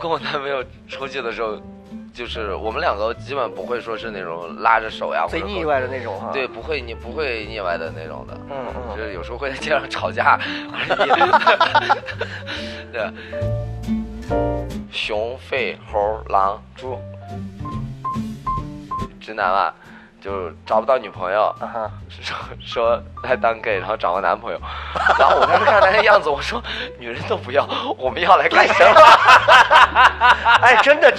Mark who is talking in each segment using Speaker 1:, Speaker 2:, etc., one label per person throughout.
Speaker 1: 跟我男朋友出去的时候，就是我们两个基本不会说是那种拉着手呀，
Speaker 2: 贼
Speaker 1: 或者
Speaker 2: 腻歪的那种哈。
Speaker 1: 对，，不会腻不会腻歪的那种的，
Speaker 2: 嗯
Speaker 1: 就
Speaker 2: 嗯，
Speaker 1: 是有时候会在街上吵架而已。 对，熊、狒、猴、狼、猪，直男啊，就找不到女朋友，
Speaker 2: 啊哈，
Speaker 1: 说说来当 gay，然后找个男朋友，然后我当时看他那样子，我说女人都不要，我们要来干什么？
Speaker 2: 哎，真的，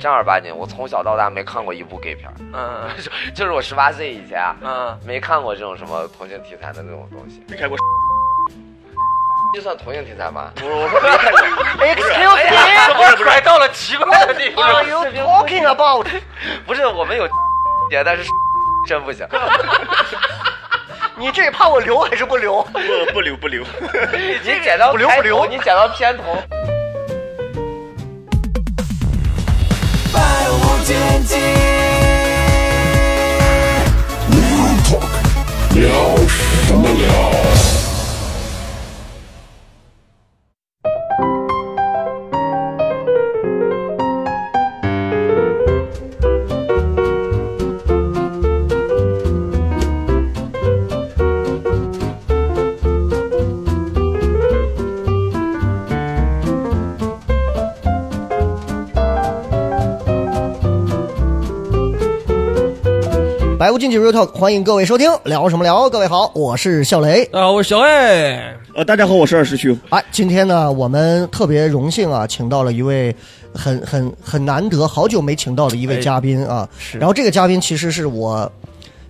Speaker 1: 正儿八经，我从小到大没看过一部 gay 片儿，
Speaker 2: 嗯
Speaker 1: 就就是我十八岁以前啊，
Speaker 2: 嗯，
Speaker 1: 没看过这种什么同性题材的那种东西，
Speaker 3: 没开过
Speaker 1: 这算同性题材吗？
Speaker 3: 我我说没开过，
Speaker 2: Excuse
Speaker 1: 哎
Speaker 2: me，
Speaker 1: 呀，怎么拐到了奇怪的地
Speaker 2: 哎 are you talking about？
Speaker 1: 不是，我们有节，但是真不行。
Speaker 2: 你这怕我留还是不留？
Speaker 3: 不不留不留。
Speaker 1: 你剪到
Speaker 2: 不留
Speaker 1: 开
Speaker 2: 不留
Speaker 1: 头你剪到片头。
Speaker 4: 哎
Speaker 2: 白无禁忌 Real Talk，欢迎各位收听，聊什么聊？各位好，我是笑雷。
Speaker 5: 啊，我是小魏，
Speaker 3: 呃，大家好，我是二师兄。
Speaker 2: 哎，今天呢，我们特别荣幸啊，请到了一位很很很难得、好久没请到的一位嘉宾啊。
Speaker 5: 哎是
Speaker 2: 然后这个嘉宾其实是我，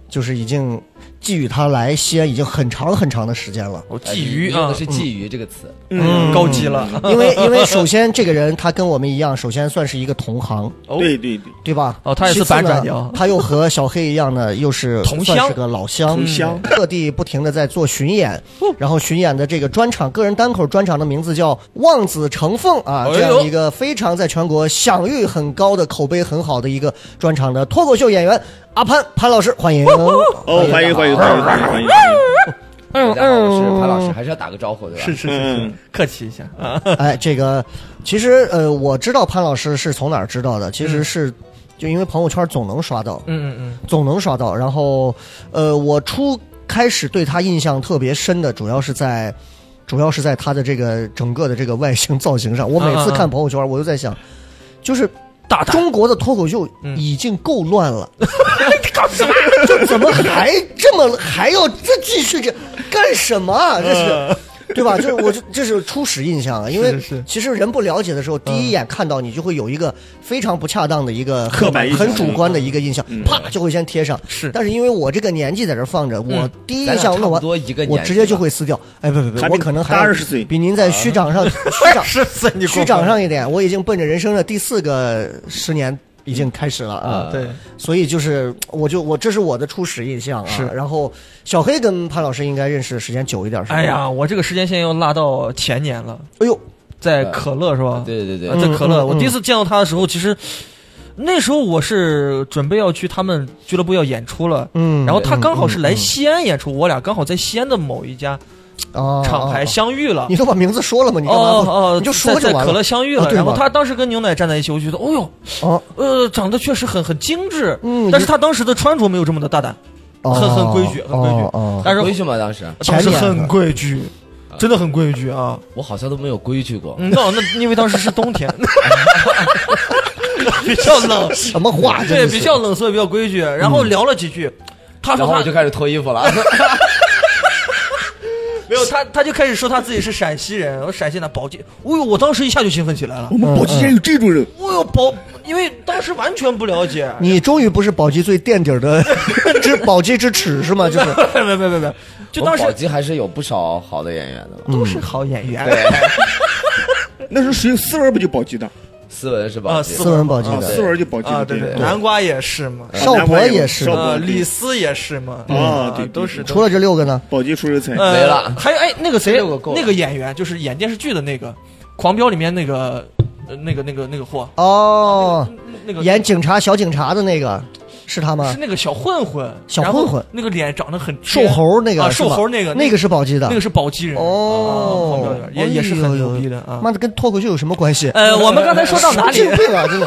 Speaker 2: 就是已经寄予他来西安已经很长很长的时间了。
Speaker 5: 我
Speaker 4: 哎
Speaker 5: 觊
Speaker 4: 你
Speaker 5: 觎
Speaker 4: 用
Speaker 5: 啊
Speaker 4: 的，是“觊觎”这个词，
Speaker 5: 嗯高级了，
Speaker 2: 因为因为首先这个人他跟我们一样，首先算是一个同行，
Speaker 5: 哦
Speaker 3: 对对对，
Speaker 2: 对吧？
Speaker 5: 哦他也是
Speaker 2: 其次呢
Speaker 5: 板转的
Speaker 2: 他又和小黑一样呢，又是
Speaker 5: 同哦乡
Speaker 2: 算是个老乡，
Speaker 3: 同乡
Speaker 2: 各地不停的在做巡演，然后巡演的这个专场，个人单口专场的名字叫《望子成凤》啊，
Speaker 5: 哎呦
Speaker 2: 这样一个非常在全国享誉很高的、口碑很好的一个专场的脱口秀演员阿潘潘老师，欢迎。哎
Speaker 3: 哦，欢迎欢迎欢迎欢迎欢迎欢迎。
Speaker 5: 嗯
Speaker 4: 大家好，
Speaker 2: 哎
Speaker 4: 我是潘老师，还是要打个招呼对吧？
Speaker 5: 是是
Speaker 3: 嗯
Speaker 5: 是是，客气一下啊，
Speaker 2: 哎，这个其实呃，我知道潘老师是从哪儿知道的，其实是。就因为朋友圈总能刷到，
Speaker 5: 嗯嗯
Speaker 2: 总能刷到。然后，呃，我初开始对他印象特别深的，主要是在，主要是在他的这个整个的这个外形造型上。我每次
Speaker 5: 啊啊啊
Speaker 2: 看朋友圈，我就在想，就是
Speaker 5: 大胆
Speaker 2: 中国的脱口秀
Speaker 5: 嗯
Speaker 2: 已经够乱 了，
Speaker 5: 嗯，搞什么？
Speaker 2: 就怎么还这么还要再继续这干什么啊？这是。对吧？就是我就这是初始印象啊，因为
Speaker 5: 是是啊
Speaker 2: 其实人不了解的时候，第一眼看到你就会有一个非常不恰当的一个
Speaker 3: 刻板印象
Speaker 2: 很主观的一个印象，啪就会先贴上。
Speaker 5: 嗯是
Speaker 2: 但是因为我这个年纪在这儿放着，我
Speaker 5: 嗯
Speaker 2: 第一印
Speaker 4: 咱俩
Speaker 2: 象
Speaker 4: 差
Speaker 2: 弄
Speaker 4: 不
Speaker 2: 完，
Speaker 4: 多一个年纪
Speaker 2: 我
Speaker 4: 吧，
Speaker 2: 直接就会撕掉。哎，不不
Speaker 3: 还
Speaker 2: 不，我
Speaker 3: 比
Speaker 2: 可能还
Speaker 3: 大
Speaker 2: 要
Speaker 3: 20岁
Speaker 2: 比您在虚长上 虚 长
Speaker 5: 是是，啊哎你
Speaker 2: 虚长上一点，我已经奔着人生的第四个十年已经开始了啊。
Speaker 4: 啊
Speaker 5: 对，
Speaker 2: 所以就是，我就我这是我的初始印象啊。
Speaker 5: 是
Speaker 2: 然后小黑跟潘老师应该认识的时间久一点，是吧？
Speaker 5: 哎呀，，我这个时间线要拉到前年了，
Speaker 2: 哎呦，
Speaker 5: 在可乐是吧？
Speaker 4: 对对对
Speaker 5: 啊
Speaker 4: 对，
Speaker 5: 在可乐，
Speaker 2: 嗯嗯
Speaker 5: 我第一次见到他的时候，其实那时候我是准备要去他们俱乐部要演出了。
Speaker 2: 嗯，
Speaker 5: 然后他刚好是来
Speaker 2: 嗯
Speaker 5: 西安演出，我俩刚好在西安的某一家厂牌，
Speaker 2: 嗯
Speaker 5: 相遇了
Speaker 2: 哦哦哦。你都把名字说了吗？你干嘛
Speaker 5: 哦
Speaker 2: 不？
Speaker 5: 哦，
Speaker 2: 你就说就
Speaker 5: 在在
Speaker 2: 完
Speaker 5: 可
Speaker 2: 了
Speaker 5: 乐。相遇
Speaker 2: 啊
Speaker 5: 了，
Speaker 2: 对
Speaker 5: 然后
Speaker 2: 吧
Speaker 5: 他当时跟牛奶站在一起，我就觉得，哦呦，
Speaker 2: 哦，
Speaker 5: 呃，长得确实很很精致，
Speaker 2: 嗯
Speaker 5: 但是他当时的穿着没有这么的大胆，
Speaker 2: 哦
Speaker 5: 很很规矩很规矩
Speaker 2: 哦哦
Speaker 5: 但是
Speaker 4: 规矩吗？当时
Speaker 5: 当时
Speaker 2: 前年
Speaker 5: 很规矩，真的很规矩啊。
Speaker 4: 我好像都没有规矩过。
Speaker 5: 嗯，那那因为当时是冬 天，比较冷，
Speaker 2: 什么话？真
Speaker 5: 对，
Speaker 2: 的是
Speaker 5: 比较冷，所以比较规矩。然后聊了几句，他
Speaker 4: 然
Speaker 5: 说
Speaker 4: 后我
Speaker 5: 他
Speaker 4: 就开始脱衣服 了，
Speaker 5: 没有，他他就开始说他自己是陕西人，我陕西的保鸡，哦呦，我当时一下就兴奋起来了
Speaker 3: 我，们宝鸡竟然有这种人，
Speaker 5: 哦呦保，因为当时完全不了解，
Speaker 2: 你终于不是宝鸡最垫底儿的 之宝鸡之耻是吗？就是
Speaker 5: 没没没没没，就
Speaker 4: 我
Speaker 5: 当
Speaker 4: 们
Speaker 5: 时
Speaker 4: 宝鸡还是有不少好的演员的嘛。
Speaker 5: 都是好演员。
Speaker 3: 那时候谁思文不就宝鸡的？
Speaker 4: 斯文是
Speaker 5: 啊
Speaker 4: 吧？
Speaker 5: 斯
Speaker 2: 斯文宝鸡
Speaker 3: 啊，
Speaker 2: 的
Speaker 3: 思文就宝鸡
Speaker 5: 啊，
Speaker 3: 的，
Speaker 5: 对
Speaker 3: 对
Speaker 5: 对，。南瓜也是嘛，
Speaker 2: 少
Speaker 3: 南
Speaker 2: 博
Speaker 3: 瓜有
Speaker 2: 也是
Speaker 3: 少
Speaker 2: 嘛
Speaker 5: 呃，
Speaker 3: 博
Speaker 5: 李
Speaker 3: 对
Speaker 5: 斯也是嘛，
Speaker 3: 啊对对
Speaker 5: 都是
Speaker 2: 除了这六个呢？
Speaker 3: 宝鸡出人
Speaker 2: 嗯
Speaker 3: 才，
Speaker 5: 呃
Speaker 4: 没了
Speaker 5: 还有哎，那个谁
Speaker 4: 这个够，了
Speaker 5: 那个演员就是演电视剧的那个《狂飙》里面那个呃那个那个那个货，
Speaker 2: 哦，
Speaker 5: 那个
Speaker 2: 演警察小警察的那个是他吗
Speaker 5: 是？那个小混混，
Speaker 2: 小
Speaker 5: 然后
Speaker 2: 混混
Speaker 5: 那个脸长得很
Speaker 2: 瘦
Speaker 5: 尖
Speaker 2: 猴那个
Speaker 5: 啊，
Speaker 2: 是
Speaker 5: 瘦
Speaker 2: 吧
Speaker 5: 猴那个
Speaker 2: 那个是宝鸡的
Speaker 5: 那个是宝鸡人
Speaker 2: 哦哎
Speaker 5: 啊黄标点也也是很牛逼的啊。
Speaker 2: 妈的，跟脱口秀有什么关系？
Speaker 5: 呃，我们刚才说到哪里
Speaker 2: 神？经病啊，真的。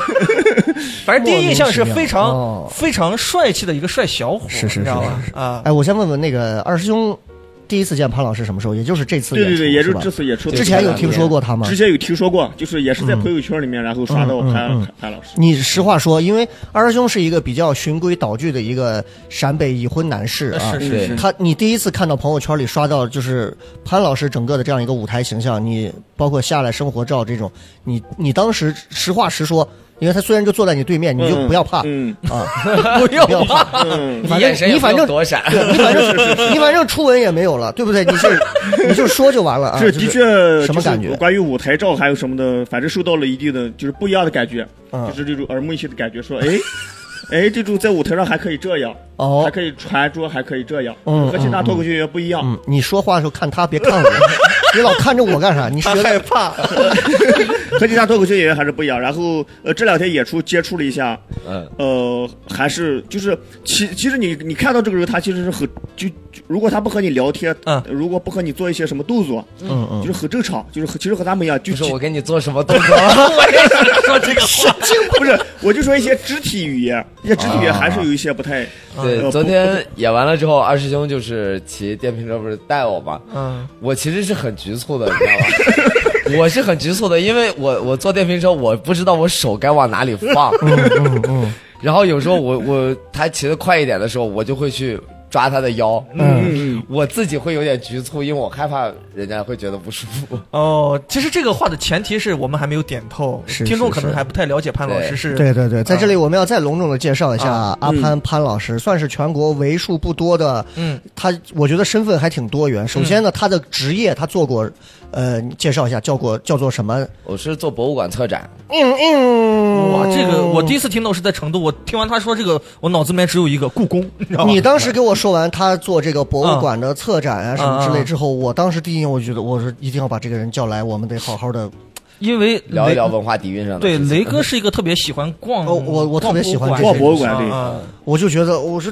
Speaker 5: 反正第一印象是
Speaker 2: 莫名其妙
Speaker 5: 非常、
Speaker 4: 哦
Speaker 5: 非常帅气的一个帅小伙，
Speaker 2: 是是
Speaker 5: 你知道
Speaker 2: 是
Speaker 5: 吧？啊，
Speaker 2: 哎，我先问问那个二师兄，第一次见潘老师什么时候？也就是这次
Speaker 3: 对对对，也
Speaker 2: 是
Speaker 3: 是
Speaker 2: 吧
Speaker 3: 这次演出
Speaker 4: 对
Speaker 2: 之前有听说过他吗嗯
Speaker 3: 之？前有听说过，就是也是在朋友圈里面，然后刷到
Speaker 2: 嗯嗯
Speaker 3: 潘
Speaker 2: 嗯
Speaker 3: 潘老师。
Speaker 2: 你实话说，因为二师兄是一个比较循规蹈矩的一个陕北已婚男士啊
Speaker 5: 是。是
Speaker 3: 嗯
Speaker 4: 对
Speaker 5: 是，
Speaker 2: 他，你第一次看到朋友圈里刷到就是潘老师整个的这样一个舞台形象，你包括下来生活照这种，你你当时实话实说，因为他虽然就坐在你对面，你就不要怕
Speaker 3: 嗯
Speaker 2: 啊，
Speaker 5: 不
Speaker 2: 不要
Speaker 5: 用
Speaker 2: 怕，
Speaker 3: 嗯，
Speaker 2: 你反正
Speaker 4: 眼神也
Speaker 2: 你反
Speaker 4: 不用
Speaker 2: 正
Speaker 4: 躲闪，
Speaker 2: 你反正你反正初吻也没有了，对不对？你是你就说就完了啊。
Speaker 3: 这
Speaker 2: 就是
Speaker 3: 的确
Speaker 2: 什么
Speaker 3: 就是
Speaker 2: 感觉
Speaker 3: 关于舞台照还有什么的，反正受到了一定的就是不一样的感觉，
Speaker 2: 嗯
Speaker 3: 就是这种耳目一新的感觉，说哎。哎，这种在舞台上还可以这样，还
Speaker 2: 哦，
Speaker 3: 可以传桌，还可以这样，
Speaker 2: 嗯
Speaker 3: 和其他脱口秀演员不一样。
Speaker 2: 嗯，你说话的时候看他，别看我，你老看着我干啥？你是觉得
Speaker 3: 怕，
Speaker 2: 嗯
Speaker 3: 和其他脱口秀演员还是不一样。然后呃，这两天演出接触了一下，
Speaker 4: 嗯，
Speaker 3: 呃，还是就是其其实你你看到这个人，他其实是很就就如果他不和你聊天，
Speaker 5: 嗯
Speaker 3: 如果不和你做一些什么动作，
Speaker 2: 嗯
Speaker 3: 就是
Speaker 2: 嗯，
Speaker 3: 很正常，就是和其实和他们一样，就
Speaker 4: 不是
Speaker 3: 就
Speaker 4: 我给你做什么动作，我也是说这个话。
Speaker 3: 不是，我就说一些肢体语言，一些肢体语言还是有一些不太，
Speaker 1: 啊
Speaker 3: 呃
Speaker 4: 对，
Speaker 3: 不
Speaker 4: 昨天演完了之后，二师兄就是骑电瓶车不是带我吗？
Speaker 5: 嗯，
Speaker 4: 我其实是很局促的，你知道吗？我 是很局促的，因为我我坐电瓶车，我不知道我手该往哪里放。
Speaker 2: 嗯
Speaker 4: 然后有时候我我他骑得快一点的时候，我就会去抓他的腰。
Speaker 3: 嗯，
Speaker 4: 我自己会有点局促，因为我害怕人家会觉得不舒服。
Speaker 5: 哦，其实这个话的前提是我们还没有点透，
Speaker 2: 是
Speaker 5: 听众
Speaker 2: 是
Speaker 5: 可能
Speaker 2: 是
Speaker 5: 还不太了解潘老师
Speaker 4: 对
Speaker 5: 是
Speaker 2: 对对对，在这里我们要再隆重的介绍一下
Speaker 5: 啊
Speaker 2: 阿潘潘老师，算是全国为数不多的，
Speaker 5: 嗯，
Speaker 2: 他我觉得身份还挺多元。首先呢，他的职业他做过，呃，介绍一下，叫过叫做什么？
Speaker 4: 我是做博物馆策展，
Speaker 2: 嗯嗯，
Speaker 5: 哇，这个我第一次听到是在成都，我听完他说这个，我脑子里面只有一个故宫，你知道吗？
Speaker 2: 你当时给我说完他做这个博物馆的策展啊
Speaker 5: 嗯
Speaker 2: 什么之类之后，我当时第一印象我就觉得，我说一定要把这个人叫来，我们得好好的。
Speaker 5: 因为
Speaker 4: 聊一聊
Speaker 5: 雷。
Speaker 4: 文化底蕴上的。
Speaker 5: 对，雷哥是一个特别喜欢逛，
Speaker 2: 哦我我特别喜欢
Speaker 3: 逛博物馆
Speaker 5: 对
Speaker 3: 对，
Speaker 5: 啊
Speaker 2: 我就觉得我是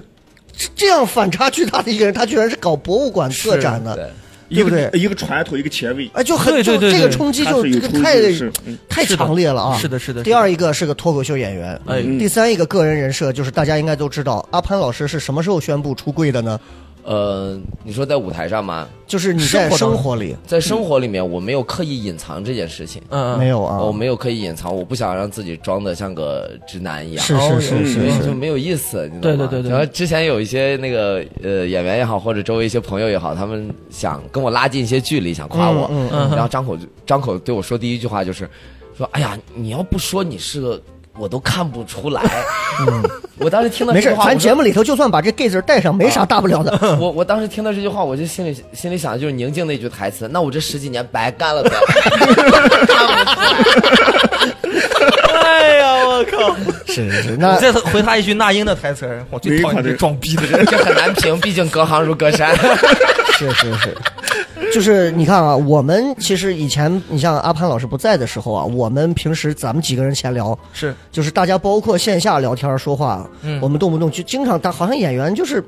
Speaker 2: 这这样反差巨大的一个人，他居然是搞博物馆策展的，
Speaker 4: 对，
Speaker 3: 一
Speaker 2: 对不
Speaker 3: 个
Speaker 2: 对
Speaker 3: 一个传统，一个前卫，
Speaker 2: 哎，就很
Speaker 5: 对对
Speaker 2: 就
Speaker 5: 对
Speaker 2: 这个
Speaker 5: 对
Speaker 2: 冲击
Speaker 3: 他
Speaker 2: 就是
Speaker 3: 有
Speaker 2: 这个
Speaker 3: 出
Speaker 2: 太
Speaker 3: 入是，嗯
Speaker 2: 太
Speaker 5: 是的
Speaker 2: 强烈了啊！
Speaker 5: 是的是的是的
Speaker 2: 第二一个是个脱口秀演员，嗯
Speaker 5: 哎
Speaker 2: 第三一个个人人设就是大家应该都知道，阿潘老师是什么时候宣布出柜的呢？
Speaker 4: 呃，你说在舞台上吗？
Speaker 2: 就是你在
Speaker 5: 生活当
Speaker 2: 生
Speaker 5: 中
Speaker 2: 活里
Speaker 4: 在生活里面，我没有刻意隐藏这件事情。
Speaker 5: 嗯，
Speaker 2: 没
Speaker 5: 有，
Speaker 2: 有啊？
Speaker 4: 我没有刻意隐藏，我不想让自己装的像个直男一样，
Speaker 2: 是
Speaker 5: 哦
Speaker 2: 是是
Speaker 3: 嗯
Speaker 2: 是
Speaker 4: 因为
Speaker 2: 是
Speaker 4: 就，没有意思，你知道
Speaker 5: 对
Speaker 4: 吗？
Speaker 5: 对对对
Speaker 4: 然后之前有一些那个呃演员也好，或者周围一些朋友也好，他们想跟我拉近一些距离，想夸我，
Speaker 2: 嗯嗯
Speaker 5: 嗯
Speaker 4: 然后张口就张口对我说第一句话就是说：“哎呀，你要不说你是个，我都看不 出来。我当时
Speaker 5: 嗯
Speaker 4: 听到
Speaker 2: 嗯没
Speaker 4: 这句
Speaker 2: 事，
Speaker 4: 话，
Speaker 2: 咱
Speaker 4: 我说
Speaker 2: 节目里头就算把这 gay 字带上，没啥大不了
Speaker 5: 啊
Speaker 2: 的。
Speaker 4: 我我当时听到这句话，我就心里心里想的就是宁静那句台词，那我这十几年白干了呗。
Speaker 5: 哎呀，我 靠！
Speaker 2: 是是是，
Speaker 5: 你
Speaker 2: 那
Speaker 5: 再回他一句那英的台词儿，我最讨厌这装逼的人。
Speaker 4: 这很难评，毕竟隔行如隔 山。
Speaker 2: 是是是，就是你看啊，我们其实以前，你像阿潘老师不在的时候啊，我们平时咱们几个人闲聊，
Speaker 5: 是，
Speaker 2: 就是大家包括线下聊天说话，
Speaker 5: 嗯
Speaker 2: 我们动不动就经常，但好像演员就是，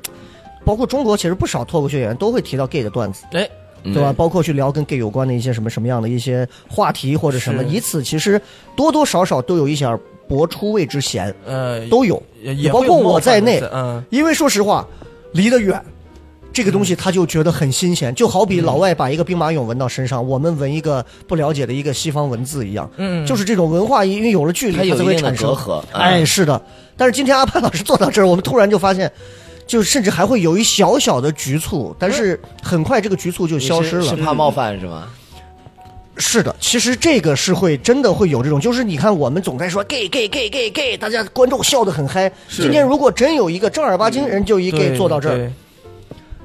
Speaker 2: 包括中国其实不少脱口秀演员都会提到 gay 的段子，
Speaker 5: 哎，
Speaker 4: 嗯
Speaker 2: 对吧？包括去聊跟 gay 有关的一些什么什么样的一些话题或者什么，
Speaker 5: 是
Speaker 2: 以此其实多多少少都有一点儿博出位之嫌，
Speaker 5: 呃，
Speaker 2: 都有。
Speaker 5: 也也
Speaker 2: 包
Speaker 5: 会有
Speaker 2: 括我
Speaker 5: 冒犯
Speaker 2: 在
Speaker 5: 的
Speaker 2: 内
Speaker 5: 字嗯，
Speaker 2: 因为说实话，离得远，这个东西他就觉得很新鲜，就好比老外把一个兵马俑纹到身上，我们纹一个不了解的一个西方文字一样，
Speaker 5: 嗯
Speaker 2: 就是这种文化因为有了距
Speaker 4: 它
Speaker 2: 离，
Speaker 4: 有
Speaker 2: 它才会
Speaker 4: 一定的
Speaker 2: 产生
Speaker 4: 隔阂
Speaker 2: 哎，
Speaker 4: 嗯
Speaker 2: 是的。但是今天阿潘老师坐到这儿，我们突然就发现。就甚至还会有一小小的局促，但是很快这个局促就消失了。
Speaker 4: 是怕冒犯是吗？
Speaker 2: 是的，其实这个是会真的会有这种，就是你看我们总在说 gay gay gay gay gay，大家观众笑得很嗨。
Speaker 3: 是
Speaker 2: 今天如果真有一个正儿八经人就一 gay
Speaker 5: 对
Speaker 2: 坐到这儿，
Speaker 5: 对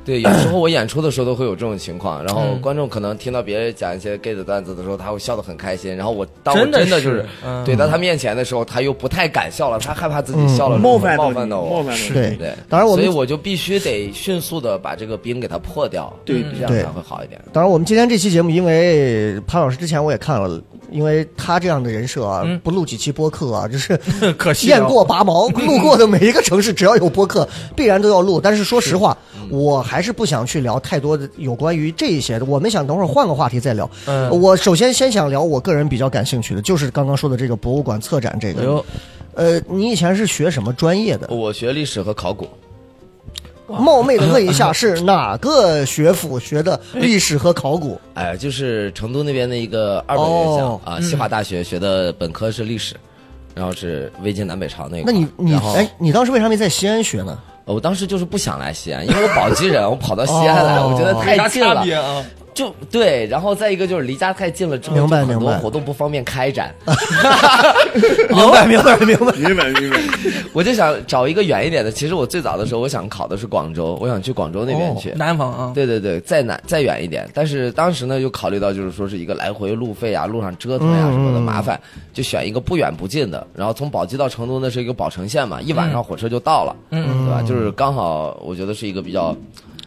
Speaker 4: 对，有时候我演出的时候都会有这种情况，然后
Speaker 5: 嗯
Speaker 4: 观众可能听到别人讲一些 gay 的段子的时候，他会笑得很开心，然后我当我
Speaker 5: 真
Speaker 4: 真
Speaker 5: 的
Speaker 4: 的就是
Speaker 5: 嗯
Speaker 4: 怼到他面前的时候，他又不太敢笑了，他害怕自己笑了之后
Speaker 3: 冒
Speaker 4: 会
Speaker 3: 犯
Speaker 4: 嗯冒
Speaker 3: 到
Speaker 4: 犯
Speaker 3: 你
Speaker 4: 到
Speaker 3: 冒
Speaker 4: 我，
Speaker 3: 犯到你，
Speaker 2: 对
Speaker 4: 对，
Speaker 2: 当然我们
Speaker 4: 所以我就必须得迅速的把这个冰给它破掉，嗯
Speaker 3: 对
Speaker 4: 这样
Speaker 2: 对
Speaker 4: 才会好一点。
Speaker 2: 当然，我们今天这期节目，因为潘老师之前我也看了，因为他这样的人设啊
Speaker 5: 嗯，
Speaker 2: 不录几期播客啊， 就是
Speaker 5: 可惜啊
Speaker 2: 雁过拔 毛，路过的每一个城市，只要有播客，必然都要录。但是说实话，
Speaker 5: 嗯
Speaker 2: 我还是不想去聊太多的有关于这一些的。我们想等会儿换个话题再聊。
Speaker 5: 嗯
Speaker 2: 我首先先想聊我个人比较感兴趣的，就是刚刚说的这个博物馆策展这
Speaker 4: 哎
Speaker 2: 个
Speaker 5: 嗯
Speaker 4: 呦。，
Speaker 2: 呃，你以前是学什么专业
Speaker 5: 哦
Speaker 2: 的？
Speaker 4: 我学历史和考古，
Speaker 2: 冒昧的问一下，是哪个学府学的历史和考古？
Speaker 4: 哎，就是成都那边的一个二本院校、
Speaker 2: 哦
Speaker 4: 啊，西华大学学的本科是历史，然后是魏晋南北朝那个。
Speaker 2: 那你你
Speaker 4: 然后呃
Speaker 2: 哎，你当时为啥没在西安学呢？
Speaker 4: 我当时就是不想来西安，因为我宝鸡人，我跑到西安来，
Speaker 2: 哦
Speaker 4: 我觉得
Speaker 5: 没啥
Speaker 4: 太近
Speaker 5: 差
Speaker 4: 了
Speaker 5: 别，啊。
Speaker 4: 就对。然后再一个就是离家太近了，之后
Speaker 2: 明白
Speaker 4: 就很
Speaker 2: 明
Speaker 4: 多
Speaker 2: 白
Speaker 4: 活动不方便开展，
Speaker 2: 明白明白明白。
Speaker 3: 明白明白。
Speaker 4: 我就想找一个远一点的。其实我最早的时候，我想考的是广州，我想去广州那
Speaker 2: 哦
Speaker 4: 边去。
Speaker 5: 南方啊，
Speaker 4: 对对对，再南再远一点，但是当时呢，就考虑到就是说是一个来回路费啊，路上折腾
Speaker 5: 嗯
Speaker 4: 呀、什么的麻烦，就选一个不远不近的。然后从宝鸡到成都，那是一个宝成线嘛，一晚上火车就到了，
Speaker 5: 嗯
Speaker 4: 对吧？就是刚好，我觉得是一个比较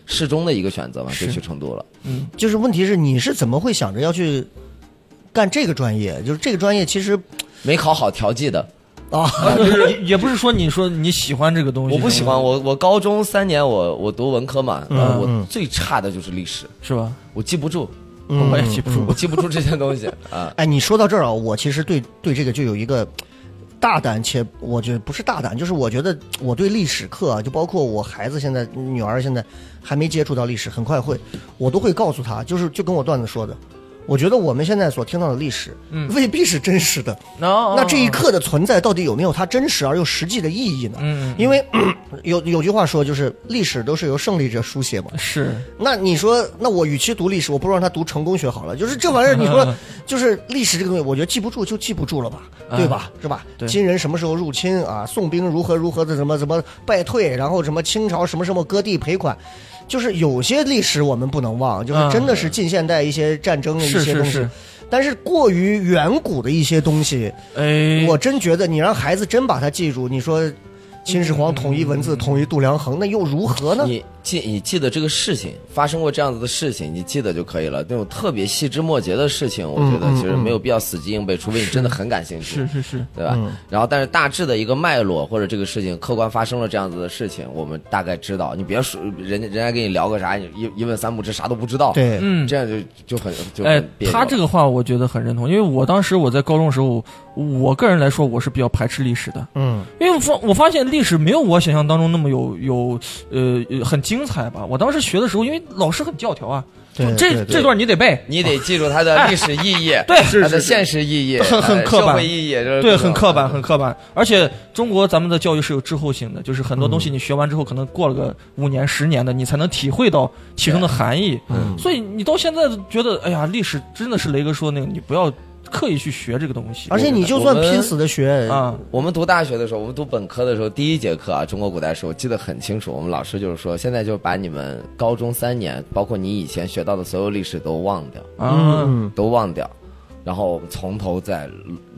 Speaker 4: 适中的一个选择嘛，就去成都了。
Speaker 5: 嗯
Speaker 2: 就是问题是你是怎么会想着要去干这个专业？就是这个专业其实
Speaker 4: 没考好调剂的，
Speaker 2: 啊，
Speaker 5: 也也不是说你说你喜欢这个东西，
Speaker 4: 我不喜欢。我我高中三年我我读文科嘛，然后
Speaker 2: 嗯
Speaker 4: 我最差的就是历史，
Speaker 5: 是吧？
Speaker 4: 我记不住，
Speaker 2: 嗯
Speaker 5: 我也记不住
Speaker 4: 我记不住这些东西啊。
Speaker 2: 哎，你说到这儿啊，我其实对对这个就有一个大胆且我觉得不是大胆，就是我觉得我对历史课啊，就包括我孩子现在女儿现在还没接触到历史，很快会，我都会告诉她，就是就跟我段子说的。我觉得我们现在所听到的历史，未必是真实的。
Speaker 5: 那
Speaker 2: 那这一刻的存在到底有没有它真实而又实际的意义呢？
Speaker 5: 嗯嗯
Speaker 2: 因为咳有有句话说，就是历史都是由胜利者书写嘛。
Speaker 5: 是
Speaker 2: 那你说，那我与其读历史，我不如让他读成功学好了。就是这玩意儿，你
Speaker 5: 嗯
Speaker 2: 说 就是历史这个东西，我觉得记不住就记不住了吧，对吧？是吧？
Speaker 5: 嗯对
Speaker 2: 金人什么时候入侵啊？宋兵如何如何的怎么怎么败退，然后什么清朝什么什么割地赔款。就是有些历史我们不能忘，就是
Speaker 5: 嗯
Speaker 2: 真的是近现代一些战争的一
Speaker 5: 是
Speaker 2: 些东西，
Speaker 5: 是是，
Speaker 2: 但是过于远古的一些东西，
Speaker 5: 哎，
Speaker 2: 我真觉得你让孩子真把它记住，你说秦始皇统一文字、统一度量衡，那又如何
Speaker 5: 啊
Speaker 2: 呢？
Speaker 4: 你记你记得这个事情发生过这样子的事情，你记得就可以了。那种特别细枝末节的事情，我觉得其实没有必要死记硬背，除非你真的很感兴
Speaker 5: 嗯
Speaker 4: 趣
Speaker 5: 是，嗯是是，
Speaker 4: 对吧？然后，但是大致的一个脉络或者这个事情客观发生了这样子的事情，我们大概知道。你别说人家人家跟你聊个啥，你一一问三不知，啥都不知道。，
Speaker 2: 对，
Speaker 5: 嗯，
Speaker 4: 这样就就很就
Speaker 5: 哎
Speaker 4: 很别，扭。
Speaker 5: 他这个话我觉得很认同，因为我当时我在高中的时候，我个人来说我是比较排斥历史的，
Speaker 2: 嗯，
Speaker 5: 因为我发我发现历史没有我想象当中那么有有呃呃很精彩吧。我当时学的时候，因为老师很教条啊，
Speaker 2: 对
Speaker 5: 就这
Speaker 2: 嗯对对
Speaker 5: 这段你得背，
Speaker 4: 你得记住它的历史意义，
Speaker 5: 哎对
Speaker 3: 是
Speaker 4: 它的
Speaker 3: 是是
Speaker 4: 现实意义，
Speaker 5: 很很
Speaker 4: 呃
Speaker 5: 刻板
Speaker 4: 社会意义，就是
Speaker 5: 对，
Speaker 4: 各种嗯
Speaker 5: 很刻板，很刻板。而且中国咱们的教育是有滞后性的，就是很多
Speaker 4: 嗯
Speaker 5: 东西你学完之后，可能过了个五年、十年的，你才能体会到其中的含义。
Speaker 2: 嗯
Speaker 5: 所以你到现在觉得，哎呀，历史真的是雷哥说那个，你不要刻意去学这个东西。
Speaker 2: 而且你就算拼死的学，
Speaker 5: 啊，
Speaker 4: 我们读大学的时候，我们读本科的时候，第一节课啊，中国古代史，我记得很清楚。我们老师就是说，现在就把你们高中三年，包括你以前学到的所有历史都忘掉，
Speaker 5: 啊，
Speaker 2: 嗯，
Speaker 4: 都忘掉，然后我们从头再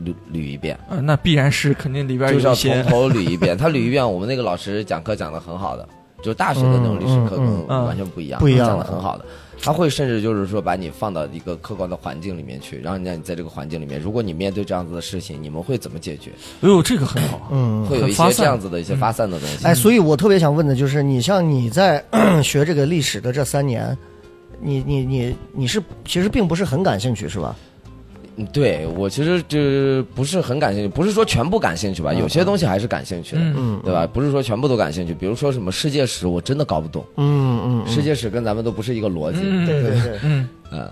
Speaker 4: 捋捋一遍，
Speaker 2: 嗯
Speaker 5: 啊那必然是肯定里边
Speaker 4: 就是
Speaker 5: 有
Speaker 4: 要
Speaker 5: 一
Speaker 4: 从
Speaker 5: 些
Speaker 4: 头捋一遍。他捋一遍，我们那个老师讲课讲的很好的，就是大学的那种历史课跟
Speaker 2: 嗯
Speaker 4: 我
Speaker 5: 嗯
Speaker 4: 们完全不一样，
Speaker 2: 不一样
Speaker 4: 他讲的很好的。他会甚至就是说把你放到一个客观的环境里面去，然后让你在这个环境里面，如果你面对这样子的事情，你们会怎么解决？
Speaker 5: 哎呦，这个很好。
Speaker 2: 嗯。
Speaker 4: 会有一
Speaker 5: 很发
Speaker 4: 些
Speaker 5: 散
Speaker 4: 这样子的一些发散的东西。
Speaker 2: 哎，所以我特别想问的就是，你像你在嗯学这个历史的这三年，你你你你是其实并不是很感兴趣是吧？
Speaker 4: 嗯，对我其实就是不是很感兴趣，不是说全部感兴趣吧，有
Speaker 2: 嗯
Speaker 4: 些东西还是感兴趣的，
Speaker 5: 嗯
Speaker 4: 对吧？不是说全部都感兴趣，比如说什么世界史，我真的搞不懂，
Speaker 2: 嗯
Speaker 4: 世界史跟咱们都不是一个逻辑，
Speaker 5: 嗯
Speaker 2: 对对对，
Speaker 5: 嗯，
Speaker 4: 嗯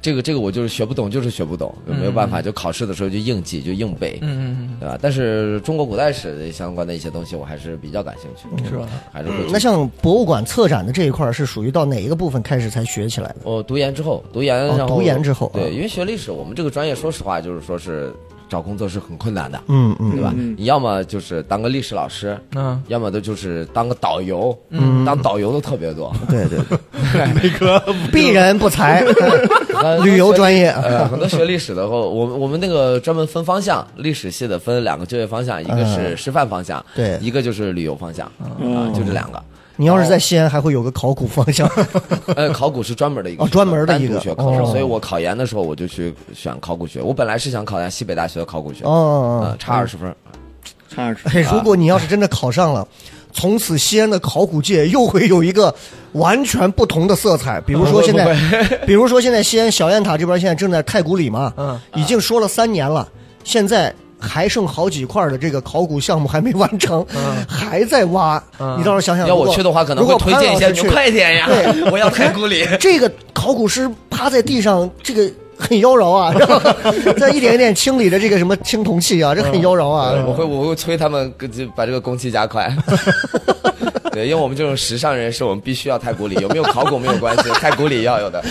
Speaker 4: 这个这个我就是学不懂，就是学不懂，就没有办
Speaker 2: 嗯
Speaker 4: 法，就考试的时候就硬记就硬背，
Speaker 5: 嗯嗯
Speaker 4: 对吧？但是中国古代史的相关的一些东西，我还是比较感兴趣的，
Speaker 5: 嗯，是吧？
Speaker 4: 还是会去
Speaker 2: 那像博物馆策展的这一块儿是属于到哪一个部分开始才学起来的？
Speaker 4: 我读研之后，读研
Speaker 2: 哦
Speaker 4: 然后
Speaker 2: 读研之后啊
Speaker 4: 对，因为学历史，我们这个专业说实话就是说是找工作是很困难的，
Speaker 2: 嗯嗯
Speaker 4: 对吧？
Speaker 3: 嗯
Speaker 4: 你要么就是当个历史老师，
Speaker 5: 嗯，
Speaker 4: 要么的就是当个导游，嗯，当导游的特别 多，
Speaker 2: 对对对， 每个鄙人不才，
Speaker 4: 呃
Speaker 2: 旅游专业
Speaker 4: 呃，很多学历史的后，我们我们那个专门分方向，历史系的分两个就业方向，一个是师范方向，
Speaker 2: 嗯对嗯哦
Speaker 4: 一个就是旅游方向，啊、就这两个。
Speaker 2: 你要是在西安，还会有个考古方向。
Speaker 4: 呃，考古是专门的一个
Speaker 2: 哦
Speaker 4: 学科
Speaker 2: 专门的一个
Speaker 4: 单独学科，
Speaker 2: 哦
Speaker 4: 所以我考研的时候我就去选考古学。我本来是想考一下西北大学的考古学，
Speaker 2: 哦
Speaker 4: 呃，，差二十分。
Speaker 3: 差二十。
Speaker 2: 哎，如果你要是真的考上了，从此西安的考古界又会有一个完全不同的色彩。比如说现在，比如说现在西安小雁塔这边现在正在太古里嘛，
Speaker 5: 嗯，
Speaker 2: 已经说了三年了，现在还剩好几块的这个考古项目还没完成，还在挖。
Speaker 5: 嗯
Speaker 2: 你到时候想想，
Speaker 4: 要
Speaker 2: 哎
Speaker 4: 我
Speaker 2: 如果
Speaker 4: 去的话，可能
Speaker 2: 如
Speaker 4: 会
Speaker 2: 果
Speaker 4: 推
Speaker 2: 潘
Speaker 4: 荐一下
Speaker 2: 老
Speaker 4: 你
Speaker 2: 师
Speaker 4: 们
Speaker 2: 去
Speaker 4: 快点呀！ 我要太古里。
Speaker 2: 这个考古师趴在地上，这个很妖娆啊，然 后在一点一点清理的这个什么青铜器啊，这很妖娆啊。
Speaker 4: 我会我会催他们跟这把这个工期加快。 对，因为我们这种时尚人士，我们必须要太古里，有没有考古没有关系，太古里要有的。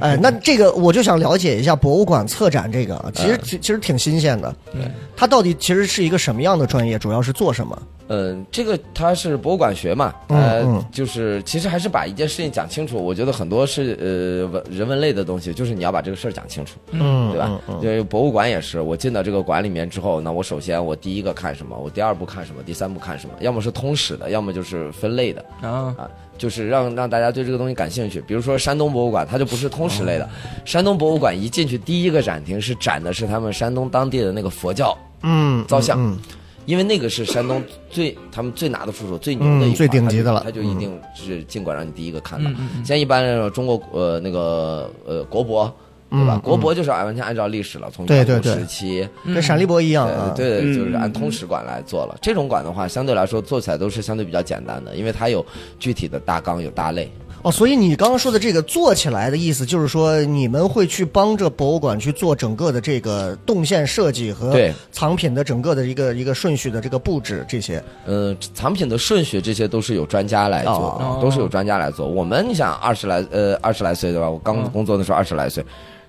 Speaker 2: 哎，那这个我就想了解一下博物馆策展这个啊，其实
Speaker 4: 嗯
Speaker 2: 其其实挺新鲜的。
Speaker 5: 嗯，
Speaker 2: 它到底其实是一个什么样的专业？主要是做什么？
Speaker 4: 嗯，这个它是博物馆学嘛，
Speaker 2: 嗯
Speaker 4: 呃，
Speaker 2: 嗯
Speaker 4: 就是其实还是把一件事情讲清楚。我觉得很多是呃文人文类的东西，就是你要把这个事儿讲清楚，
Speaker 2: 嗯
Speaker 4: 对吧？就是博物馆也是，我进到这个馆里面之后，那我首先我第一个看什么，我第二步看什么，第三步看什么，要么是通史的，要么就是分类的。
Speaker 5: 啊，
Speaker 4: 啊，就是让让大家对这个东西感兴趣。比如说山东博物馆，它就不是通史类
Speaker 2: 哦
Speaker 4: 的。山东博物馆一进去，第一个展厅是展的是他们山东当地的那个佛教，
Speaker 2: 嗯，
Speaker 4: 造像
Speaker 2: 嗯
Speaker 4: 因为那个是山东最他们最拿得出手、最牛
Speaker 2: 嗯
Speaker 4: 的一、
Speaker 2: 最顶级的了嗯
Speaker 4: 它就一定是尽管让你第一个看到。
Speaker 5: 嗯嗯嗯
Speaker 4: 像一般那种中国呃那个呃国博。对吧？国博就是完全按照历史了，从
Speaker 2: 嗯对
Speaker 4: 远
Speaker 2: 对
Speaker 4: 古
Speaker 2: 对
Speaker 4: 时期，
Speaker 2: 嗯跟闪立博一样啊。
Speaker 4: 对对，
Speaker 3: 嗯
Speaker 4: 就是按通史馆来做了。这种馆的话，相对来说做起来都是相对比较简单的，因为它有具体的大纲，有大类。
Speaker 2: 哦，所以你刚刚说的这个做起来的意思，就是说你们会去帮着博物馆去做整个的这个动线设计和
Speaker 4: 对
Speaker 2: 藏品的整个的一个一个顺序的这个布置这些。
Speaker 4: 呃，藏品的顺序这些都是有专家来做，
Speaker 2: 哦
Speaker 4: 都是有专家来做。我们你想二十来呃二十来岁对吧？我刚
Speaker 2: 嗯
Speaker 4: 工作的时候二十来岁，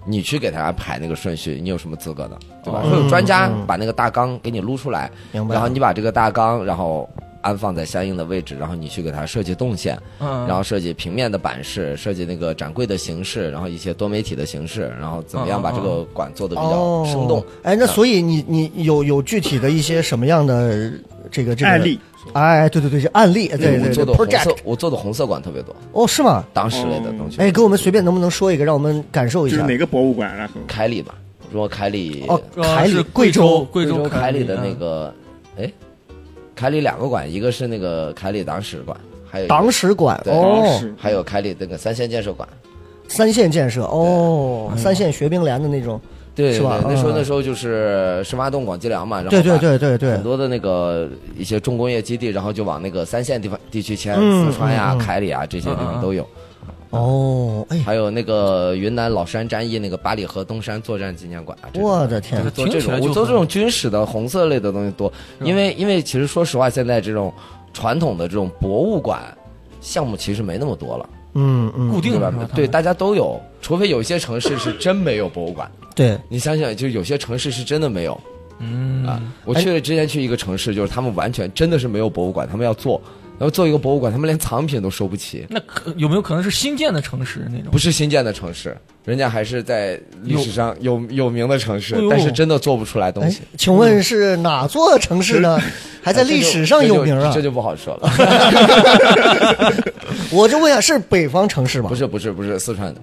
Speaker 4: 你去给大家排那个顺序，你有什么资格呢？对吧？会有专家把那个大纲给你撸出来，
Speaker 2: 哦嗯明白
Speaker 4: 然后你把这个大纲，然后安放在相应的位置，然后你去给它设计动线，
Speaker 5: 嗯，
Speaker 4: 然后设计平面的版式，设计那个展柜的形式，然后一些多媒体的形式，然后怎么样把这个馆做的比较生
Speaker 2: 嗯
Speaker 4: 动
Speaker 2: 哦。哎，那
Speaker 4: 啊
Speaker 2: 所以你你有有具体的一些什么样的这 个这个
Speaker 3: 案例？
Speaker 2: 哎，对对对，案例，对对
Speaker 4: 我
Speaker 2: 对
Speaker 4: 做的红色
Speaker 2: project，
Speaker 4: 我做的红色馆特别多，
Speaker 2: 哦，是吗？
Speaker 4: 党史类的东西。
Speaker 2: 哎，给我们随便能不能说一个，让我们感受一
Speaker 3: 就是
Speaker 2: 下？
Speaker 3: 哪个博物馆？然后
Speaker 4: 凯里吧，如果凯里
Speaker 2: 哦
Speaker 5: 呃
Speaker 2: 凯里
Speaker 5: 是
Speaker 2: 贵
Speaker 5: 贵
Speaker 2: 州嗯
Speaker 5: 贵
Speaker 4: 州
Speaker 5: 凯
Speaker 4: 凯里的那，个，哎，凯里两个馆，一个是那个凯里党史馆，还有一个
Speaker 2: 党史馆
Speaker 4: 对
Speaker 2: 哦，
Speaker 3: 史
Speaker 4: 还有凯里那个三线建设馆。
Speaker 2: 三线建设
Speaker 3: 嗯
Speaker 2: 哦，三线学兵连的那种，
Speaker 4: 对，
Speaker 2: 是吧
Speaker 4: 对那时候
Speaker 2: 嗯
Speaker 4: 那时候就是深挖洞、广积粮嘛，然后
Speaker 2: 对对
Speaker 4: 把
Speaker 2: 对对对
Speaker 4: 很，多的那个一些重工业基地，然后就往那个三线地方地区迁，
Speaker 2: 嗯
Speaker 4: 四川呀、
Speaker 2: 嗯嗯
Speaker 4: 凯里啊这些地方都有。
Speaker 2: 哦，哎，
Speaker 4: 还有那个云南老山战役那个八里河登山作战纪念馆啊，这种
Speaker 2: 我的天
Speaker 5: 这个，
Speaker 4: 做
Speaker 5: 听
Speaker 4: 这
Speaker 5: 起来
Speaker 4: 种，
Speaker 5: 就
Speaker 4: 我做这
Speaker 5: 很
Speaker 4: 种军史的红色类的东西多，
Speaker 5: 吧
Speaker 4: 因为因为其实说实话，现在这种传统的这种博物馆项目其实没那么多了，
Speaker 2: 嗯嗯，
Speaker 5: 固定的
Speaker 4: 对吧
Speaker 5: 是吧？？
Speaker 4: 对，
Speaker 5: 他们，
Speaker 4: 大家都有，除非有些城市是真没有博物馆。
Speaker 2: 对，
Speaker 4: 你想想，就有些城市是真的没有
Speaker 5: 嗯
Speaker 4: 啊。我去了之前去一个城市，就是他们完全真的是没有博物馆，他们要做，然后做一个博物馆，他们连藏品都收不起。
Speaker 5: 那可有没有可能是新建的城市那种？
Speaker 4: 不是新建的城市，人家还是在历史上有有名的城市
Speaker 5: 哎呦，
Speaker 4: 但是真的做不出来东
Speaker 2: 哎
Speaker 4: 西。，哎
Speaker 2: 请问是哪座城市呢？
Speaker 5: 哎
Speaker 2: 还在历史上有名啊
Speaker 4: 这就这？就不好说了。
Speaker 2: 我就问一下，是北方城市吧
Speaker 4: 不？是不是不是四川的，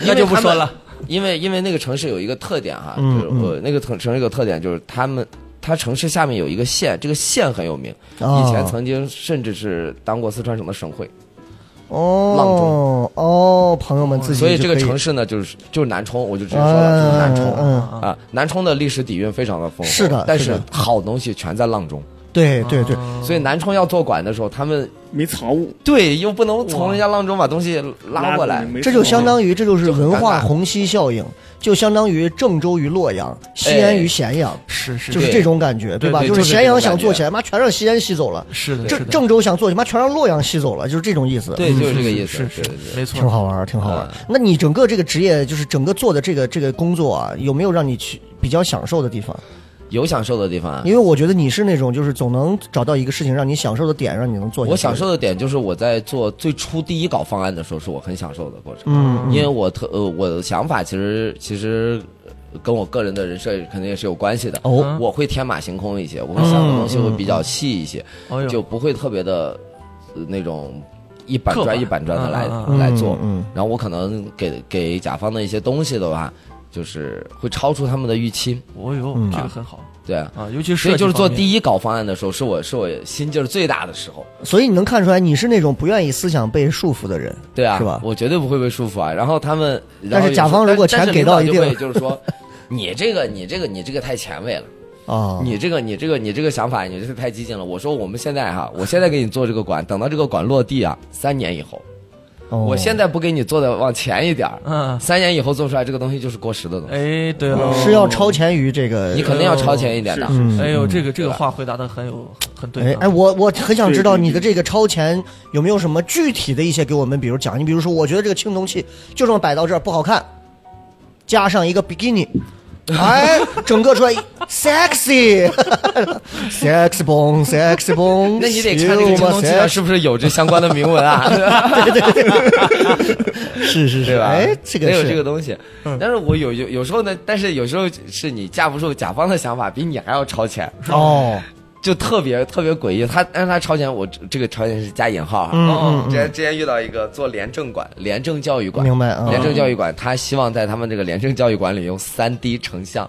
Speaker 5: 那就不说了。
Speaker 4: 因为因为那个城市有一个特点哈，
Speaker 2: 嗯
Speaker 4: 就是我那个城城市有个特点就是他们。它城市下面有一个县，这个县很有名，
Speaker 2: 哦
Speaker 4: 以前曾经甚至是当过四川省的省会，
Speaker 2: 哦哦，朋友们自己
Speaker 4: 所以这个
Speaker 2: 就可
Speaker 4: 城市呢，就是就是南充，我就直接说了，就是
Speaker 2: 嗯
Speaker 4: 南充、
Speaker 2: 嗯，
Speaker 4: 啊，南充的历史底蕴非常的丰富，
Speaker 2: 是的
Speaker 4: 但
Speaker 2: 是
Speaker 4: 是
Speaker 2: 的
Speaker 4: 好东西全在阆中，
Speaker 2: 嗯对对对，
Speaker 4: 所以南充要做馆的时候，他们
Speaker 3: 没藏物
Speaker 4: 对，又不能从人家阆中把东西拉过来。
Speaker 3: 没
Speaker 2: 这就相当于这就是文
Speaker 4: 就很
Speaker 2: 化
Speaker 4: 尴尬
Speaker 2: 虹吸效应，就相当于郑州与洛阳，西安与咸阳，
Speaker 5: 是是
Speaker 2: 就是
Speaker 4: 哎对
Speaker 2: 这种感觉，对吧？
Speaker 4: 对对
Speaker 2: 就是
Speaker 4: 就是
Speaker 2: 咸
Speaker 4: 这
Speaker 2: 阳
Speaker 4: 种
Speaker 2: 想
Speaker 4: 感觉
Speaker 2: 做起来，妈全让西安吸走了；
Speaker 5: 是的，是
Speaker 2: 郑
Speaker 5: 的，
Speaker 2: 郑州想做起来，妈全让洛阳吸走了，就是这种意思。
Speaker 4: 对，嗯就是这个意思。
Speaker 5: 是是
Speaker 4: 对对，对
Speaker 5: 没错
Speaker 2: 挺。好玩儿，挺好玩儿。那你整个这个职业，就是整个做的这个这个工作啊，有没有让你去比较享受的地方？
Speaker 4: 有享受的地方啊
Speaker 2: 因。为我觉得你是那种就是总能找到一个事情让你享受的点，让你能做。
Speaker 4: 我享受，的点就是我在做最初第一稿方案的时候，是我很享受的过程，
Speaker 2: 嗯，
Speaker 4: 因为我特呃我的想法其实其实跟我个人的人设肯定也是有关系的。
Speaker 2: 哦
Speaker 5: 嗯
Speaker 4: 我会天马行空一些，我会想的东西会比较细一些，
Speaker 5: 哎
Speaker 4: 就
Speaker 5: 呦，
Speaker 4: 不会特别的、呃那种一板
Speaker 5: 刻板
Speaker 4: 砖一板砖的来、
Speaker 5: 嗯嗯
Speaker 2: 嗯
Speaker 4: 来做。
Speaker 2: 嗯
Speaker 4: 然后我可能给给甲方的一些东西的话，就是会超出他们的预期。
Speaker 5: 哦呦，
Speaker 2: 嗯
Speaker 5: 这个很好
Speaker 4: 对啊，
Speaker 5: 啊，尤其是
Speaker 4: 所以就是做
Speaker 5: 一，
Speaker 4: 第一稿方案的时候，是我是我心劲儿最大的时候。
Speaker 2: 所以你能看出来，你是那种不愿意思想被束缚的人，
Speaker 4: 对啊，
Speaker 2: 是吧？
Speaker 4: 我绝对不会被束缚啊。然后他们，然
Speaker 2: 但
Speaker 4: 后
Speaker 2: 是甲
Speaker 4: 有时候
Speaker 2: 方如果钱
Speaker 4: 但是
Speaker 2: 给到一定
Speaker 4: 领导就会就是说， 你这个你这个你这个太前卫了，
Speaker 2: 啊，
Speaker 4: 你这个你这个你这个想法你这是太激进了。我说我们现在哈、我现在给你做这个管，等到这个管落地啊，三年以后，
Speaker 2: 哦
Speaker 4: 我现在不给你做的往前一点儿，
Speaker 5: 嗯，
Speaker 4: 三年以后做出来这个东西就是过时的东西，
Speaker 5: 哎，对了，
Speaker 4: 哦
Speaker 2: 是要超前于这个
Speaker 4: 你肯定要超前一点的。
Speaker 3: 是
Speaker 5: 哎呦，这
Speaker 2: 个。
Speaker 5: 个这个话回答的很有很对
Speaker 2: 哎
Speaker 5: 啊，
Speaker 2: 嗯哎，我我很想知道
Speaker 3: 对对对
Speaker 2: 你的这个超前有没有什么具体的一些给我们，比如讲，你比如说，我觉得这个青铜器就这么摆到这儿不好看，加上一个比基尼，哎，整个出来 sexy，sexy 蹦 sexy 蹦，
Speaker 4: 那你得看这个青铜器上是不是有这相关的铭 文啊？
Speaker 2: 是是是，
Speaker 4: 对吧？
Speaker 2: 哎，这个
Speaker 4: 得有
Speaker 2: 是嗯
Speaker 4: 这个东西。但是我有有有时候呢，但是有时候是你架不住甲方的想法比你还要超前，
Speaker 2: 哦，
Speaker 4: 就特别特别诡异。他但是他超前，我这个超前是加引号啊。
Speaker 2: 嗯
Speaker 4: 之
Speaker 2: 嗯
Speaker 4: 前之前遇到一个做廉政馆、廉政教育
Speaker 2: 嗯，
Speaker 4: 馆、
Speaker 2: 明白啊，
Speaker 4: 廉
Speaker 2: 嗯
Speaker 4: 政教育馆，他希望在他们这个廉政教育馆里用三 D 成像。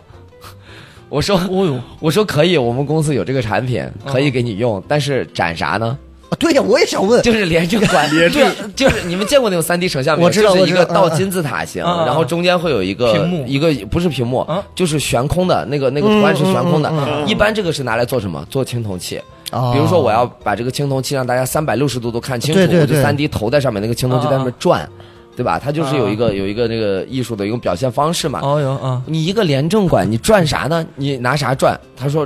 Speaker 4: 我说
Speaker 5: 哦呦，
Speaker 4: 我说可以，我们公司有这个产品可
Speaker 2: 嗯
Speaker 4: 以给你用，但是展啥呢？
Speaker 2: 啊对呀，我也想问，
Speaker 4: 就是廉政 管理，
Speaker 3: 廉
Speaker 4: 对啊，就是你们见过那种三 D 成像没有？
Speaker 2: 我知道
Speaker 4: 就是一
Speaker 2: 我
Speaker 4: 个
Speaker 2: 知道
Speaker 4: 倒金字塔形，
Speaker 5: 嗯嗯嗯
Speaker 4: 然后中间会有一个
Speaker 5: 屏幕
Speaker 4: 一个不是屏幕
Speaker 5: 啊，
Speaker 4: 就是悬空的那个那个图案是悬空
Speaker 2: 嗯嗯
Speaker 4: 的。一般这个是拿来做什么？做青铜器。
Speaker 2: 啊
Speaker 4: 比如说我要把这个青铜器让大家三百六十度都看清楚，
Speaker 2: 对对
Speaker 4: 我就
Speaker 2: 对哦
Speaker 4: 三 D 投在上面，那个青铜器在上面
Speaker 5: 啊
Speaker 4: 转，对吧？它就是有一
Speaker 2: 嗯
Speaker 4: 个有一个那个艺术的一种表现方式
Speaker 2: 哎
Speaker 4: 嘛。
Speaker 5: 哦呦啊，
Speaker 4: 你一个廉政馆，你转啥呢？你拿啥转？他说，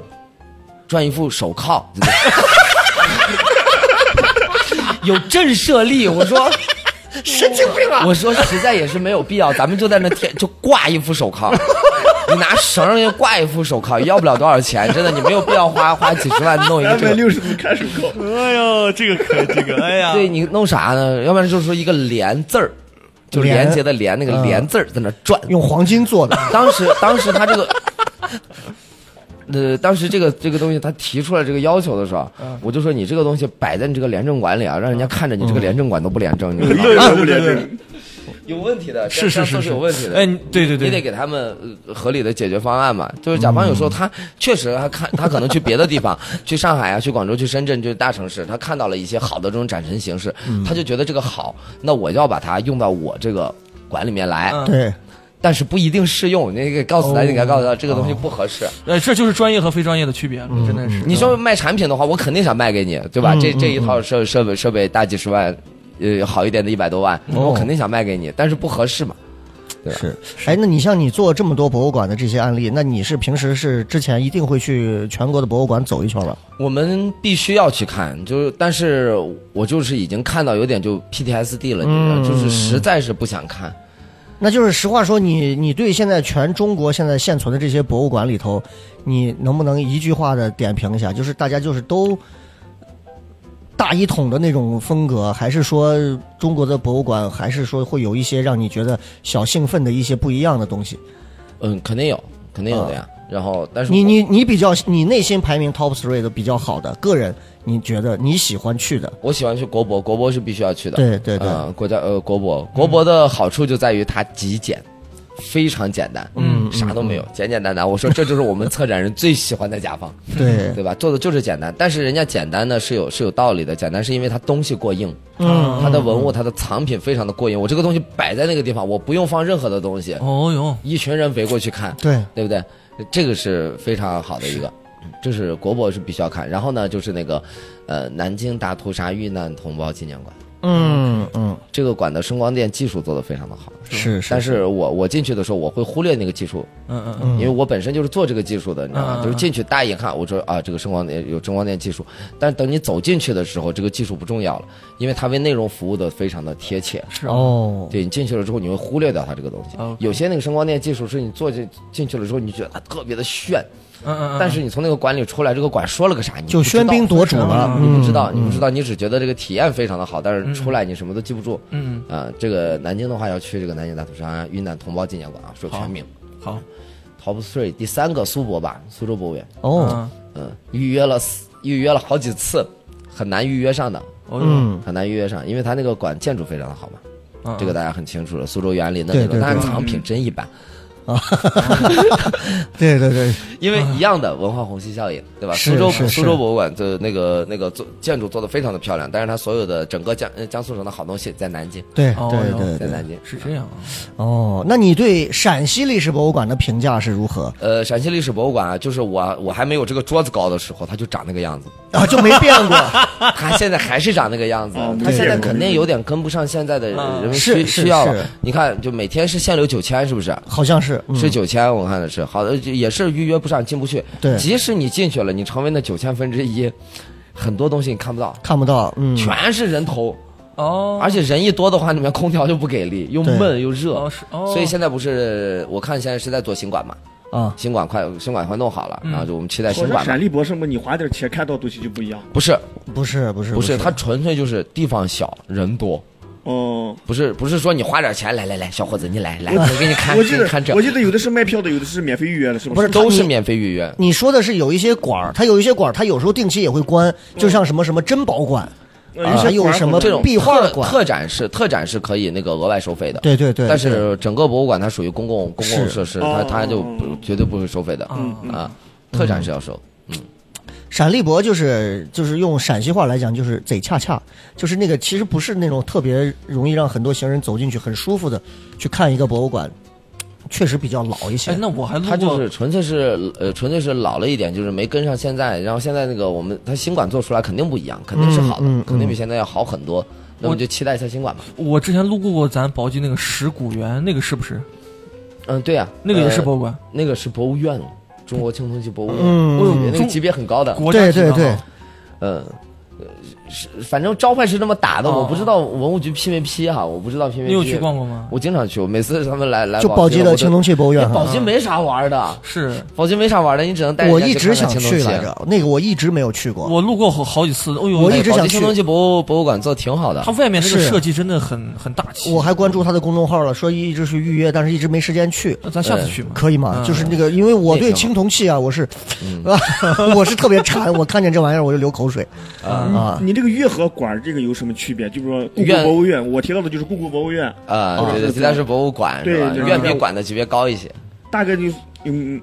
Speaker 4: 转一副手铐， 有震慑力。我说，
Speaker 2: 神经病啊，
Speaker 4: 我说实在也是没有必要，咱们就在那贴就挂一副手铐，你拿绳儿也挂一副手铐，要不了多少钱，真的，你没有必要花花几十万弄一个
Speaker 3: 三百
Speaker 4: 这个。
Speaker 3: 六十度看手铐，
Speaker 5: 哎呦，这个可这个， 哎呀
Speaker 4: 对你弄啥呢？要不然就是说一个连字儿，就
Speaker 2: 连
Speaker 4: 连接的连，那个连字儿在那转。
Speaker 2: 用黄金做 的，
Speaker 4: 当时当时他这个，呃，当时这个这个东西他提出来这个要求的时候，我就说你这个东西摆在你这个廉政馆里啊，让人家看着你这个廉政馆都不廉政，你知道吗？
Speaker 3: 对对对，
Speaker 4: 嗯有问题的，
Speaker 5: 是是是
Speaker 4: 这样做
Speaker 5: 是
Speaker 4: 有问题的。
Speaker 5: 哎你对对对
Speaker 4: 你得给他们呃合理的解决方案嘛。就是甲方有时候他
Speaker 5: 嗯
Speaker 4: 确实啊他看他可能去别的地方，去上海啊，去广州，去深圳，就是大城市，他看到了一些好的这种展陈形式，
Speaker 5: 嗯
Speaker 4: 他就觉得这个好，那我要把它用到我这个馆里面来，
Speaker 5: 嗯
Speaker 2: 对，
Speaker 4: 但是不一定适用。你给告诉他，你给他告诉他这个东西不合
Speaker 2: 哦
Speaker 4: 适。
Speaker 5: 哎，这就是专业和非专业的区别了，真的是。
Speaker 4: 你说卖产品的话，我肯定想卖给你，对吧？
Speaker 2: 嗯
Speaker 4: 这
Speaker 2: 嗯
Speaker 4: 这一套设设备设备大几十万，呃，好一点的一百多万，
Speaker 2: 哦
Speaker 4: 我肯定想卖给你，但是不合适嘛。
Speaker 2: 是，哎，那你像你做这么多博物馆的这些案例，那你是平时是之前一定会去全国的博物馆走一圈吧？
Speaker 4: 我们必须要去看，就是，但是我就是已经看到有点就 PTSD 了，你知道，
Speaker 2: 嗯
Speaker 4: 就是实在是不想看。
Speaker 2: 那就是实话说你，你对现在全中国现在现存的这些博物馆里头，你能不能一句话的点评一下？就是大家就是都大一统的那种风格，还是说中国的博物馆，还是说会有一些让你觉得小兴奋的一些不一样的东西？
Speaker 4: 嗯，肯定有，肯定有的呀。然后，但是
Speaker 2: 嗯你
Speaker 4: 我
Speaker 2: 你你比较你内心排名 top three 的比较好的个人，你觉得你喜欢去的？
Speaker 4: 我喜欢去国博，国博是必须要去的。
Speaker 2: 对对对，
Speaker 4: 呃，国家呃国博，国博的好处就在于它极简。非常简单，嗯，啥都没有，简简单单。我说这就是我们策展人最喜欢的甲方，
Speaker 2: 对，
Speaker 4: 对吧？做的就是简单，但是人家简单呢是有是有道理的，简单是因为它东西过硬，
Speaker 2: 嗯
Speaker 4: 啊它的文物它的藏品非常的过硬。我这个东西摆在那个地方，我不用放任何的东西，
Speaker 5: 哦呦，
Speaker 4: 一群人围过去看，
Speaker 2: 对，
Speaker 4: 对不对？这个是非常好的一个，嗯这是国博是必须要看。然后呢，就是那个，呃，南京大屠杀遇难同胞纪念馆，
Speaker 2: 嗯嗯，
Speaker 4: 这个馆的声光电技术做得非常的好。
Speaker 2: 是是，
Speaker 4: 但是我我进去的时候，我会忽略那个技术，
Speaker 5: 嗯嗯嗯，
Speaker 4: 因为我本身就是做这个技术的，你知
Speaker 5: 嗯
Speaker 4: 道
Speaker 5: 嗯
Speaker 4: 吗？
Speaker 5: 嗯
Speaker 4: 就是进去大家一看，我说啊，这个声光电有声光电技术，但是等你走进去的时候，这个技术不重要了，因为它为内容服务的非常的贴切。
Speaker 5: 是哦，
Speaker 2: 哦，
Speaker 4: 对你进去了之后，你会忽略掉它这个东西
Speaker 5: OK。
Speaker 4: 有些那个声光电技术是你坐进进去了之后，你觉得它特别的炫，
Speaker 5: 嗯嗯，嗯
Speaker 4: 但是你从那个馆里出来，这个馆说了个啥，你
Speaker 2: 就喧宾夺主了，
Speaker 4: 你
Speaker 2: 嗯
Speaker 4: 不知道，你不知道，你只觉得这个体验非常的好，但是出来你什么都记不住。
Speaker 5: 嗯
Speaker 4: 哎啊，这个南京的话要去这个南京大屠杀遇难同胞纪念馆啊，说全名。
Speaker 5: 好，
Speaker 4: Top Three 第三个苏博吧，苏州博物院，
Speaker 2: 哦，
Speaker 4: 嗯，预约了四预约了好几次，很难预约上的，
Speaker 5: 哦哟，
Speaker 2: 嗯，
Speaker 4: 很难预约上，因为它那个馆建筑非常的好嘛，
Speaker 5: 嗯
Speaker 4: 这个大家很清楚了，苏州园林的那
Speaker 2: 对
Speaker 4: 种，
Speaker 2: 对
Speaker 4: 但是
Speaker 2: 对
Speaker 4: 藏品真一般，
Speaker 2: 对对对，
Speaker 4: 因为一样的文化虹吸效应，对吧？
Speaker 2: 啊是
Speaker 4: 苏州
Speaker 2: 是是
Speaker 4: 苏州博物馆的那个那个做建筑做的非常的漂亮，但是它所有的整个江呃江苏省的好东西在南京，
Speaker 2: 对
Speaker 5: 哦
Speaker 2: 对对
Speaker 4: 在
Speaker 2: 对，
Speaker 4: 南京。
Speaker 5: 是这样啊，
Speaker 2: 哦，那你对陕西历史博物馆的评价是如何
Speaker 4: 呃，陕西历史博物馆啊，就是我我还没有这个桌子高的时候，它就长那个样 子，
Speaker 2: 啊？就没变过，
Speaker 4: 它现在还是长那个样子
Speaker 3: 哦，
Speaker 4: 它
Speaker 2: 对
Speaker 4: 现在肯定有点跟不上现在的
Speaker 5: 嗯
Speaker 4: 人们
Speaker 2: 啊是
Speaker 4: 需
Speaker 2: 是
Speaker 4: 需要
Speaker 2: 是
Speaker 4: 了。你看，就每天是限流九千，是不是？
Speaker 2: 好像是嗯
Speaker 4: 是九千，我看的是好的，就也是预约不上，进不去。
Speaker 2: 对
Speaker 4: 即使你进去了，你成为那九千分之一，很多东西你看不到，
Speaker 2: 看不到，嗯，
Speaker 4: 全是人头，
Speaker 5: 哦，
Speaker 4: 而且人一多的话，里面空调就不给力，又
Speaker 2: 对
Speaker 4: 闷又热。
Speaker 5: 哦是哦，
Speaker 4: 所以现在不是，我看现在是在做新馆嘛，
Speaker 2: 啊，
Speaker 4: 新馆快新馆快弄好了，
Speaker 5: 嗯
Speaker 4: 然后就我们期待
Speaker 3: 好
Speaker 4: 新
Speaker 3: 像
Speaker 4: 馆嘛
Speaker 3: 陕。历博什么，你花点钱看到东西就不一样。
Speaker 4: 不是
Speaker 2: 不是不是
Speaker 4: 不是，它纯粹就是地方小人多，
Speaker 3: 哦，
Speaker 4: 不是不是说你花点钱来来来，小伙子你来来，我 给你看，
Speaker 3: 我
Speaker 4: 给
Speaker 3: 记
Speaker 4: 你
Speaker 3: 得
Speaker 4: 看这
Speaker 3: 我，记得有的是卖票的，有的是免费预约的，是不
Speaker 2: 不是
Speaker 4: 都
Speaker 2: 它
Speaker 4: 是
Speaker 2: 你
Speaker 4: 免费预约。
Speaker 2: 你说的是有一些馆儿，它有一些馆儿，它有时候定期也会关，就像什么什么珍宝馆，
Speaker 3: 呃有
Speaker 2: 还
Speaker 3: 些
Speaker 2: 有
Speaker 3: 馆儿
Speaker 2: 什
Speaker 3: 好
Speaker 2: 么
Speaker 3: 像
Speaker 4: 这种
Speaker 2: 壁画
Speaker 4: 特
Speaker 2: 馆
Speaker 4: 特展是特展是可以那个额外收费的，
Speaker 2: 对对对，
Speaker 4: 但是整个博物馆它属于公共公共
Speaker 2: 是
Speaker 4: 设施，
Speaker 3: 哦
Speaker 4: 它它就不
Speaker 3: 嗯
Speaker 4: 绝对不会收费的
Speaker 5: 嗯嗯
Speaker 4: 啊。特展是要收，
Speaker 2: 陕历博就是就是用陕西话来讲就是贼恰恰，就是那个其实不是那种特别容易让很多行人走进去很舒服的去看一个博物馆，确实比较老一些。
Speaker 5: 哎，那我还
Speaker 4: 它
Speaker 5: 路
Speaker 4: 就
Speaker 5: 过
Speaker 4: 是纯粹是呃纯粹是老了一点，就是没跟上现在。然后现在那个我们它新馆做出来肯定不一样，肯定是好
Speaker 2: 嗯嗯
Speaker 4: 的，肯定比
Speaker 2: 嗯
Speaker 4: 现在要好很多。那我们就期待一下新馆吧。
Speaker 5: 我之前路过过咱宝鸡那个石鼓园，那个是不是？
Speaker 4: 嗯，对
Speaker 2: 啊
Speaker 4: 呀，
Speaker 5: 那个也是
Speaker 4: 呃
Speaker 5: 博物馆，
Speaker 4: 那个是博物院哦，中国青铜器博物院，
Speaker 2: 嗯
Speaker 4: 我有那个
Speaker 5: 中
Speaker 4: 级别很高的。
Speaker 5: 国家
Speaker 2: 呃对
Speaker 5: 级的
Speaker 2: 对
Speaker 5: 啊
Speaker 2: 对，
Speaker 4: 嗯，呃是反正招牌是这么打的，
Speaker 5: 哦
Speaker 4: 我不知道文物局批没批哈，我不知道批没
Speaker 5: 你
Speaker 4: 批。
Speaker 5: 有去？逛过吗？
Speaker 4: 我经常去，我每次他们来来
Speaker 2: 就宝鸡
Speaker 4: 鸡
Speaker 2: 的青铜器博物
Speaker 4: 博
Speaker 2: 院
Speaker 4: 宝
Speaker 2: 哈，啊
Speaker 4: 鸡没啥玩的，
Speaker 5: 是
Speaker 4: 宝鸡没啥玩的，你只能带
Speaker 2: 我
Speaker 4: 人
Speaker 2: 一
Speaker 4: 家去
Speaker 2: 直
Speaker 4: 看
Speaker 2: 想
Speaker 4: 看
Speaker 2: 去
Speaker 4: 青铜器
Speaker 2: 来。着，那个我一直没有去过。
Speaker 5: 我路过好好几次，哦呦，
Speaker 2: 我
Speaker 4: 哎
Speaker 2: 一直
Speaker 4: 宝
Speaker 2: 想
Speaker 4: 鸡
Speaker 2: 去
Speaker 4: 青铜器博物博物馆做得挺好的
Speaker 5: 它，外面那个
Speaker 2: 是
Speaker 5: 设计真的很很大气。
Speaker 2: 我还关注他的公众号了，说一直去预约，但是一直没时间去。
Speaker 5: 那咱下次去嘛？
Speaker 2: 可以吗？
Speaker 5: 嗯
Speaker 2: 就是那个，因为我
Speaker 4: 那
Speaker 2: 对
Speaker 4: 挺好
Speaker 2: 青铜器啊，我是， 我是特别馋，我看见这玩意儿我就流口水
Speaker 5: 啊，
Speaker 2: 啊。
Speaker 3: 你这个月和馆儿这个有什么区别？就是说故宫
Speaker 4: 院
Speaker 3: 博物院，我提到的就是故宫博物院，
Speaker 4: 啊，对对，
Speaker 3: 是
Speaker 4: 对但是博物馆是吧？
Speaker 3: 哦对就是
Speaker 4: 院比馆的级别高一些，
Speaker 3: 大概就是嗯，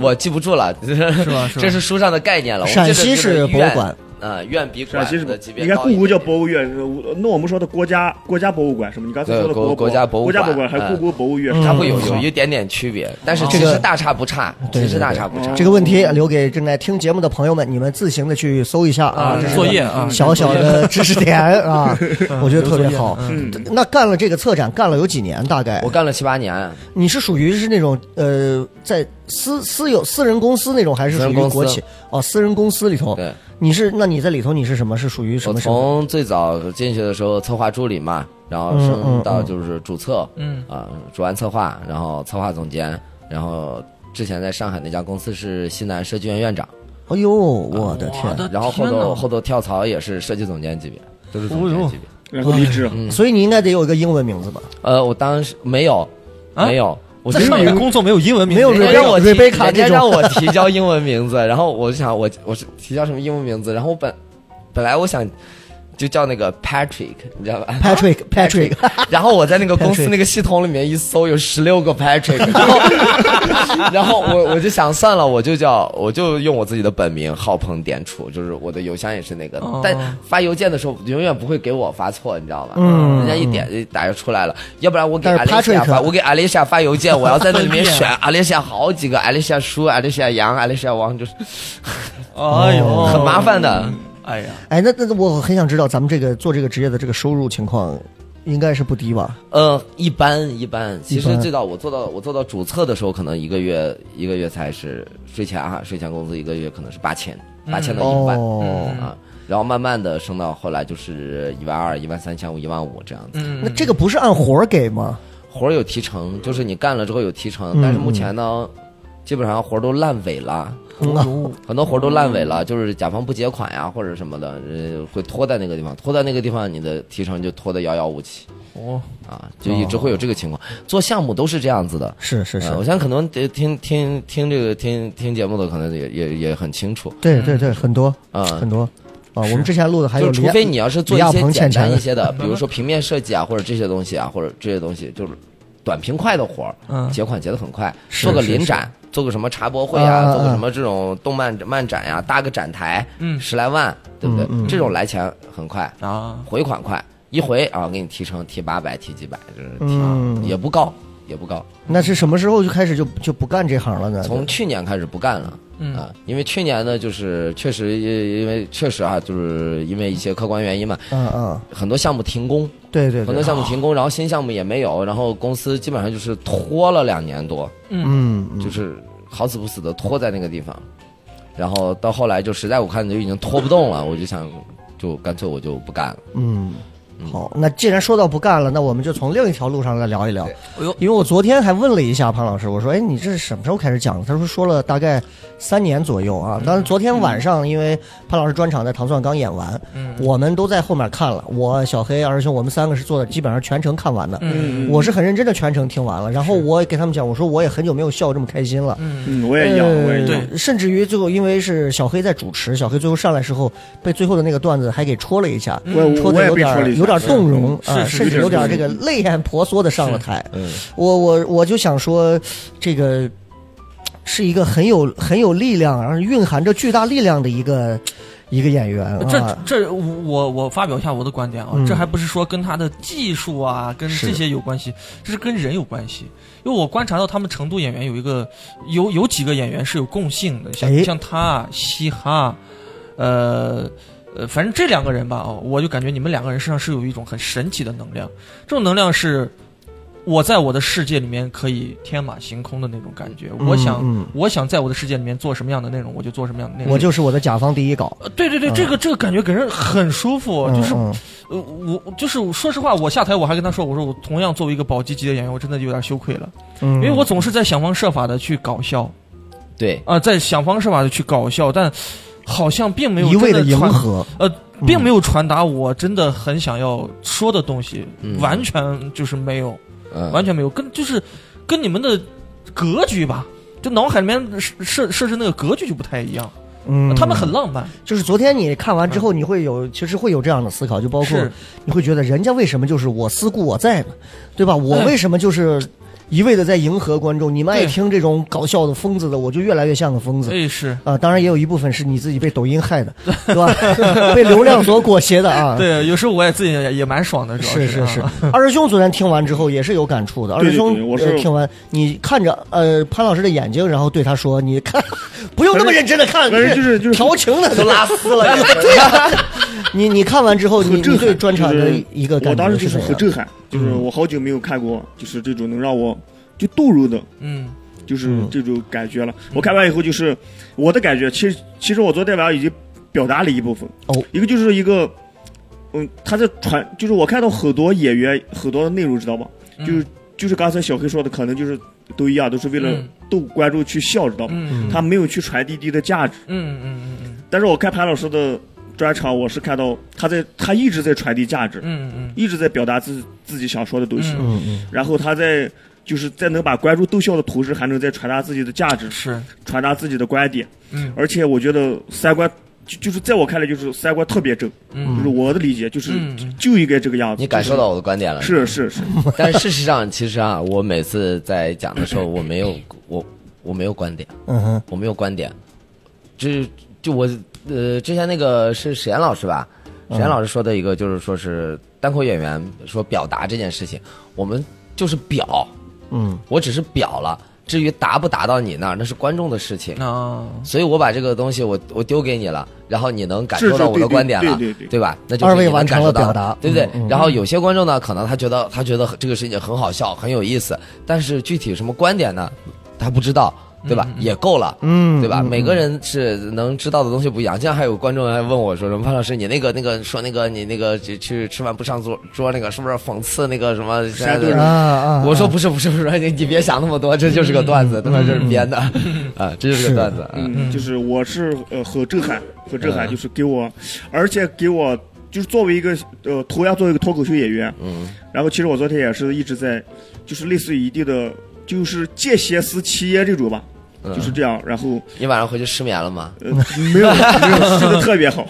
Speaker 4: 我记不住了，是
Speaker 5: 吧是吧
Speaker 4: 这是书上的概念了。我
Speaker 2: 陕
Speaker 4: 记得
Speaker 2: 西
Speaker 4: 就是
Speaker 2: 博物馆，
Speaker 4: 院，啊，院比
Speaker 3: 陕西是
Speaker 4: 馆
Speaker 3: 吧
Speaker 4: 的级？别
Speaker 3: 你看
Speaker 4: 高一
Speaker 3: 故
Speaker 4: 些。
Speaker 3: 宫叫博物院，是吧那我们说的国家国家博物馆什么？你刚才说的
Speaker 4: 对国
Speaker 3: 国
Speaker 4: 国家博物
Speaker 3: 国家博物
Speaker 4: 馆
Speaker 3: 馆还有
Speaker 4: 嗯
Speaker 3: 故宫博物院，
Speaker 4: 它
Speaker 2: 嗯
Speaker 4: 会有
Speaker 2: 嗯哦
Speaker 4: 有一点点区别，但是
Speaker 2: 这
Speaker 4: 其
Speaker 2: 个
Speaker 4: 实大差不差，
Speaker 2: 对
Speaker 4: 其实
Speaker 2: 对
Speaker 4: 大
Speaker 2: 对
Speaker 4: 差不差。
Speaker 2: 这个问题留给正在听节目的朋友们，你们自行的去搜一下啊，这是
Speaker 5: 作业啊，
Speaker 2: 小小的知识点啊，我觉得特别好。
Speaker 3: 嗯，
Speaker 2: 那干了这个策展，干了有几年？大概
Speaker 4: 我干了七八年，
Speaker 2: 你是属于是那种呃，在私私有私人公司那种，还是
Speaker 4: 私
Speaker 2: 属
Speaker 4: 人
Speaker 2: 于
Speaker 4: 公司
Speaker 2: 国企？哦，私人公司里头，
Speaker 4: 对
Speaker 2: 你是那你在里头你是什么？是属于什
Speaker 4: 我
Speaker 2: 么身份？
Speaker 4: 从最早进去的时候策划助理嘛，然后
Speaker 2: 嗯嗯
Speaker 4: 升到
Speaker 2: 嗯
Speaker 4: 就是主策，
Speaker 5: 嗯
Speaker 4: 啊、主完策划，然后策划总监，然后之前在上海那家公司是西南设计院院长，
Speaker 2: 哎呦，我的
Speaker 5: 我
Speaker 2: 天！
Speaker 5: 的
Speaker 4: 然后后
Speaker 5: 啊天哪
Speaker 4: 头后头跳槽也是设计总监级别，都是总
Speaker 5: 哦
Speaker 4: 监
Speaker 5: 呦
Speaker 4: 级别。
Speaker 3: 然后离职，
Speaker 4: 嗯
Speaker 2: 嗯所以你应该得有一个英文名 字吧？
Speaker 4: 呃，我当时没有，
Speaker 5: 啊
Speaker 4: 没有，我
Speaker 5: 在
Speaker 4: 是
Speaker 5: 上面工作没有英文名
Speaker 2: 没
Speaker 5: 字，
Speaker 2: 有
Speaker 4: 人
Speaker 2: 人
Speaker 4: 家
Speaker 2: Rebecca-
Speaker 4: 让我提
Speaker 2: Rebecca
Speaker 4: 人
Speaker 2: 这
Speaker 4: 家
Speaker 2: 种
Speaker 4: 让 我提交英文名字，然后我就想我我是提交什么英文名字，然后我本本来我想就叫那个 Patrick，你知道吧
Speaker 2: Patrick Patrick，
Speaker 4: 然后我在那个公
Speaker 2: Patrick
Speaker 4: 司那个系统里面一搜，有十六个 Patrick，然后然后 我我就想算了，我就叫我就用我自己的本名浩鹏点楚，就是我的邮箱也是那个，
Speaker 5: 哦
Speaker 4: 但发邮件的时候永远不会给我发错，你知道吧？
Speaker 2: 嗯
Speaker 4: 人家一点一打就出来了，要不然我给
Speaker 2: 但是
Speaker 4: Alicia
Speaker 2: Patrick-
Speaker 4: 发，我给 Alicia 发邮件，我要在那 里面选
Speaker 2: 啊
Speaker 4: Alicia 好几个 Alicia 叔、Alicia 杨、Alicia 王，就是
Speaker 5: 哎呦，
Speaker 4: 哦很麻烦的。
Speaker 5: 哎呀，
Speaker 2: 哎，那那我很想知道咱们这个做这个职业的这个收入情况，应该是不低吧？
Speaker 4: 呃，一般一般。其
Speaker 2: 一
Speaker 4: 实
Speaker 2: 般
Speaker 4: 最早我做到我做到主测的时候，可能一个月一个月才是税前啊，税前工资一个月可能是八千，八千到一万、
Speaker 2: 哦，
Speaker 4: 啊，然后慢慢的升到后来就是一万二、一万三千五、一万五这样子。
Speaker 5: 嗯，
Speaker 2: 那这个不是按活儿给吗？
Speaker 4: 活儿有提成，就是你干了之后有提成，
Speaker 2: 嗯
Speaker 4: 但是目前呢，基本上活儿都烂尾了。
Speaker 2: 嗯啊
Speaker 4: 很多活儿都烂尾
Speaker 2: 哦
Speaker 4: 了，就是甲方不结款呀，或者什么的，呃，会拖在那个地方，拖在那个地方，你的提成就拖得遥遥无期。
Speaker 5: 哦，
Speaker 4: 啊，就一直会有这个情况。做项目都是这样子的，
Speaker 2: 是是是
Speaker 4: 呃，我相信可能得听听听这个听听节目的，可能也也也很清楚
Speaker 2: 对对对，很多
Speaker 4: 啊。
Speaker 2: 很多啊，我们之前录的还有
Speaker 4: 就
Speaker 2: 李
Speaker 4: 是
Speaker 2: 亚，
Speaker 4: 除非你要是做一
Speaker 2: 李亚
Speaker 4: 些
Speaker 2: 鹏
Speaker 4: 简
Speaker 2: 欠
Speaker 4: 单
Speaker 2: 钱
Speaker 4: 一些的，比如说平面设计啊，或者这些东西啊，或者这些东西，就是短平快的活儿，
Speaker 5: 嗯，
Speaker 4: 结款结的很快，
Speaker 2: 是
Speaker 4: 做个
Speaker 2: 是
Speaker 4: 临
Speaker 2: 是
Speaker 4: 展，做个什么茶博会
Speaker 2: 啊
Speaker 4: 啊，
Speaker 2: 啊
Speaker 4: 做个
Speaker 2: 啊
Speaker 4: 什么这种动漫漫展呀，搭个展台，
Speaker 5: 嗯
Speaker 4: 十来万，对不对
Speaker 2: 嗯嗯？
Speaker 4: 这种来钱很快，
Speaker 5: 啊，
Speaker 4: 回款快，一回啊，给你提成提八百，提几百，就是
Speaker 2: 嗯
Speaker 4: 提也不高，也不高。
Speaker 2: 那是什么时候就开始就就不干这行了呢？
Speaker 4: 从去年开始不干了。
Speaker 5: 嗯
Speaker 4: 啊，因为去年呢，就是确实因因为确实啊，就是因为一些客观原因嘛，
Speaker 2: 嗯嗯，
Speaker 4: 很多项目停工，
Speaker 2: 对对
Speaker 4: 很多
Speaker 2: 对，
Speaker 4: 项目停工，然后新项目也没有，然后公司基本上就是拖了两年多，
Speaker 2: 嗯嗯
Speaker 4: 就是好死不死的拖在那个地方，然后到后来就实在我看就已经拖不动了，我就想就干脆我就不干了。
Speaker 2: 嗯。好，那既然说到不干了，那我们就从另一条路上来聊一聊。
Speaker 5: 哎呦，
Speaker 2: 因为我昨天还问了一下潘老师，我说：“哎，你这是什么时候开始讲的？”他说：“说了大概三年左右
Speaker 3: 嗯
Speaker 2: 啊。”当然，昨天晚上因为潘老师专场在糖蒜刚演完，
Speaker 3: 嗯
Speaker 2: 我们都在后面看了。我、小黑、二师兄，我们三个是坐的，基本上全程看完的。
Speaker 5: 嗯
Speaker 2: 我是很认真的全程听完了，然后我也给他们讲，我说我也很久没有笑这么开心了。
Speaker 5: 嗯，
Speaker 3: 嗯，我也一样，我也一样。
Speaker 2: 呃，甚至于最后，因为是小黑在主持，小黑最后上来时候被最后的那个段子还给戳了一下，
Speaker 3: 我嗯我我
Speaker 2: 戳的
Speaker 3: 也
Speaker 2: 有
Speaker 3: 被
Speaker 2: 点
Speaker 3: 戳
Speaker 2: 儿
Speaker 3: 了一下
Speaker 2: 有点儿动容
Speaker 5: 是
Speaker 2: 啊，
Speaker 5: 是
Speaker 2: 甚至有点儿
Speaker 3: 是
Speaker 2: 这个泪眼婆娑的上了台。
Speaker 4: 嗯，
Speaker 2: 我我我就想说，这个是一个很有很有力量，然后蕴含着巨大力量的一个一个演员
Speaker 5: 这
Speaker 2: 啊。
Speaker 5: 这我我发表一下我的观点啊
Speaker 2: 嗯，
Speaker 5: 这还不是说跟他的技术啊，跟
Speaker 2: 是
Speaker 5: 这些有关系，这是跟人有关系。因为我观察到他们成都演员有一个有有几个演员是有共性的，像
Speaker 2: 哎
Speaker 5: 像他啊嘻哈，呃。呃，反正这两个人吧，哦，我就感觉你们两个人身上是有一种很神奇的能量，这种能量是我在我的世界里面可以天马行空的那种感觉。我想，
Speaker 2: 嗯嗯
Speaker 5: 我想在我的世界里面做什么样的内容，我就做什么样的内容。
Speaker 2: 我就是我的甲方第一稿，
Speaker 5: 呃对对对，这个这个感觉给人很舒服，
Speaker 2: 嗯
Speaker 5: 就是
Speaker 2: 嗯
Speaker 5: 呃，我就是我说实话，我下台我还跟他说，我说我同样作为一个保级级的演员，我真的有点羞愧了，
Speaker 2: 嗯
Speaker 5: 因为我总是在想方设法的去搞笑
Speaker 4: 对，
Speaker 5: 啊、在想方设法的去搞笑，但好像并没有
Speaker 2: 一味
Speaker 5: 真
Speaker 2: 的
Speaker 5: 的
Speaker 2: 迎
Speaker 5: 传，
Speaker 2: 合，
Speaker 5: 呃，
Speaker 2: 嗯
Speaker 5: 并没有传达我真的很想要说的东西，
Speaker 4: 嗯
Speaker 5: 完全就是没有，
Speaker 4: 嗯，
Speaker 5: 完全没有，跟就是跟你们的格局吧，就脑海里面设设设置那个格局就不太一样，
Speaker 2: 嗯，
Speaker 5: 他们很浪漫，
Speaker 2: 就是昨天你看完之后，你会有其实会有这样的思考，就包括
Speaker 5: 是
Speaker 2: 你会觉得人家为什么就是我思故我在呢，对吧？我
Speaker 5: 哎
Speaker 2: 为什么就是一味的在迎合观众？你们爱
Speaker 5: 对
Speaker 2: 听这种搞笑的疯子的，我就越来越像个疯子。
Speaker 5: 哎是。
Speaker 2: 啊，当然也有一部分是你自己被抖音害的，对 吧？被流量所裹挟的啊。，
Speaker 5: 对，有时候我也自己也也蛮爽的，主要
Speaker 2: 是是
Speaker 5: 啊
Speaker 2: 是。二师兄昨天听完之后也是有感触的。二师兄
Speaker 3: 对对对我
Speaker 2: 呃
Speaker 3: 是
Speaker 2: 听完，你看着呃潘老师的眼睛，然后对他说：“你看，不用那么认真的看，
Speaker 3: 反正就是就是
Speaker 2: 调情的
Speaker 4: 都拉丝了。
Speaker 2: 对呀，你你看完之后，你
Speaker 3: 很
Speaker 2: 你
Speaker 3: 震撼，
Speaker 2: 对专场的一个
Speaker 3: 就是我
Speaker 2: 感
Speaker 3: 当
Speaker 2: 觉
Speaker 3: 时就是
Speaker 2: 怎
Speaker 3: 很
Speaker 2: 样？
Speaker 3: 震撼，就是
Speaker 2: 嗯
Speaker 3: 我好久没有看过，就是这种能让我就逗留的，
Speaker 5: 嗯
Speaker 3: 就是这种感觉了。我看完以后，就是我的感觉，其实其实我昨天晚上已经表达了一部分，
Speaker 2: 哦，
Speaker 3: 一个就是一个，嗯，他在传，就是我看到很多演员很多的内容，知道吧？
Speaker 5: 嗯
Speaker 3: 就是就是刚才小黑说的，可能就是都一样，都是为了
Speaker 5: 嗯
Speaker 3: 逗观众去笑，知道吧？
Speaker 5: 嗯
Speaker 3: 他没有去传递你的价值。
Speaker 5: 嗯嗯嗯
Speaker 3: 但是我看潘老师的专场，我是看到他在他一直在传递价值，
Speaker 5: 嗯嗯
Speaker 3: 一直在表达自自己想说的东西，
Speaker 5: 嗯
Speaker 2: 嗯嗯
Speaker 3: 然后他在就是在能把观众逗笑的同时，还能在传达自己的价值
Speaker 5: 嗯，，是，
Speaker 3: 传达自己的观点，
Speaker 5: 嗯
Speaker 3: 而且我觉得三观。就就是在我看来，就是三观特别正，就是
Speaker 5: 嗯
Speaker 3: 我的理解，就是、
Speaker 5: 嗯嗯
Speaker 3: 就应该这个样子。
Speaker 4: 你感受到我的观点了？
Speaker 3: 是是是，
Speaker 4: 但事实上，其实啊，我每次在讲的时候，我没有我我没有观点，
Speaker 2: 嗯哼，
Speaker 4: 我没有观点，这就我呃之前那个是沈岩老师吧，
Speaker 2: 嗯
Speaker 4: 沈岩老师说的一个就是说是单口演员说表达这件事情，我们就是表，
Speaker 2: 嗯
Speaker 4: 我只是表了，至于达不达到你那儿，那是观众的事
Speaker 2: 嗯
Speaker 4: 情。
Speaker 5: 啊，
Speaker 4: 所以我把这个东西我我丢给你了，然后你能感
Speaker 3: 是
Speaker 4: 受
Speaker 3: 是
Speaker 4: 到我
Speaker 3: 对
Speaker 4: 的
Speaker 3: 对
Speaker 4: 观点了，
Speaker 3: 对对对
Speaker 4: 吧？那就是
Speaker 2: 二位
Speaker 4: 你能
Speaker 2: 完成
Speaker 4: 感受
Speaker 2: 了
Speaker 4: 到
Speaker 2: 表达
Speaker 4: 对不对？
Speaker 2: 嗯嗯
Speaker 4: 然后有些观众呢，可能他觉得他觉得这个事情很好笑，很有意思，但是具体什么观点呢，他不知道，对吧？也够了。
Speaker 2: 嗯，
Speaker 4: 对吧？
Speaker 2: 嗯
Speaker 4: 每个人是能知道的东西不一样。经常还有观众啊还问我说什么潘老师，你那个那个说那个你那个去去吃饭不上桌桌那个是不是讽刺那个什么？
Speaker 3: 山东人
Speaker 2: 啊啊，
Speaker 4: 我说
Speaker 2: 啊
Speaker 4: 不是不是不是，你你别想那么多，这就是个段子，对吧？这是编的，
Speaker 5: 嗯
Speaker 4: 啊，这就是
Speaker 2: 是
Speaker 4: 个段子。嗯
Speaker 3: 嗯，就是我是呃很震撼，很震撼，就是给我，而且给我就是作为一个呃，头要作为一个脱口秀演员，
Speaker 4: 嗯，
Speaker 3: 然后其实我昨天也是一直在，就是类似于一定的，就是见贤思齐焉这种吧，
Speaker 4: 嗯
Speaker 3: 就是这样。然后
Speaker 4: 你晚上回去失眠了吗？
Speaker 3: 呃，没有没有睡得特别好，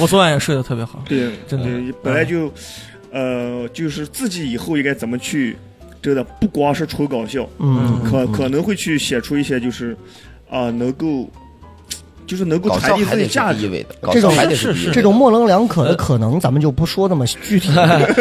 Speaker 5: 我昨晚也睡得特别好，
Speaker 3: 对，
Speaker 5: 真的
Speaker 3: 对嗯本来就呃，就是自己以后应该怎么去，真的不光是纯搞笑，
Speaker 2: 嗯，
Speaker 3: 可可能会去写出一些就是啊、能够就是能够
Speaker 4: 搞
Speaker 3: 传
Speaker 4: 笑
Speaker 3: 递
Speaker 4: 还
Speaker 3: 自己
Speaker 4: 得是
Speaker 3: 价
Speaker 4: 第
Speaker 3: 值
Speaker 4: 一。位的，
Speaker 2: 这
Speaker 4: 搞笑
Speaker 2: 种
Speaker 4: 还得
Speaker 5: 是
Speaker 4: 第一位的
Speaker 2: 这种模棱两可的可能，咱们就不说那么具体。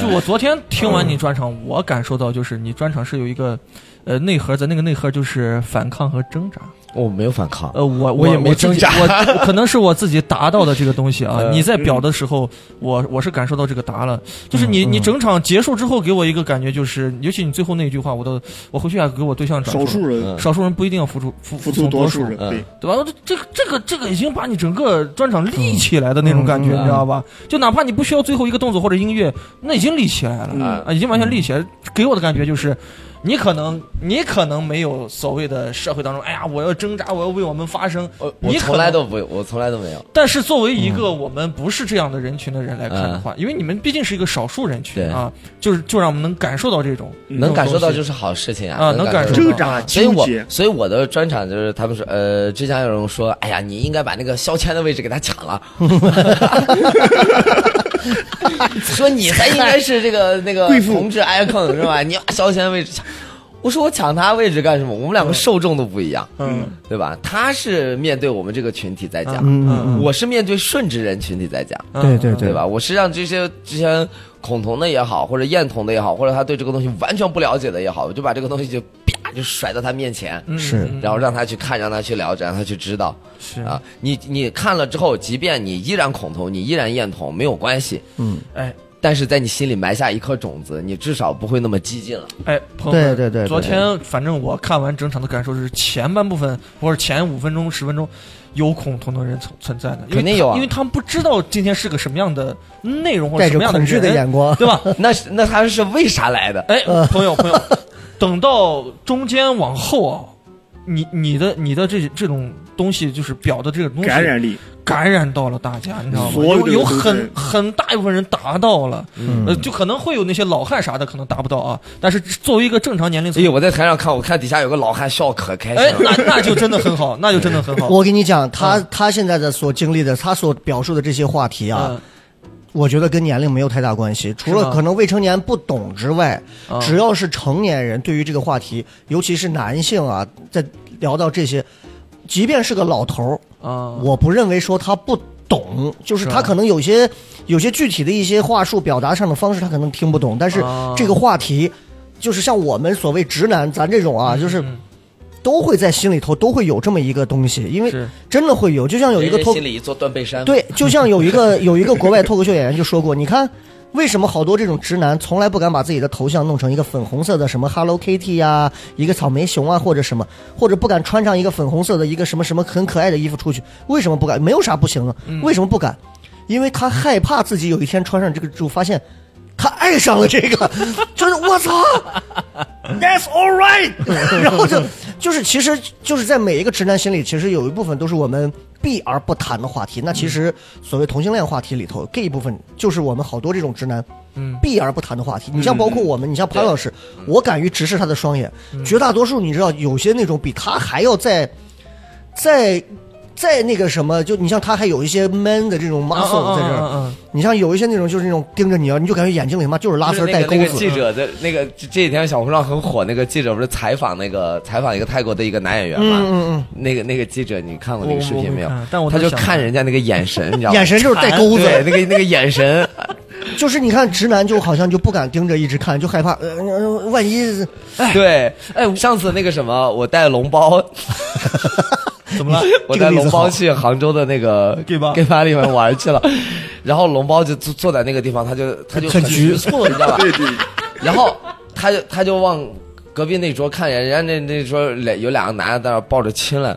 Speaker 5: 就我昨天听完你专场，我感受到就是你专场是有一个，呃，内核在，那个内核就是反抗和挣扎。
Speaker 4: 我没有反抗，
Speaker 5: 呃，我
Speaker 4: 我
Speaker 5: 也没
Speaker 4: 我
Speaker 5: 自己
Speaker 4: 挣扎
Speaker 5: 我我可能是我自己达到的这个东西啊。
Speaker 4: 呃
Speaker 5: 你在表的时候，我我是感受到这个达了，就是你
Speaker 2: 嗯
Speaker 5: 你整场结束之后给我一个感觉就是，尤其你最后那句话，我都我回去还给我对象转
Speaker 3: 少
Speaker 5: 述
Speaker 3: 数人
Speaker 4: 嗯
Speaker 5: 少数人不一定要服从
Speaker 3: 服
Speaker 5: 服服
Speaker 3: 从
Speaker 5: 从
Speaker 3: 多
Speaker 5: 多
Speaker 3: 数
Speaker 5: 数
Speaker 3: 人，，
Speaker 4: 嗯
Speaker 3: 对，
Speaker 5: 对吧？我这这个这个已经把你整个专场立起来的那种感觉，
Speaker 2: 嗯嗯
Speaker 5: 你知道吧？就哪怕你不需要最后一个动作或者音乐，那已经立起来了、
Speaker 3: 嗯
Speaker 5: 啊，已经完全立起来。给我的感觉就是，你可能你可能没有所谓的社会当中，哎呀，我要挣扎，我要为我们发声。
Speaker 4: 我我
Speaker 5: 呃你可
Speaker 4: 从来
Speaker 5: 能
Speaker 4: 都不，我从来都没有。
Speaker 5: 但是作为一个我们不是这样的人群的人来看的
Speaker 4: 嗯
Speaker 5: 话，因为你们毕竟是一个少数人群
Speaker 4: 对
Speaker 5: 啊，就是就让我们能感受到这种
Speaker 4: 能感受到就是是好事情
Speaker 5: 啊，能感
Speaker 4: 感
Speaker 5: 受
Speaker 4: 到
Speaker 5: 到
Speaker 3: 挣扎
Speaker 4: 所以
Speaker 3: 纠
Speaker 4: 我
Speaker 3: 结，
Speaker 4: 所以我的专场就是他们说，呃，之前有人说，哎呀，你应该把那个肖谦的位置给他抢了， 说你才应该是这个那个
Speaker 3: 贵妇
Speaker 4: 同志 icon 是吧？你把肖谦的位置抢，我说我抢他位置干什么？我
Speaker 3: 嗯
Speaker 4: 们两个受众都不一样，
Speaker 5: 嗯
Speaker 4: 对吧？他是面对我们这个群体在讲，
Speaker 2: 嗯嗯嗯，
Speaker 4: 我是面对顺直人群体在讲，
Speaker 5: 嗯
Speaker 2: 对对
Speaker 4: 对吧？我是让这些之前孔同的也好，或者艳同的也好，或者他对这个东西完全不了解的也好，我就把这个东西就啪就甩到他面前，
Speaker 5: 嗯
Speaker 2: 是
Speaker 5: 嗯
Speaker 4: 然后让他去看，让他去了解，让他去知道
Speaker 5: 是
Speaker 2: 嗯
Speaker 4: 啊。你你看了之后，即便你依然孔同，你依然艳同，没有关系，
Speaker 2: 嗯，
Speaker 5: 哎
Speaker 4: 但是在你心里埋下一颗种子，你至少不会那么激进了。
Speaker 5: 哎，朋友们
Speaker 2: 对对对，
Speaker 5: 昨天反正我看完整场的感受是，前半部分或者前五分钟、十分钟，有恐同的人存存在的，因为
Speaker 4: 肯定有啊
Speaker 5: 因为他们不知道今天是个什么样的内容或者
Speaker 2: 带
Speaker 5: 什
Speaker 2: 着
Speaker 5: 么样
Speaker 2: 恐惧
Speaker 5: 人，
Speaker 2: 的眼光，嗯
Speaker 5: 对吧？
Speaker 4: 那是那他是为啥来的？
Speaker 5: 哎，朋友朋友，等到中间往后啊，你你的你的这这种东西就是表的这种东西
Speaker 3: 感染力，
Speaker 5: 感染到了大家，你知道吗？
Speaker 3: 所有
Speaker 5: 有
Speaker 3: 的
Speaker 5: 有
Speaker 3: 都是
Speaker 5: 很很大一部分人达到了，
Speaker 2: 嗯
Speaker 5: 呃，就可能会有那些老汉啥的可能达不到啊，但是作为一个正常年龄层
Speaker 2: 哎
Speaker 4: 所以。我在台上看，我看底下有个老汉笑可开
Speaker 5: 哎，
Speaker 4: 心了。
Speaker 5: 那那就真的很好，那就真的很 好。嗯
Speaker 2: 我跟你讲，他他现在的所经历的，他所表述的这些话题啊，
Speaker 5: 嗯
Speaker 2: 我觉得跟年龄没有太大关系，除
Speaker 5: 是
Speaker 2: 了
Speaker 5: 吗
Speaker 2: 可能未成年不懂之外，
Speaker 5: 啊
Speaker 2: 只要是成年人，对于这个话题，尤其是男性啊，在聊到这些，即便是个老头儿，
Speaker 5: 啊，
Speaker 2: 我不认为说他不懂，就是
Speaker 5: 是
Speaker 2: 他
Speaker 5: 啊
Speaker 2: 可能有些有些具体的一些话术表达上的方式，他可能听不懂，但是
Speaker 5: 啊
Speaker 2: 这个话题。就是像我们所谓直男，咱这种啊，就是
Speaker 5: 嗯
Speaker 2: 都会在心里头都会有这么一个东西，因为
Speaker 5: 是
Speaker 2: 真的会有，就像有一个
Speaker 4: 人
Speaker 2: 脱
Speaker 4: 心里一座断背山。，
Speaker 2: 对，就像有一个有一个国外脱口秀演员就说过，你看为什么好多这种直男从来不敢把自己的头像弄成一个粉红色的什么 Hello Kitty 呀、一个草莓熊啊，或者什么，或者不敢穿上一个粉红色的一个什么什么很可爱的衣服出去，为什么不敢？没有啥不行啊，为什么不敢？因为他害怕自己有一天穿上这个之后发现。他爱上了这个，就是我操，
Speaker 3: That's all right，
Speaker 2: 然后就就是，其实就是在每一个直男心里，其实有一部分都是我们避而不谈的话题。那
Speaker 4: 嗯
Speaker 2: 其实所谓同性恋话题里头，gay 部分就是我们好多这种直男
Speaker 5: 嗯
Speaker 2: 避而不谈的话题。你
Speaker 4: 嗯
Speaker 2: 像包括我们，你像潘老师，我敢于直视他的双眼。
Speaker 4: 嗯
Speaker 2: 绝大多数你知道，有些那种比他还要在在在那个什么，就你像他还有一些 man 的这种
Speaker 4: 啊
Speaker 2: muscle 在这
Speaker 5: 嗯嗯嗯
Speaker 2: 儿
Speaker 5: 嗯。
Speaker 2: 你像有一些那种就是那种盯着你啊，你就感觉眼睛里嘛就是拉丝
Speaker 4: 就
Speaker 2: 儿
Speaker 4: 是
Speaker 2: 带
Speaker 4: 那个
Speaker 2: 钩
Speaker 4: 那个
Speaker 2: 子。嗯
Speaker 4: 记者的那个这这几天小红书上很火，那个记者不是采访那个采访一个泰国的一个男演员嘛？
Speaker 2: 嗯
Speaker 4: 那个那个记者，你看过那个视频没有
Speaker 5: 我我没看？但我
Speaker 4: 他
Speaker 5: 能
Speaker 4: 就
Speaker 5: 想
Speaker 4: 看人家那个眼神，你知道
Speaker 2: 嗯，
Speaker 4: 吗？
Speaker 2: 眼神就是带钩子。
Speaker 4: 对，那个那个眼神，
Speaker 2: 就是你看直男就好像就不敢盯着一直看，就害怕，呃，呃万一
Speaker 4: 对，哎，上次那个什么，我带 龙包，
Speaker 5: 怎么了？
Speaker 4: 我
Speaker 2: 这个
Speaker 4: 带
Speaker 2: 例子
Speaker 4: 龙包
Speaker 2: 好
Speaker 4: 去杭州的那个
Speaker 5: gay bar
Speaker 4: 里面 玩去了，然后龙包就坐坐在那个地方，他就他就
Speaker 2: 很局
Speaker 4: 局促，你知道吧？
Speaker 3: 对对，
Speaker 4: 然后他就他就往隔壁那桌看人，人家那那桌两有两个男的在那抱着亲 了，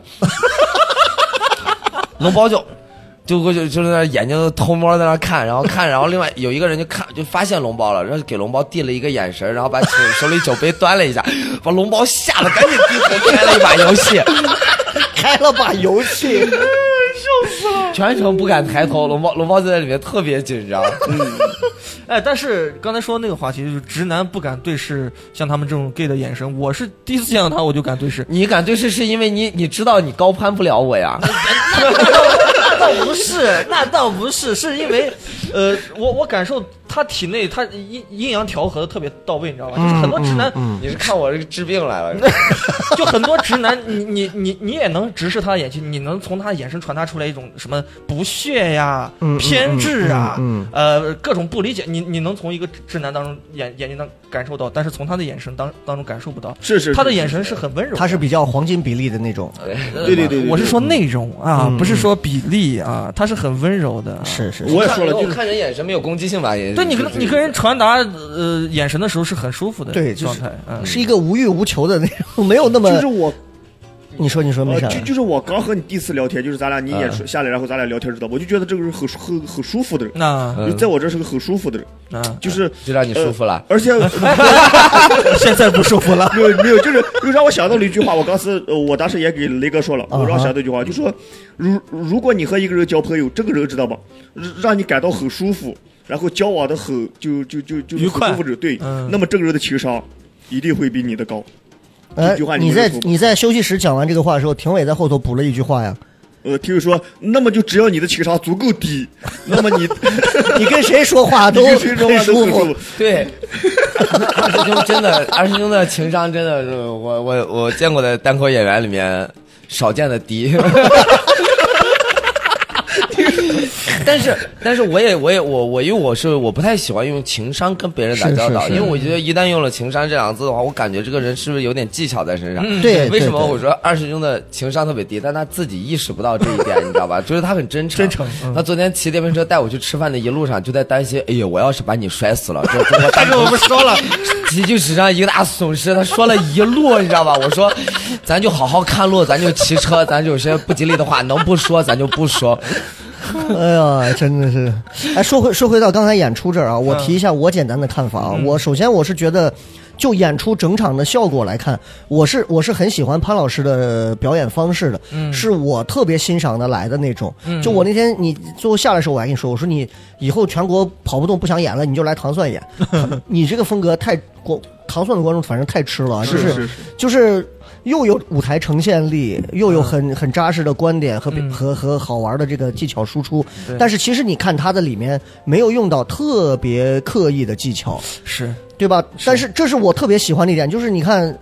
Speaker 4: 龙包就就过去就是那眼睛偷摸在那看，然后看，然后另外有一个人就看就发现龙包了，然后给龙包递了一个眼神，然后把手手里酒杯端了一下，把龙包吓得赶紧低头开了一把游戏。
Speaker 3: 嗯
Speaker 2: 开了把游戏，
Speaker 4: 全程不敢抬头。龙猫龙猫就在里面特别紧张，
Speaker 5: 哎，但是刚才说那个话题，就是直男不敢对视像他们这种 gay 的眼神，我是第一次见到他，我就敢对视。
Speaker 4: 你敢对视是因为你你知道你高攀不了我呀？
Speaker 5: 那倒不是，那倒不是，是因为，呃，我我感受他体内他阴阴阳调和的特别到位，你知道吧？就是很多直男，
Speaker 2: 嗯
Speaker 4: 你是看我这个治病来了？
Speaker 5: 就很多直男，你你你你也能直视他的眼睛，你能从他眼神传达出来一种什么不屑呀、
Speaker 2: 嗯
Speaker 5: 偏执啊、
Speaker 2: 嗯
Speaker 5: 呃各种不理解，你你能从一个直男当中眼眼睛当感受到，但是从他的眼神当当中感受不到。
Speaker 3: 是是，
Speaker 5: 他的眼神是很温
Speaker 3: 嗯
Speaker 5: 柔的，
Speaker 2: 他是比较黄金比例的那种，
Speaker 3: 呃
Speaker 4: 对
Speaker 3: 对对对对
Speaker 5: 我是说内容啊
Speaker 2: 嗯，
Speaker 5: 不是说比例啊，他是很温柔的。啊
Speaker 2: 是是，
Speaker 3: 我也说了，就
Speaker 4: 我看人我
Speaker 3: 是
Speaker 4: 看人眼神没有攻击性吧？也
Speaker 5: 对你跟你跟人传达呃眼神的时候是很舒服的
Speaker 2: 对就
Speaker 5: 状
Speaker 2: 是
Speaker 5: 态，嗯，
Speaker 2: 是一个无欲无求的那种，没有那么
Speaker 3: 就。是我
Speaker 2: 你说你说没
Speaker 3: 呃，
Speaker 2: 啥，
Speaker 3: 就就是我刚和你第一次聊天，就是咱俩你演
Speaker 4: 嗯
Speaker 3: 说下来，然后咱俩聊天知道，我就觉得这个人很舒很很舒服的人，
Speaker 5: 那
Speaker 4: 嗯
Speaker 3: 就在我这是个很舒服的人，
Speaker 5: 那
Speaker 3: 就是
Speaker 4: 就让你舒服了。
Speaker 3: 呃而且
Speaker 2: 现在不舒服了。
Speaker 3: 没有没有，就是又让我想到了一句话，我当时呃我当时也给雷哥说
Speaker 2: 啊
Speaker 3: 了，我让我想到一句话，就说如如果你和一个人交朋友，这个人知道吧，让让你感到很舒服，然后交往的很就就就就
Speaker 5: 愉快
Speaker 3: 很舒服的，对，
Speaker 5: 嗯
Speaker 3: 那么这个人的情商一定会比你的高。
Speaker 2: 哎
Speaker 3: 这句话，你
Speaker 2: 你在
Speaker 3: 没有说
Speaker 2: 你在休息室讲完这个话的时候，评委在后头补了一句 话呀：
Speaker 3: 呃，听友说，那么就只要你的情商足够 低，那么你
Speaker 2: 你跟谁说话
Speaker 3: 你
Speaker 2: 都
Speaker 3: 跟谁说话
Speaker 2: 很
Speaker 3: 啊都
Speaker 2: 舒
Speaker 3: 很舒
Speaker 2: 服
Speaker 3: 服。。
Speaker 4: 对，二师兄真的，二师兄的情商真的是我我我见过的单口演员里面少见的低。 但是，但是我也，我也，我我因为我是我不太喜欢用情商跟别人打交道，
Speaker 2: 是是是
Speaker 4: 因为我觉得一旦用了情商这两个字的话，我感觉这个人是不是有点技巧在身上？
Speaker 5: 嗯
Speaker 2: 对，
Speaker 4: 为什么
Speaker 2: 对对
Speaker 4: 我说二师兄的情商特别低？但他自己意识不到这一 点，你知道吧？就是他很真诚。
Speaker 5: 真诚嗯
Speaker 4: 他昨天骑电瓶车带我去吃饭的一路上，就在担心：哎呦，我要是把你摔死了，这 这
Speaker 2: 哎
Speaker 4: 这个我们说了，喜剧史上一个大损失。他说了一路，你知道吧？我说，咱就好好看路，咱就骑车，咱就有些不吉利的话能不说咱就不说。
Speaker 2: 哎呀，真的是！哎，说回说回到刚才演出这儿啊，我提一下我简单的看法啊。我首先我是觉得，就演出整场的效果来看，我是我是很喜欢潘老师的表演方式的，是我特别欣赏的来的那种。就我那天你最后下来的时候，我还跟你说，我说你以后全国跑不动不想演了，你就来糖蒜演，你这个风格太过。糖蒜的观众反正太吃了啊，就是
Speaker 3: 是是，
Speaker 2: 就是又有舞台呈现力，又有很很扎实的观点和、和和好玩的这个技巧输出
Speaker 5: 对。
Speaker 2: 但是其实你看他的里面没有用到特别刻意的技巧，
Speaker 5: 是
Speaker 2: 对吧？但是这是我特别喜欢的一点，就是你看。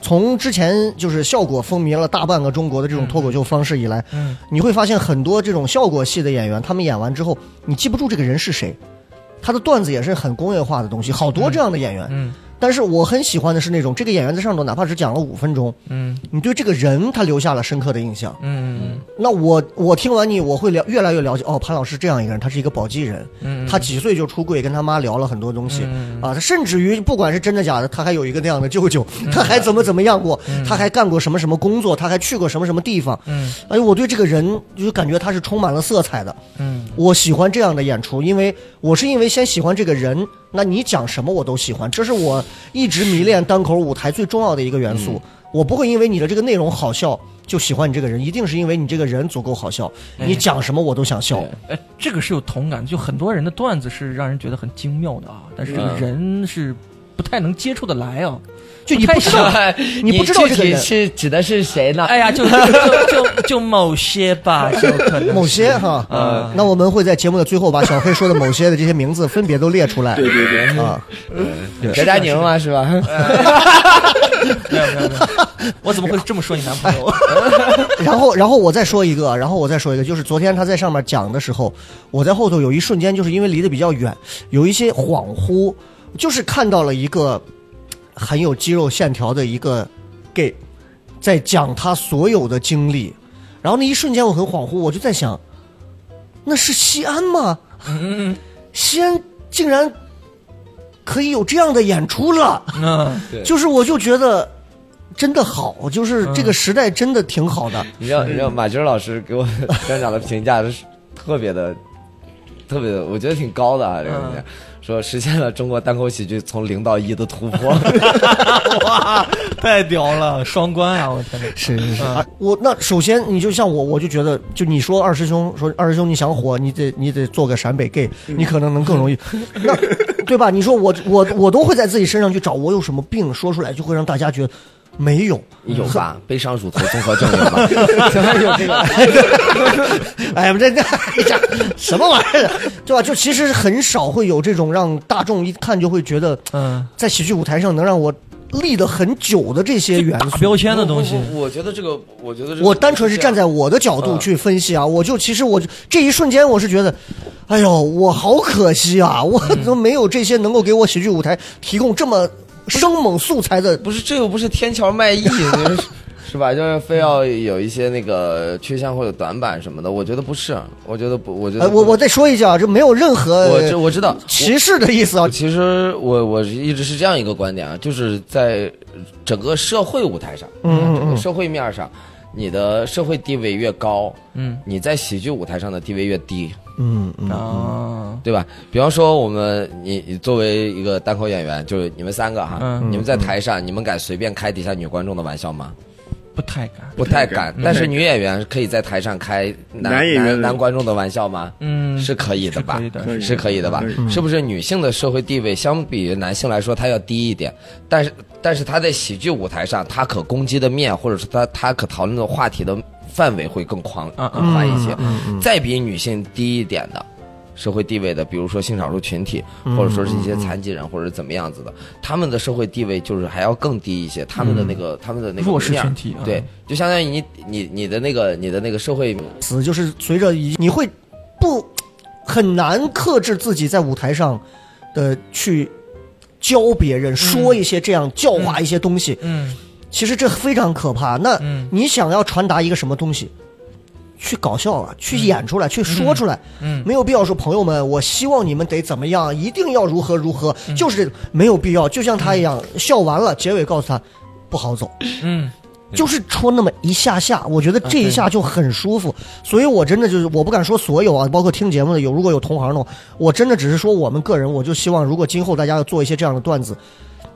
Speaker 2: 从之前就是效果风靡了大半个中国的这种脱口秀方式以来，
Speaker 5: 嗯
Speaker 2: 你会发现很多这种效果戏的演员，他们演完之后，你记不住这个人是谁，他的段子也是很工业化的东西，好多这样的演员。
Speaker 5: 嗯
Speaker 2: 但是我很喜欢的是那种这个演员在上头，哪怕只讲了五分钟，
Speaker 5: 嗯
Speaker 2: 你对这个人他留下了深刻的印象。
Speaker 5: 嗯
Speaker 2: 那我我听完你，我会了越来越了解哦，潘老师这样一个人，他是一个宝鸡人，
Speaker 5: 嗯，
Speaker 2: 他几岁就出柜，跟他妈聊了很多东西。
Speaker 5: 嗯嗯
Speaker 2: 啊，他甚至于不管是真的假的，他还有一个那样的舅舅，他还怎么怎么样过，他还干过什么什么工作，他还去过什么什么地方。
Speaker 5: 嗯
Speaker 2: 哎，我对这个人就感觉他是充满了色彩的。
Speaker 5: 嗯
Speaker 2: 我喜欢这样的演出，因为我是因为先喜欢这个人，那你讲什么我都喜欢，这是我一直迷恋单口舞台最重要的一个元素。我不会因为你的这个内容好笑就喜欢你这个人，一定是因为你这个人足够好笑，你讲什么我都想笑。
Speaker 5: 哎，这个是有同感，就很多人的段子是让人觉得很精妙的啊，但是这个
Speaker 4: 嗯
Speaker 5: 人是不太能接触的来啊。
Speaker 2: 就你不知 道，你不知道这个
Speaker 4: 具体
Speaker 2: 人
Speaker 4: 是指的是谁呢？
Speaker 5: 哎呀，就就就就就某些吧，就可能
Speaker 2: 某些哈，
Speaker 5: 啊
Speaker 2: 那我们会在节目的最后把小黑说的某些的这些名字分别都列出 来。
Speaker 3: 对对对，
Speaker 2: 啊，
Speaker 4: 翟佳宁嘛，是吧？
Speaker 5: 没有没有没有，我怎么会这么说你男朋友？
Speaker 2: 然后，然后我再说一个，啊然后我再说一个，就是昨天他在上面讲的时候，我在后头有一瞬间，就是因为离得比较远，有一些恍惚，就是看到了一个很有肌肉线条的一个 gay，在讲他所有的经历，然后那一瞬间我很恍惚，我就在想，那是西安吗？西安竟然可以有这样的演出了。
Speaker 5: 嗯，
Speaker 4: 对
Speaker 2: 就是我就觉得真的好，就是这个时代真的挺好的。
Speaker 4: 你让你让马军老师给我专场的评价是特别的特别，我觉得挺高的啊，
Speaker 2: 嗯
Speaker 4: 这个东西。说实现了中国单口喜剧从零到一的突 破，
Speaker 5: 哇，太屌了，双关啊！我天哪，
Speaker 2: 是是是，啊我那首先你就像我，我就觉得，就你说二师兄说二师兄你想火，你得你得做个陕北 gay，你
Speaker 4: 嗯
Speaker 2: 可能能更 容易，那对吧？你说我我我都会在自己身上去找我有什么病，说出来就会让大家觉得没有，
Speaker 4: 有 吧？悲伤乳头综合症有吧？现在有这个，
Speaker 2: 哎呀，这这哎呀什么玩意儿，对吧？就其实很少会有这种让大众一看就会觉得，
Speaker 5: 嗯，
Speaker 2: 在喜剧舞台上能让我立得很久的这些元
Speaker 5: 打
Speaker 2: 素。
Speaker 5: 标签的东西
Speaker 4: 不，不不我觉得这个，我觉得这个
Speaker 2: 我单纯是站在我的角度去分析啊，我就其实我这一瞬间我是觉得，哎呦，我好可惜啊，我怎么没有这些能够给我喜剧舞台提供这么生猛素材的？
Speaker 4: 不是这又不是天桥 卖艺，就是是吧？就是非要有一些那个呃缺陷或者短板什么的，我觉得不是，我觉得不，我觉得
Speaker 2: 呃，
Speaker 4: 不
Speaker 2: 我我再说一句啊，这没有任何
Speaker 4: 我知我知道
Speaker 2: 歧视的意思啊
Speaker 4: 我，其实我我是一直是这样一个观点啊，就是在整个社会舞台上，嗯，整个社会面上，你的社会地位越高，
Speaker 5: 嗯
Speaker 4: 你在喜剧舞台上的地位越低，
Speaker 2: 嗯嗯
Speaker 5: 啊，
Speaker 4: 对吧？比方说我们你你作为一个单口演员，就是你们三个哈，
Speaker 5: 嗯
Speaker 4: 你们在台上，你们敢随便开底下女观众的玩笑吗？
Speaker 5: 不太敢，
Speaker 4: 不
Speaker 3: 不太
Speaker 4: 太敢
Speaker 3: 敢。
Speaker 4: 但是女演员可以在台上开男
Speaker 3: 男演员
Speaker 4: 男男观众的玩笑吗？
Speaker 5: 嗯，
Speaker 4: 是可以的
Speaker 5: 是
Speaker 4: 吧？
Speaker 5: 可以的
Speaker 3: 可以
Speaker 4: 是可以的吧
Speaker 3: 可以？
Speaker 4: 是不是女性的社会地位相比于男性来说，她要低一点？但是，但是她在喜剧舞台上，她可攻击的面，或者是她她可讨论的话题的范围会更宽
Speaker 5: 嗯
Speaker 4: 更宽一些。再比女性低一点的。社会地位的，比如说性少数群体，
Speaker 2: 嗯
Speaker 4: 或者说是一些残疾人，或者是怎么样子的，他们的社会地位就是还要更低一些，他们的那
Speaker 2: 嗯
Speaker 4: 个，他们的那个
Speaker 5: 弱势
Speaker 4: 面儿
Speaker 5: 群体啊
Speaker 4: 对，就相当于你你你的那个你的那个社会
Speaker 2: 词就是随着一你会不很难克制自己在舞台上的去教别人说一些这样教化一些东西，
Speaker 5: 嗯
Speaker 2: 其实这非常可怕。那
Speaker 5: 嗯
Speaker 2: 你想要传达一个什么东西？去搞笑啊，去演出来，去说出来，
Speaker 5: 嗯
Speaker 2: 没有必要说朋友们，我希望你们得怎么样，一定要如何如何，
Speaker 5: 嗯
Speaker 2: 就是这种没有必要。就像他一样，笑完了，结尾告诉他不好走，
Speaker 5: 嗯，
Speaker 2: 就是戳那么一下下，我觉得这一下就很舒
Speaker 5: 嗯
Speaker 2: 服，所以我真的就是我不敢说所有啊，包括听节目的有，如果有同行的话，我真的只是说我们个人，我就希望如果今后大家要做一些这样的段子，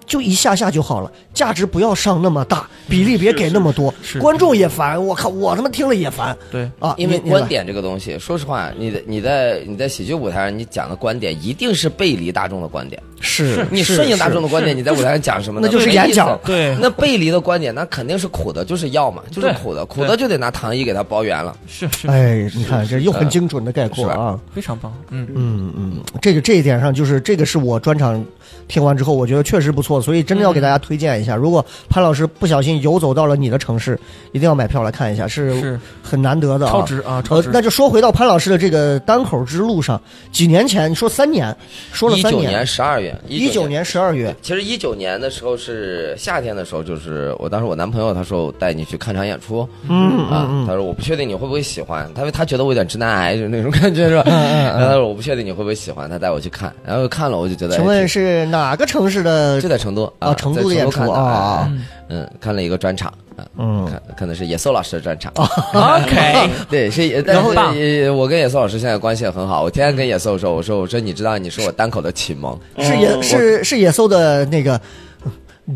Speaker 2: 就一下下就好了，价值不要上那么大，比例别给那么多，
Speaker 5: 是是
Speaker 2: 观众也烦，我靠，我他妈听了也烦
Speaker 5: 对，
Speaker 2: 啊，
Speaker 4: 因为
Speaker 2: 你你来
Speaker 4: 观点这个东西，说实话，你的你在你在喜剧舞台上，你讲的观点一定是背离大众的观点。
Speaker 2: 是
Speaker 4: 你
Speaker 2: 是
Speaker 4: 顺应大
Speaker 2: 是
Speaker 4: 众的观点，你在舞台上讲什么呢？
Speaker 2: 那就是
Speaker 4: 没意思
Speaker 2: 演讲
Speaker 5: 对
Speaker 4: 那背离的观点，那肯定是苦的，就是药嘛，就是
Speaker 5: 对
Speaker 4: 苦的，
Speaker 5: 对
Speaker 4: 苦的就得拿糖衣给它包圆了。
Speaker 5: 是是，
Speaker 2: 哎，你看这又很精准的概括
Speaker 4: 是
Speaker 2: 啊。
Speaker 5: 非常棒，嗯
Speaker 2: 嗯嗯，这个这一点上，就是这个是我专场听完之后，我觉得确实不错，所以真的要给大家推荐一下。如果潘老师不小心游走到了你的城市，一定要买票来看一下，是
Speaker 5: 是
Speaker 2: 很难得的、啊，
Speaker 5: 超值啊超值
Speaker 2: 呃，那就说回到潘老师的这个单口之路上，几年前你说三年，说了
Speaker 4: 一
Speaker 2: 三
Speaker 4: 九年，十二月，
Speaker 2: 一九
Speaker 4: 九。
Speaker 2: 年十二月，
Speaker 4: 其实一九年的时候是夏天的时候，就是我当时我男朋友他说我带你去看场演出，
Speaker 2: 嗯
Speaker 4: 啊，他说我不确定你会不会喜欢，他因为他觉得我有点直男癌就是那种感觉是
Speaker 2: 嗯
Speaker 4: 吧？然 后他说我不确定你会不会喜欢，他带我去看，然后看了我就觉得，哎
Speaker 2: 请问是哪个城市的
Speaker 4: 就？在成都
Speaker 2: 啊成都的
Speaker 4: 在
Speaker 2: 演出
Speaker 4: 成都看的
Speaker 2: 啊啊啊
Speaker 4: 哎嗯，看了一个专场啊，
Speaker 2: 嗯哦
Speaker 4: 看看的是野兽老师的专场。
Speaker 5: ，OK，
Speaker 4: 对，是，但
Speaker 5: 然后
Speaker 4: 是也我跟野兽老师现在关系也很好，我天天跟野兽说，我说我说你知道你是我单口的启蒙，
Speaker 2: 是野是是野兽的那个。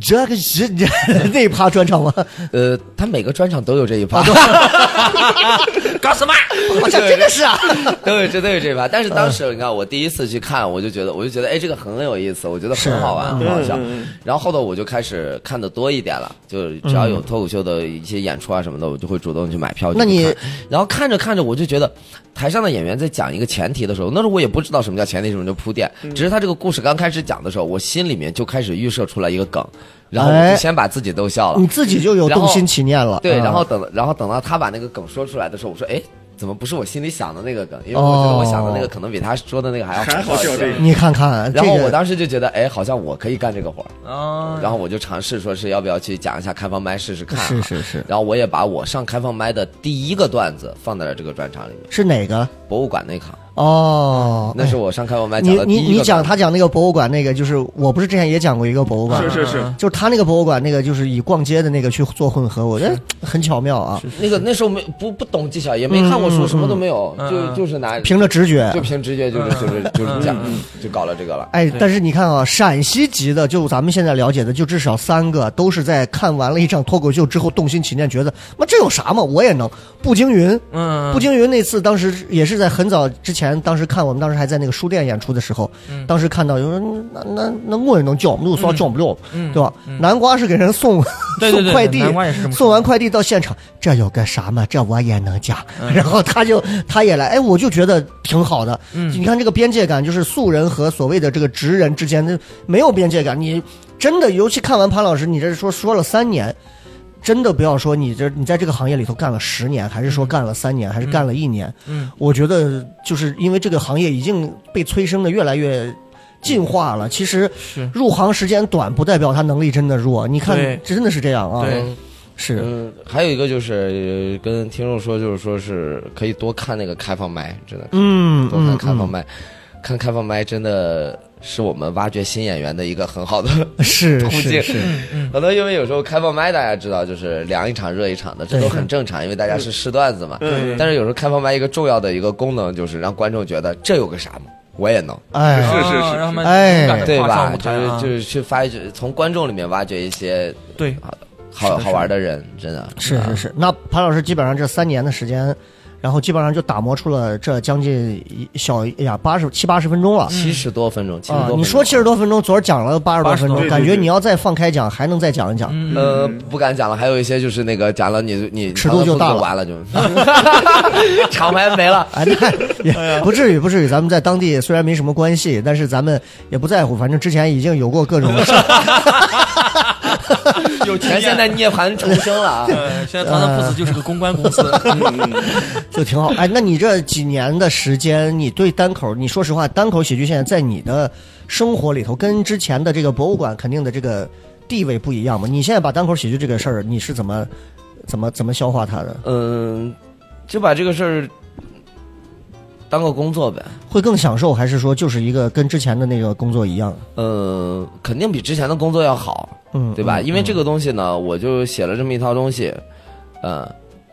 Speaker 2: 这个是 那一趴专场吗？
Speaker 4: 呃，他每个专场都有这一
Speaker 2: 啊
Speaker 4: 趴，
Speaker 5: 搞什么？
Speaker 2: 我操，真的是啊！
Speaker 4: 都有这都有这一 趴。但是当时你看，我第一次去看，我就觉得我就觉得哎，这个很有意思，我觉得很好
Speaker 2: 嗯
Speaker 4: 玩，很好笑。然后后头我就开始看的多一点了，就是只要有脱口秀的一些演出啊什么的，我就会主动去买票。
Speaker 2: 那你
Speaker 4: 就去看，然后看着看着，我就觉得台上的演员在讲一个前提的时候，那时候我也不知道什么叫前提，什么叫铺垫，
Speaker 2: 嗯
Speaker 4: 只是他这个故事刚开始讲的时候，我心里面就开始预设出来一个梗，然后我
Speaker 2: 哎
Speaker 4: 就先把自己逗笑 了。
Speaker 2: 你自己就有
Speaker 4: 然后
Speaker 2: 动心起念了。
Speaker 4: 对，
Speaker 2: 嗯
Speaker 4: 然后等，然后等到他把那个梗说出来的时候，我说，哎，怎么不是我心里想的那个梗？因为我觉得我想的那个可能比他说的那个还要
Speaker 3: 还好笑
Speaker 4: 笑一
Speaker 3: 这
Speaker 4: 些
Speaker 3: 个。
Speaker 2: 你看看，
Speaker 4: 然后
Speaker 2: 哦呃
Speaker 4: 我
Speaker 2: 这个嗯
Speaker 4: 当时就觉得，哎，好像我可以干这个活儿，
Speaker 5: 啊，
Speaker 4: 然后我就尝试说是要不要去讲一下开放麦试试看。啊
Speaker 2: 是是是。
Speaker 4: 然后我也把我上开放麦的第一个段子放在了这个专场里面，
Speaker 2: 是哪个？
Speaker 4: 博物馆那场。
Speaker 2: 哦，
Speaker 4: 那是我上开放麦讲
Speaker 2: 你
Speaker 4: 的第
Speaker 2: 你
Speaker 4: 一个
Speaker 2: 你讲他讲那个博物馆那个，就是我不是之前也讲过一个博物馆吗，
Speaker 3: 是是是
Speaker 2: 就是他那个博物馆那个，就是以逛街的那个去做混合，我觉得很巧妙啊，
Speaker 4: 那个那时候没不不懂技巧，也没看过书，什么都没有，
Speaker 5: 嗯嗯
Speaker 4: 就就是拿
Speaker 2: 凭着直觉嗯
Speaker 4: 就。凭直觉，就是就是就是这样，就搞了这个了。
Speaker 2: 哎，但是你看啊，陕西籍的，就咱们现在了解的，就至少三个都是在看完了一场脱口秀之后动心起念，觉得妈这有啥嘛，我也能。步惊云，
Speaker 5: 嗯，
Speaker 2: 步惊云那次当时也是在很早之前，当时看我们当时还在那个书店演出的时候，当时看到就说嗯那那那我也能叫，没有啥叫不了，
Speaker 5: 嗯
Speaker 2: 对吧？南瓜是给人送
Speaker 5: 对对
Speaker 2: 送
Speaker 5: 对
Speaker 2: 快递
Speaker 5: 南瓜也是这，么
Speaker 2: 送完快递到现场，这有个啥嘛，这我也能讲。
Speaker 5: 嗯
Speaker 2: 然后他就他也来，哎，我就觉得挺好的。
Speaker 5: 嗯
Speaker 2: 你看这个边界感，就是素人和所谓的这个职人之间的没有边界感。你真的，尤其看完潘老师，你这说说了三年。真的不要说你这，你在这个行业里头干了十年，还是说干了三年，还是干了一年？
Speaker 5: 嗯，
Speaker 2: 我觉得就是因为这个行业已经被催生的越来越进化了。其实
Speaker 5: 是
Speaker 2: 入行时间短不代表他能力真的弱，你看
Speaker 5: 对
Speaker 2: 真的是这样啊，
Speaker 5: 对
Speaker 4: 嗯
Speaker 2: 是
Speaker 4: 嗯，还有一个就是呃跟听众说，就是说是可以多看那个开放麦，真的
Speaker 2: 嗯
Speaker 4: 多看
Speaker 2: 嗯
Speaker 4: 开放
Speaker 2: 嗯，
Speaker 4: 麦，看开放麦真的是我们挖掘新演员的一个很好的
Speaker 2: 是
Speaker 4: 途
Speaker 2: 是
Speaker 4: 径
Speaker 2: 是，
Speaker 4: 很多因为有时候开放麦大家知道就是凉一场热一场的，这
Speaker 2: 对
Speaker 4: 都很正常，因为大家是试段子嘛。
Speaker 3: 嗯
Speaker 4: 但是有时候开放麦一个重要的一个功能就是让观众觉得这有个啥嘛，
Speaker 2: 嗯
Speaker 4: 我也能，
Speaker 2: 哎，
Speaker 3: 是是是
Speaker 5: 啊让他们
Speaker 2: 哎
Speaker 5: 勇敢地
Speaker 4: 对
Speaker 5: 跨上
Speaker 4: 吧？
Speaker 5: 舞
Speaker 4: 就
Speaker 5: 台啊
Speaker 2: 嗯
Speaker 4: 是就是去发掘从观众里面挖掘一些
Speaker 5: 对，
Speaker 4: 好好玩的人，真的啊
Speaker 2: 是是是。那潘老师基本上这三年的时间，然后基本上就打磨出了这将近一小哎呀八十七八十分钟了。
Speaker 4: 七十多分钟，七十多
Speaker 2: 啊
Speaker 4: 分，钟。
Speaker 2: 你说七十多分钟，昨儿讲了八十多分
Speaker 5: 80多
Speaker 2: 钟，
Speaker 5: 对
Speaker 2: 感
Speaker 3: 对
Speaker 2: 觉
Speaker 3: 对
Speaker 2: 你要再放开讲，还能再讲一讲。
Speaker 5: 嗯
Speaker 4: 呃，不敢讲了，还有一些就是那个讲了你你
Speaker 2: 尺度就大了
Speaker 4: 完 了就，厂牌没 了。
Speaker 2: 哎，那也不至于，不至于。咱们在当地虽然没什么关系，但是咱们也不在乎，反正之前已经有过各种事。
Speaker 5: 有
Speaker 4: 咱
Speaker 5: 钱
Speaker 4: 现在涅槃重生了啊！
Speaker 5: 呃，现在唐唐铺子就是个公关公司，
Speaker 2: 呃 就挺好。哎，那你这几年的时间，你对单口，你说实话，单口喜剧现在在你的生活里头，跟之前的这个博物馆肯定的这个地位不一样嘛？你现在把单口喜剧这个事儿，你是怎么怎么怎么消化它的？
Speaker 4: 嗯，就把这个事儿当个工作呗。
Speaker 2: 会更享受，还是说就是一个跟之前的那个工作一样？
Speaker 4: 嗯，肯定比之前的工作要好，
Speaker 2: 嗯，
Speaker 4: 对吧？
Speaker 2: 嗯
Speaker 4: 因为这个东西呢，我就写了这么一套东西，嗯，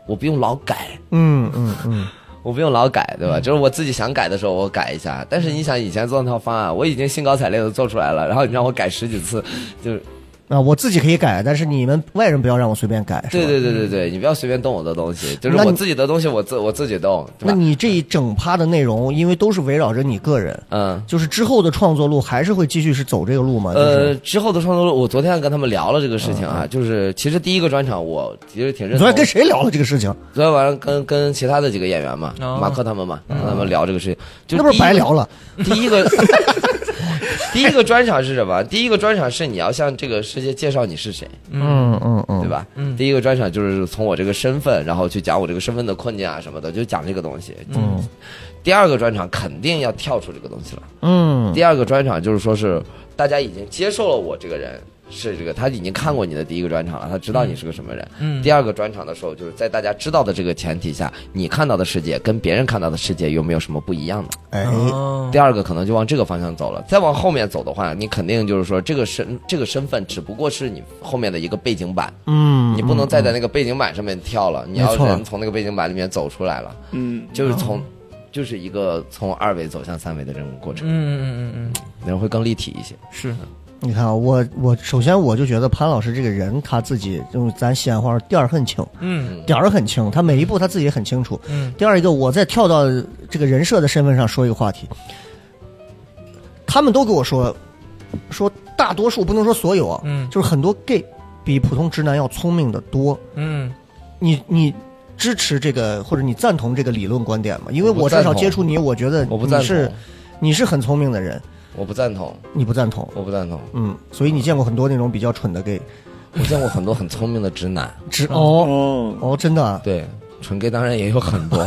Speaker 4: 我不用老改，
Speaker 2: 嗯嗯嗯，
Speaker 4: 我不用老改，对吧？就是我自己想改的时候我改一下，但是你想以前做那套方案，我已经兴高采烈的做出来了，然后你让我改十几次，就是
Speaker 2: 啊，我自己可以改，但是你们外人不要让我随便改。是吧嗯
Speaker 4: 对。对对对对，你不要随便动我的东西，就是
Speaker 2: 那
Speaker 4: 我
Speaker 2: 你
Speaker 4: 自己的东西，我自我自己动，对
Speaker 2: 那
Speaker 4: 吧？
Speaker 2: 你这一整趴的内容，因为都是围绕着你个人，
Speaker 4: 嗯，
Speaker 2: 就是之后的创作路还是会继续是走这个路吗？就是
Speaker 4: 呃，之后的创作路，我昨天跟他们聊了这个事情啊，就是其实第一个专场我其实挺
Speaker 2: 嗯你
Speaker 4: 认
Speaker 2: 昨
Speaker 4: 同
Speaker 2: 天，跟谁聊了这个事情？
Speaker 4: 昨天晚上跟跟其他的几个演员嘛，
Speaker 5: 哦
Speaker 4: 马克他们嘛，跟他们聊这个事情，
Speaker 2: 嗯
Speaker 4: 就
Speaker 2: 那不是白聊了？
Speaker 4: 第一个。第一个专场是什么？第一个专场是你要向这个世界介绍你是谁，
Speaker 2: 嗯嗯嗯，
Speaker 4: 对？吧？
Speaker 5: 嗯
Speaker 4: 第一个专场就是从我这个身份，然后去讲我这个身份的困境啊什么的，就讲这个东西。
Speaker 2: 嗯
Speaker 4: 第二个专场肯定要跳出这个东西了。
Speaker 2: 嗯
Speaker 4: 第二个专场就是说是大家已经接受了我这个人是这个，他已经看过你的第一个专场了，他知道你是个什么人。
Speaker 5: 嗯
Speaker 4: 第二个专场的时候，就是在大家知道的这个前提下，你看到的世界跟别人看到的世界有没有什么不一样的？
Speaker 2: 哎，
Speaker 4: 嗯
Speaker 5: 哦
Speaker 4: 第二个可能就往这个方向走了。再往后面走的话，你肯定就是说这个身这个身份只不过是你后面的一个背景板，
Speaker 2: 嗯，
Speaker 4: 你不能再在那个背景板上面跳了，你要
Speaker 2: 没错
Speaker 4: 人从那个背景板里面走出来了，
Speaker 3: 嗯，
Speaker 4: 就是从。就是一个从二维走向三维的这种过程，
Speaker 5: 嗯嗯嗯嗯，
Speaker 4: 然后会更立体一些。
Speaker 5: 是，
Speaker 2: 你看啊，我我首先我就觉得潘老师这个人他自己用咱西安话说调儿很清，
Speaker 5: 嗯
Speaker 2: 点儿很清，他每一步他自己也很清楚。
Speaker 5: 嗯
Speaker 2: 第二一个，我再跳到这个人设的身份上说一个话题，他们都跟我说，说大多数不能说所有啊，
Speaker 5: 嗯
Speaker 2: 就是很多 gay 比普通直男要聪明的多。
Speaker 5: 嗯
Speaker 2: 你你支持这个或者你赞同这个理论观点吗？因为
Speaker 4: 我不
Speaker 2: 我至
Speaker 4: 赞
Speaker 2: 少
Speaker 4: 同
Speaker 2: 接触你，我觉得
Speaker 4: 我不赞
Speaker 2: 你嗯是
Speaker 4: 同，
Speaker 2: 你是很聪明的人，
Speaker 4: 我不赞同，
Speaker 2: 你不赞同。
Speaker 4: 我不赞同。
Speaker 2: 嗯，所以你见过很多那种比较蠢的 gay，
Speaker 4: 我见过很多很聪明的直男，
Speaker 2: 直哦
Speaker 3: 哦，
Speaker 2: 哦，真的啊，
Speaker 4: 对，蠢 gay 当然也有很多，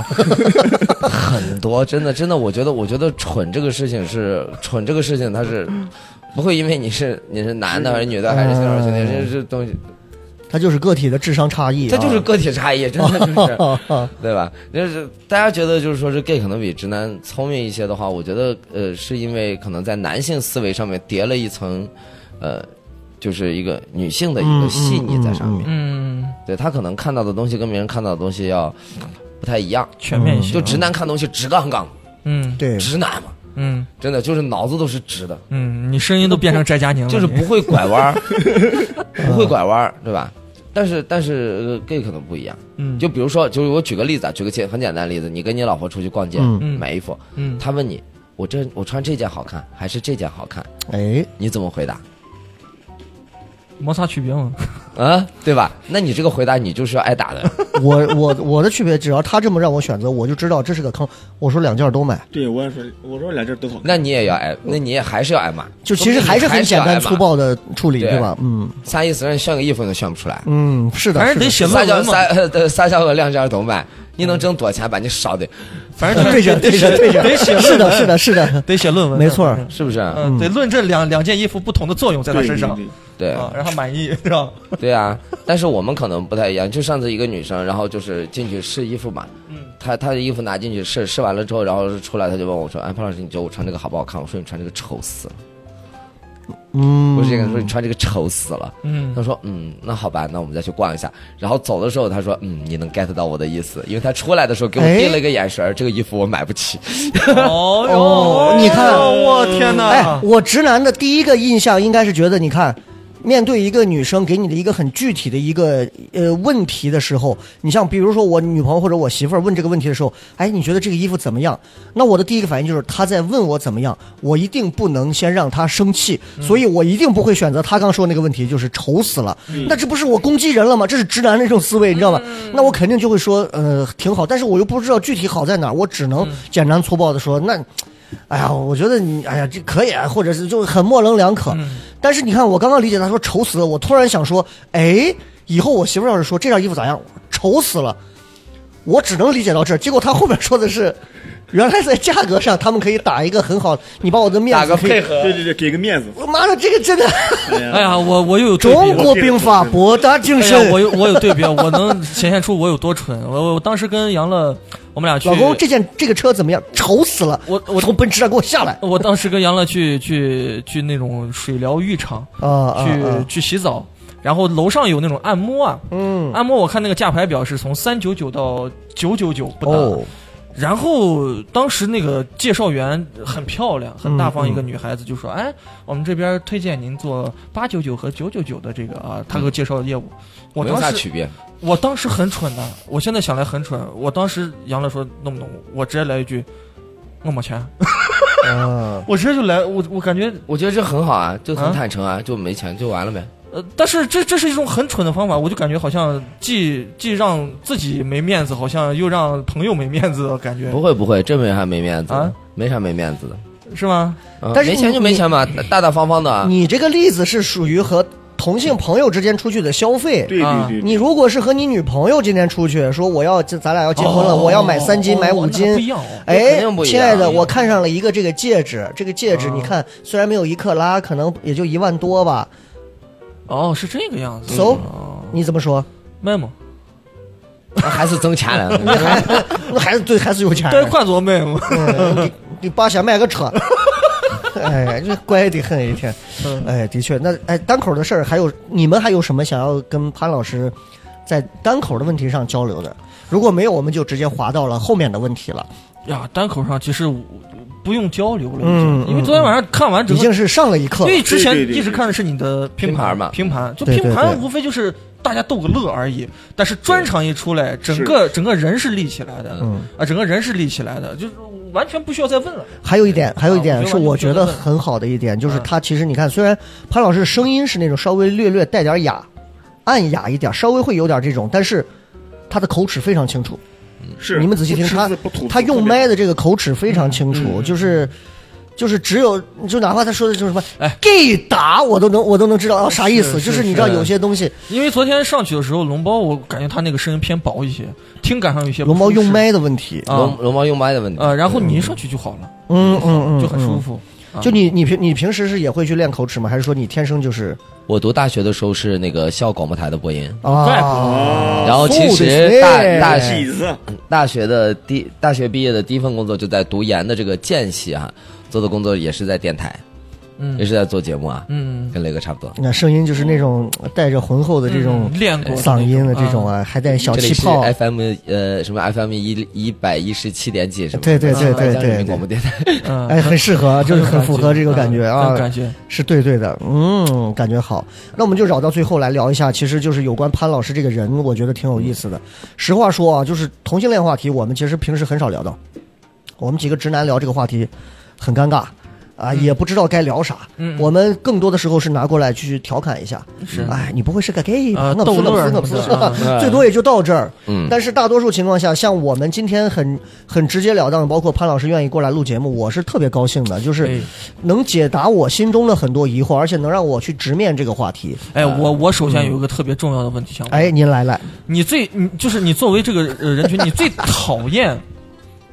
Speaker 4: 很多，真的真的，我觉得我觉得蠢这个事情是蠢这个事情，它是不会因为你是你是男的还是女的还是性少数群体，这这东西
Speaker 2: 它就是个体的智商差异、啊，，
Speaker 4: 这就是个体差异，真的就是
Speaker 2: 啊
Speaker 4: 对吧？就是大家觉得就是说是 gay 可能比直男聪明一些的话，我觉得呃是因为可能在男性思维上面叠了一层，呃，就是一个女性的一个细腻在上面，
Speaker 5: 嗯，
Speaker 4: 对他可能看到的东西跟别人看到的东西要不太一样，
Speaker 5: 全面性，
Speaker 4: 就直，男看东西直杠杠，
Speaker 5: 嗯，，
Speaker 2: 嗯啊对，
Speaker 4: 直男嘛，
Speaker 5: 嗯
Speaker 4: 真的就是脑子都是直的，
Speaker 5: 嗯，你声音都变成翟佳宁了，
Speaker 4: 就是
Speaker 5: 你
Speaker 4: 不会 拐弯儿， 不会拐弯儿，对吧？但是但是、呃、gay 可能不一样，
Speaker 5: 嗯
Speaker 4: 就比如说，就是我举个例子啊，举个简很简单的例子，你跟你老婆出去逛街、
Speaker 2: 嗯
Speaker 5: 嗯
Speaker 4: 买衣服，
Speaker 5: 嗯，
Speaker 4: 她问你，我这我穿这件好看还是这件好看？
Speaker 2: 哎，
Speaker 4: 你怎么回答？
Speaker 5: 摩擦区别嘛，
Speaker 4: 啊，对吧？那你这个回答你就是要挨打的，
Speaker 2: 我我我的区别，只要他这么让我选择，我就知道这是个坑。我说两件都买，
Speaker 3: 对，我也说，我说两件都好看。
Speaker 4: 那你也要挨，那你也还是要挨骂。
Speaker 2: 就其实还是很简单粗，暴的处理，
Speaker 4: 对
Speaker 2: 对吧？嗯
Speaker 4: 仨意思让你炫个衣服你都炫不出来，
Speaker 2: 嗯，是的，
Speaker 5: 反正
Speaker 2: 是的
Speaker 5: 得写
Speaker 4: 仨
Speaker 5: 论
Speaker 4: 小
Speaker 5: 文嘛，
Speaker 4: 仨 呃仨小和两件都买，你能挣多少钱把你烧的，
Speaker 5: 反正
Speaker 2: 对着对着对着，
Speaker 5: 得写
Speaker 2: 是
Speaker 5: 论文，
Speaker 2: 的，是的，是的，
Speaker 5: 得写论文，
Speaker 2: 没错
Speaker 5: 反正
Speaker 4: 是不是？
Speaker 5: 嗯，得论证两两件衣服不同的作用在他身上
Speaker 3: 对对
Speaker 4: 对
Speaker 5: 啊，让他满意是吧？
Speaker 4: 对啊，但是我们可能不太一样。就上次一个女生，然后就是进去试衣服嘛，
Speaker 5: 嗯，
Speaker 4: 她她的衣服拿进去试，试完了之后，然后出来她就问我说：“哎，潘老师，你觉得我穿这个好不好看？”我说：“你穿这个丑死了。
Speaker 2: 嗯，
Speaker 4: 我直接跟她说：“你穿这个丑死了。”
Speaker 5: 嗯
Speaker 4: 她说：“嗯，那好吧，那我们再去逛一下。”然后走的时候，她说：“嗯，你能 get 到我的意思，因为她出来的时候给我
Speaker 2: 哎
Speaker 4: 递了一个眼神儿，这个衣服我买不起。
Speaker 5: 哦
Speaker 2: 哦
Speaker 5: 哟
Speaker 2: 你看
Speaker 5: 我天
Speaker 2: 哎
Speaker 5: 哪，！
Speaker 2: 我直男的第一个印象应该是觉得，你看，面对一个女生给你的一个很具体的一个呃问题的时候，你像比如说我女朋友或者我媳妇儿问这个问题的时候，哎，你觉得这个衣服怎么样？那我的第一个反应就是她在问我怎么样，我一定不能先让她生气，所以我一定不会选择她刚说那个问题，就是丑死了。
Speaker 5: 嗯
Speaker 2: 那这不是我攻击人了吗？这是直男那种思维，你知道吗？那我肯定就会说，呃，挺好，但是我又不知道具体好在哪儿，我只
Speaker 5: 嗯
Speaker 2: 能简单粗暴的说，那。哎呀，我觉得你，哎呀，这可以，啊，或者是就很模棱两可。
Speaker 5: 嗯
Speaker 2: 但是你看，我刚刚理解他说丑死了，我突然想说，哎，以后我媳妇儿要是说这件衣服咋样，丑死了，我只能理解到这儿。结果他后面说的是，原来在价格上他们可以打一个很好，你把我的面子
Speaker 4: 打个
Speaker 2: 可以
Speaker 4: 配。合。
Speaker 3: 对对对，给个面子。
Speaker 2: 我妈的，这个真的，
Speaker 5: 哎呀，我我又有对比
Speaker 2: 中
Speaker 5: 了。
Speaker 2: 国兵法博大精
Speaker 5: 哎呀，
Speaker 2: 深。
Speaker 5: 我有我有对比，我能显现出我有多蠢。我我当时跟杨乐，我们俩去
Speaker 2: 老公，这件这个车怎么样？丑死了！
Speaker 5: 我我
Speaker 2: 从奔驰上给我下来
Speaker 5: 我当时跟杨乐去去去那种水疗浴场
Speaker 2: 啊啊！
Speaker 5: 去、
Speaker 2: 啊
Speaker 5: 去洗澡，然后楼上有那种按摩啊，
Speaker 2: 嗯，
Speaker 5: 按摩我看那个价牌表是从三九九到九九九不等。
Speaker 2: 哦，
Speaker 5: 然后当时那个介绍员很漂亮，很大
Speaker 2: 嗯
Speaker 5: 方一个女孩子就说：“哎，我们这边推荐您做八九九和九九九的这个啊，他给我介绍的业务。”我
Speaker 4: 没有
Speaker 5: 当
Speaker 4: 啥
Speaker 5: 时
Speaker 4: 区别，
Speaker 5: 我当时很蠢的，我现在想来很蠢。我当时杨乐说弄不弄，我直接来一句，我没 钱，
Speaker 2: 啊
Speaker 5: 我直接就来，我我感觉
Speaker 4: 我觉得这很好啊，就
Speaker 5: 啊
Speaker 4: 很坦诚啊，就没钱就完了呗。
Speaker 5: 呃，但是这这是一种很蠢的方法，我就感觉好像既既让自己没面子，好像又让朋友没面子的感觉
Speaker 2: 哦
Speaker 4: 不，会不会，真没啥没面子的
Speaker 5: 啊
Speaker 4: 没啥没面子的。
Speaker 5: 是吗？
Speaker 4: 嗯
Speaker 2: 但是
Speaker 4: 没钱就没钱嘛，大大方方的啊。
Speaker 2: 你这个例子是属于和同性朋友之间出去的消费。
Speaker 3: 对
Speaker 5: 啊
Speaker 3: 对对，
Speaker 2: 你如果是和你女朋友今天出去，说我要咱俩要结婚了，
Speaker 5: 哦
Speaker 2: 我要买三斤、
Speaker 5: 哦
Speaker 2: 买五
Speaker 5: 那
Speaker 2: 斤，
Speaker 5: 不一样哦。
Speaker 2: 哎
Speaker 4: 肯定，不一样嗯
Speaker 2: 亲爱的，我看上了一个这个戒指，这个戒指你看，虽然没有一克拉，可能也就一万多吧。
Speaker 5: 哦，是这个
Speaker 4: 嗯
Speaker 5: 样子。
Speaker 2: So？
Speaker 5: 哦
Speaker 2: 你怎么说？
Speaker 5: 卖吗？
Speaker 4: 那还是挣钱 了。
Speaker 2: 那孩子对孩子有钱，
Speaker 5: 该换做卖吗？
Speaker 2: 嗯你你爸想买个车。 哎，这乖得很一天。
Speaker 5: 嗯
Speaker 2: 哎，的确，那哎，单口的事儿还有，你们还有什么想要跟潘老师在单口的问题上交流的？如果没有，我们就直接滑到了后面的问题了，
Speaker 5: 呀，单口上其实我不用交流了，已
Speaker 2: 嗯
Speaker 5: 经，因为昨天晚上看完整
Speaker 2: 已
Speaker 5: 个
Speaker 2: 经是上了一课
Speaker 5: 因
Speaker 2: 了。
Speaker 5: 为之前
Speaker 3: 对对对
Speaker 5: 一直看的是你的拼
Speaker 4: 拼盘嘛
Speaker 5: 拼盘就
Speaker 2: 对
Speaker 5: 拼
Speaker 2: 对
Speaker 5: 盘
Speaker 2: 对
Speaker 5: 无非就是大家逗个乐而已。但是专场一出来，整个整个人是立起来的，
Speaker 2: 嗯
Speaker 5: 啊，整个人是立起来的，就是完全不需要再问了。
Speaker 2: 还有一点，还有一点是我觉得
Speaker 5: 啊我觉得
Speaker 2: 很好的一点，就是
Speaker 5: 嗯
Speaker 2: 他其实你看，虽然潘老师声音是那种稍微略略带点哑，暗哑一点，稍微会有点这种，但是他的口齿非常清楚。
Speaker 3: 是
Speaker 2: 你们仔细听
Speaker 3: 不吃
Speaker 2: 他
Speaker 3: 字不吐字，
Speaker 2: 他用
Speaker 3: 特别
Speaker 2: 麦的这个口齿非常清楚，就是就是只有就哪怕他说的就是什么
Speaker 5: 哎
Speaker 2: gay 打，我都能我都能知道哦啥意思，
Speaker 5: 是是
Speaker 2: 就是你
Speaker 5: 是
Speaker 2: 知道有些东西
Speaker 5: 因为昨天上去的时候，龙包我感觉他那个声音偏薄一些，听感上有些不
Speaker 2: 龙猫
Speaker 5: 舒适
Speaker 2: 用麦的问题，
Speaker 5: 啊
Speaker 4: 龙龙猫用麦的问题
Speaker 5: 呃，然后你一上去就好了，
Speaker 2: 嗯嗯嗯，
Speaker 5: 就很
Speaker 2: 嗯
Speaker 5: 舒服。
Speaker 2: 就你你平你平时是也会去练口齿吗？还是说你天生就是
Speaker 4: 我读大学的时候是那个校广播台的播音，
Speaker 5: 怪不
Speaker 2: 啊？
Speaker 3: 得
Speaker 4: 然后其
Speaker 2: そうです
Speaker 4: 实
Speaker 2: ね
Speaker 4: 大大
Speaker 3: 痞子，
Speaker 2: 哎
Speaker 4: 大学的第大学毕业的第一份工作就在读研的这个间隙啊，做的工作也是在电台，
Speaker 5: 嗯
Speaker 4: 也是在做节目啊，
Speaker 5: 嗯，
Speaker 4: 跟雷哥差不多。
Speaker 2: 那声音就是那种带着浑厚的这种
Speaker 5: 嗯练过的
Speaker 2: 嗓音的
Speaker 5: 那
Speaker 2: 这种
Speaker 5: 啊，
Speaker 2: 啊，还带小
Speaker 4: 这
Speaker 2: 气
Speaker 4: 里是
Speaker 2: 泡。
Speaker 4: FM 呃什么 FM 一一百一十七点几什么
Speaker 2: 对
Speaker 4: 的？
Speaker 2: 对对对
Speaker 4: 江人
Speaker 2: 对对
Speaker 4: 民广播，电台。
Speaker 5: 嗯，
Speaker 2: 哎，很适合，就是很符合这个感觉啊
Speaker 5: 嗯，感觉
Speaker 2: 是对对的，嗯，感觉好。那我们就绕到最后来聊一下，其实就是有关潘老师这个人，我觉得挺有意思的。实话说啊，就是同性恋话题，我们其实平时很少聊到，我们几个直男聊这个话题很尴尬啊，也不知道该聊啥。
Speaker 5: 嗯
Speaker 2: 我们更多的时候是拿过来去调侃一下，
Speaker 5: 是
Speaker 2: 哎，你不会是个 gay 吧
Speaker 5: 啊？
Speaker 2: 那不是
Speaker 5: 逗乐儿
Speaker 2: 那不是
Speaker 5: 什么的啊
Speaker 2: 那不 是，最多也就到这儿。
Speaker 4: 嗯，
Speaker 2: 但是大多数情况下，像我们今天很很直截了当的，包括潘老师愿意过来录节目，我是特别高兴的，就是
Speaker 5: 哎
Speaker 2: 能解答我心中的很多疑惑，而且能让我去直面这个话题。
Speaker 5: 哎，我我首
Speaker 2: 嗯
Speaker 5: 先有一个特别重要的问题想问，
Speaker 2: 哎，您来来，
Speaker 5: 你最你就是你作为这个呃人群，你最讨厌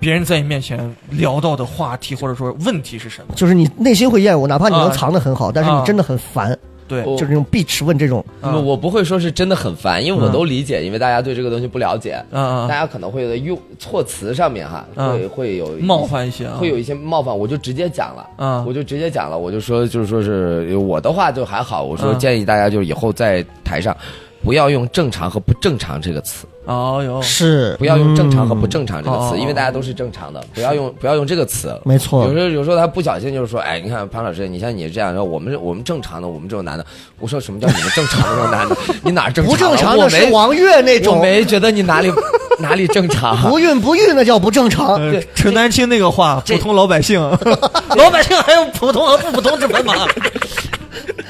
Speaker 5: 别人在你面前聊到的话题或者说问题是什么？
Speaker 2: 就是你内心会厌恶，哪怕你能
Speaker 5: 啊
Speaker 2: 藏得很好，但是你真的很烦，
Speaker 5: 对，
Speaker 4: 我
Speaker 2: 就是那种 bitch 问这种，
Speaker 4: 那么
Speaker 5: 嗯
Speaker 4: 我不会说是真的很烦，因为我都理解，因为大家对这个东西不了解，
Speaker 5: 嗯
Speaker 4: 大
Speaker 5: 嗯
Speaker 4: 家可能会在用措辞上面哈，
Speaker 5: 嗯
Speaker 4: 会会有
Speaker 5: 嗯，冒，犯一些啊，
Speaker 4: 会有一些冒犯，我就直接讲了。
Speaker 5: 啊
Speaker 4: 我，就直接讲了，我就说，就是说是我的话就还好，我说
Speaker 5: 嗯
Speaker 4: 建议大家就是以后在台上，不要用正常和不正常这个词，
Speaker 5: 哦哟，
Speaker 2: 是
Speaker 4: 不要用正常和
Speaker 2: 嗯
Speaker 4: 不正常这个
Speaker 5: 哦哦
Speaker 4: 词，
Speaker 5: 哦
Speaker 4: 因为大家都是正常的，不要用不要用这个词。
Speaker 2: 没错
Speaker 4: 有时，候有时候他不小心就是说，哎，你看潘老师，你像你这样，然后我们我们正常的，我们这种男的，我说什么叫你们正常的这种男的？你哪儿正常
Speaker 2: 不
Speaker 4: 了？
Speaker 2: 正常
Speaker 4: 我
Speaker 2: 的是
Speaker 4: 没
Speaker 2: 王悦那
Speaker 4: 我
Speaker 2: 种，
Speaker 4: 没觉得你哪里哪里正常。啊
Speaker 2: 不孕不育那叫不正常。
Speaker 4: 对
Speaker 5: 呃陈丹青那个话，
Speaker 4: 这
Speaker 5: 普通老百 姓，老百姓还有普通和不普通之分吗？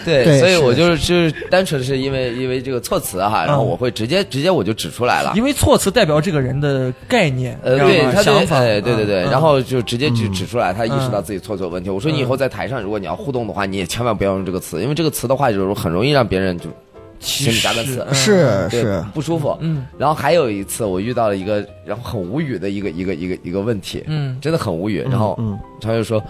Speaker 4: 对，
Speaker 2: 对
Speaker 4: 所以
Speaker 2: 是
Speaker 4: 我就是就是单纯是因为因为这个措辞哈，然后
Speaker 5: 嗯
Speaker 4: 我会直接直接我就指出来了。
Speaker 5: 因为措辞代表这个人的概念，
Speaker 4: 呃，
Speaker 5: 知道吗
Speaker 4: 对，他对
Speaker 5: 想法，
Speaker 4: 哎，对对对，
Speaker 5: 嗯
Speaker 4: 然后就直接就指出来，他意识
Speaker 5: 嗯
Speaker 4: 到自己错错问题。我说你
Speaker 2: 嗯
Speaker 4: 以后在台上，如果你要互动的话，你也千万不要用这个词，因为这个词的话，就是很容易让别人就
Speaker 5: 其
Speaker 4: 心里
Speaker 5: 实啊
Speaker 4: 加个刺
Speaker 2: 是
Speaker 4: 对
Speaker 2: 是，
Speaker 4: 不舒服。
Speaker 5: 嗯
Speaker 4: 然后还有一次，我遇到了一个然后很无语的一个一个一个一个问题，
Speaker 5: 嗯
Speaker 4: 真的很无语。然后
Speaker 2: 嗯
Speaker 4: 他就说，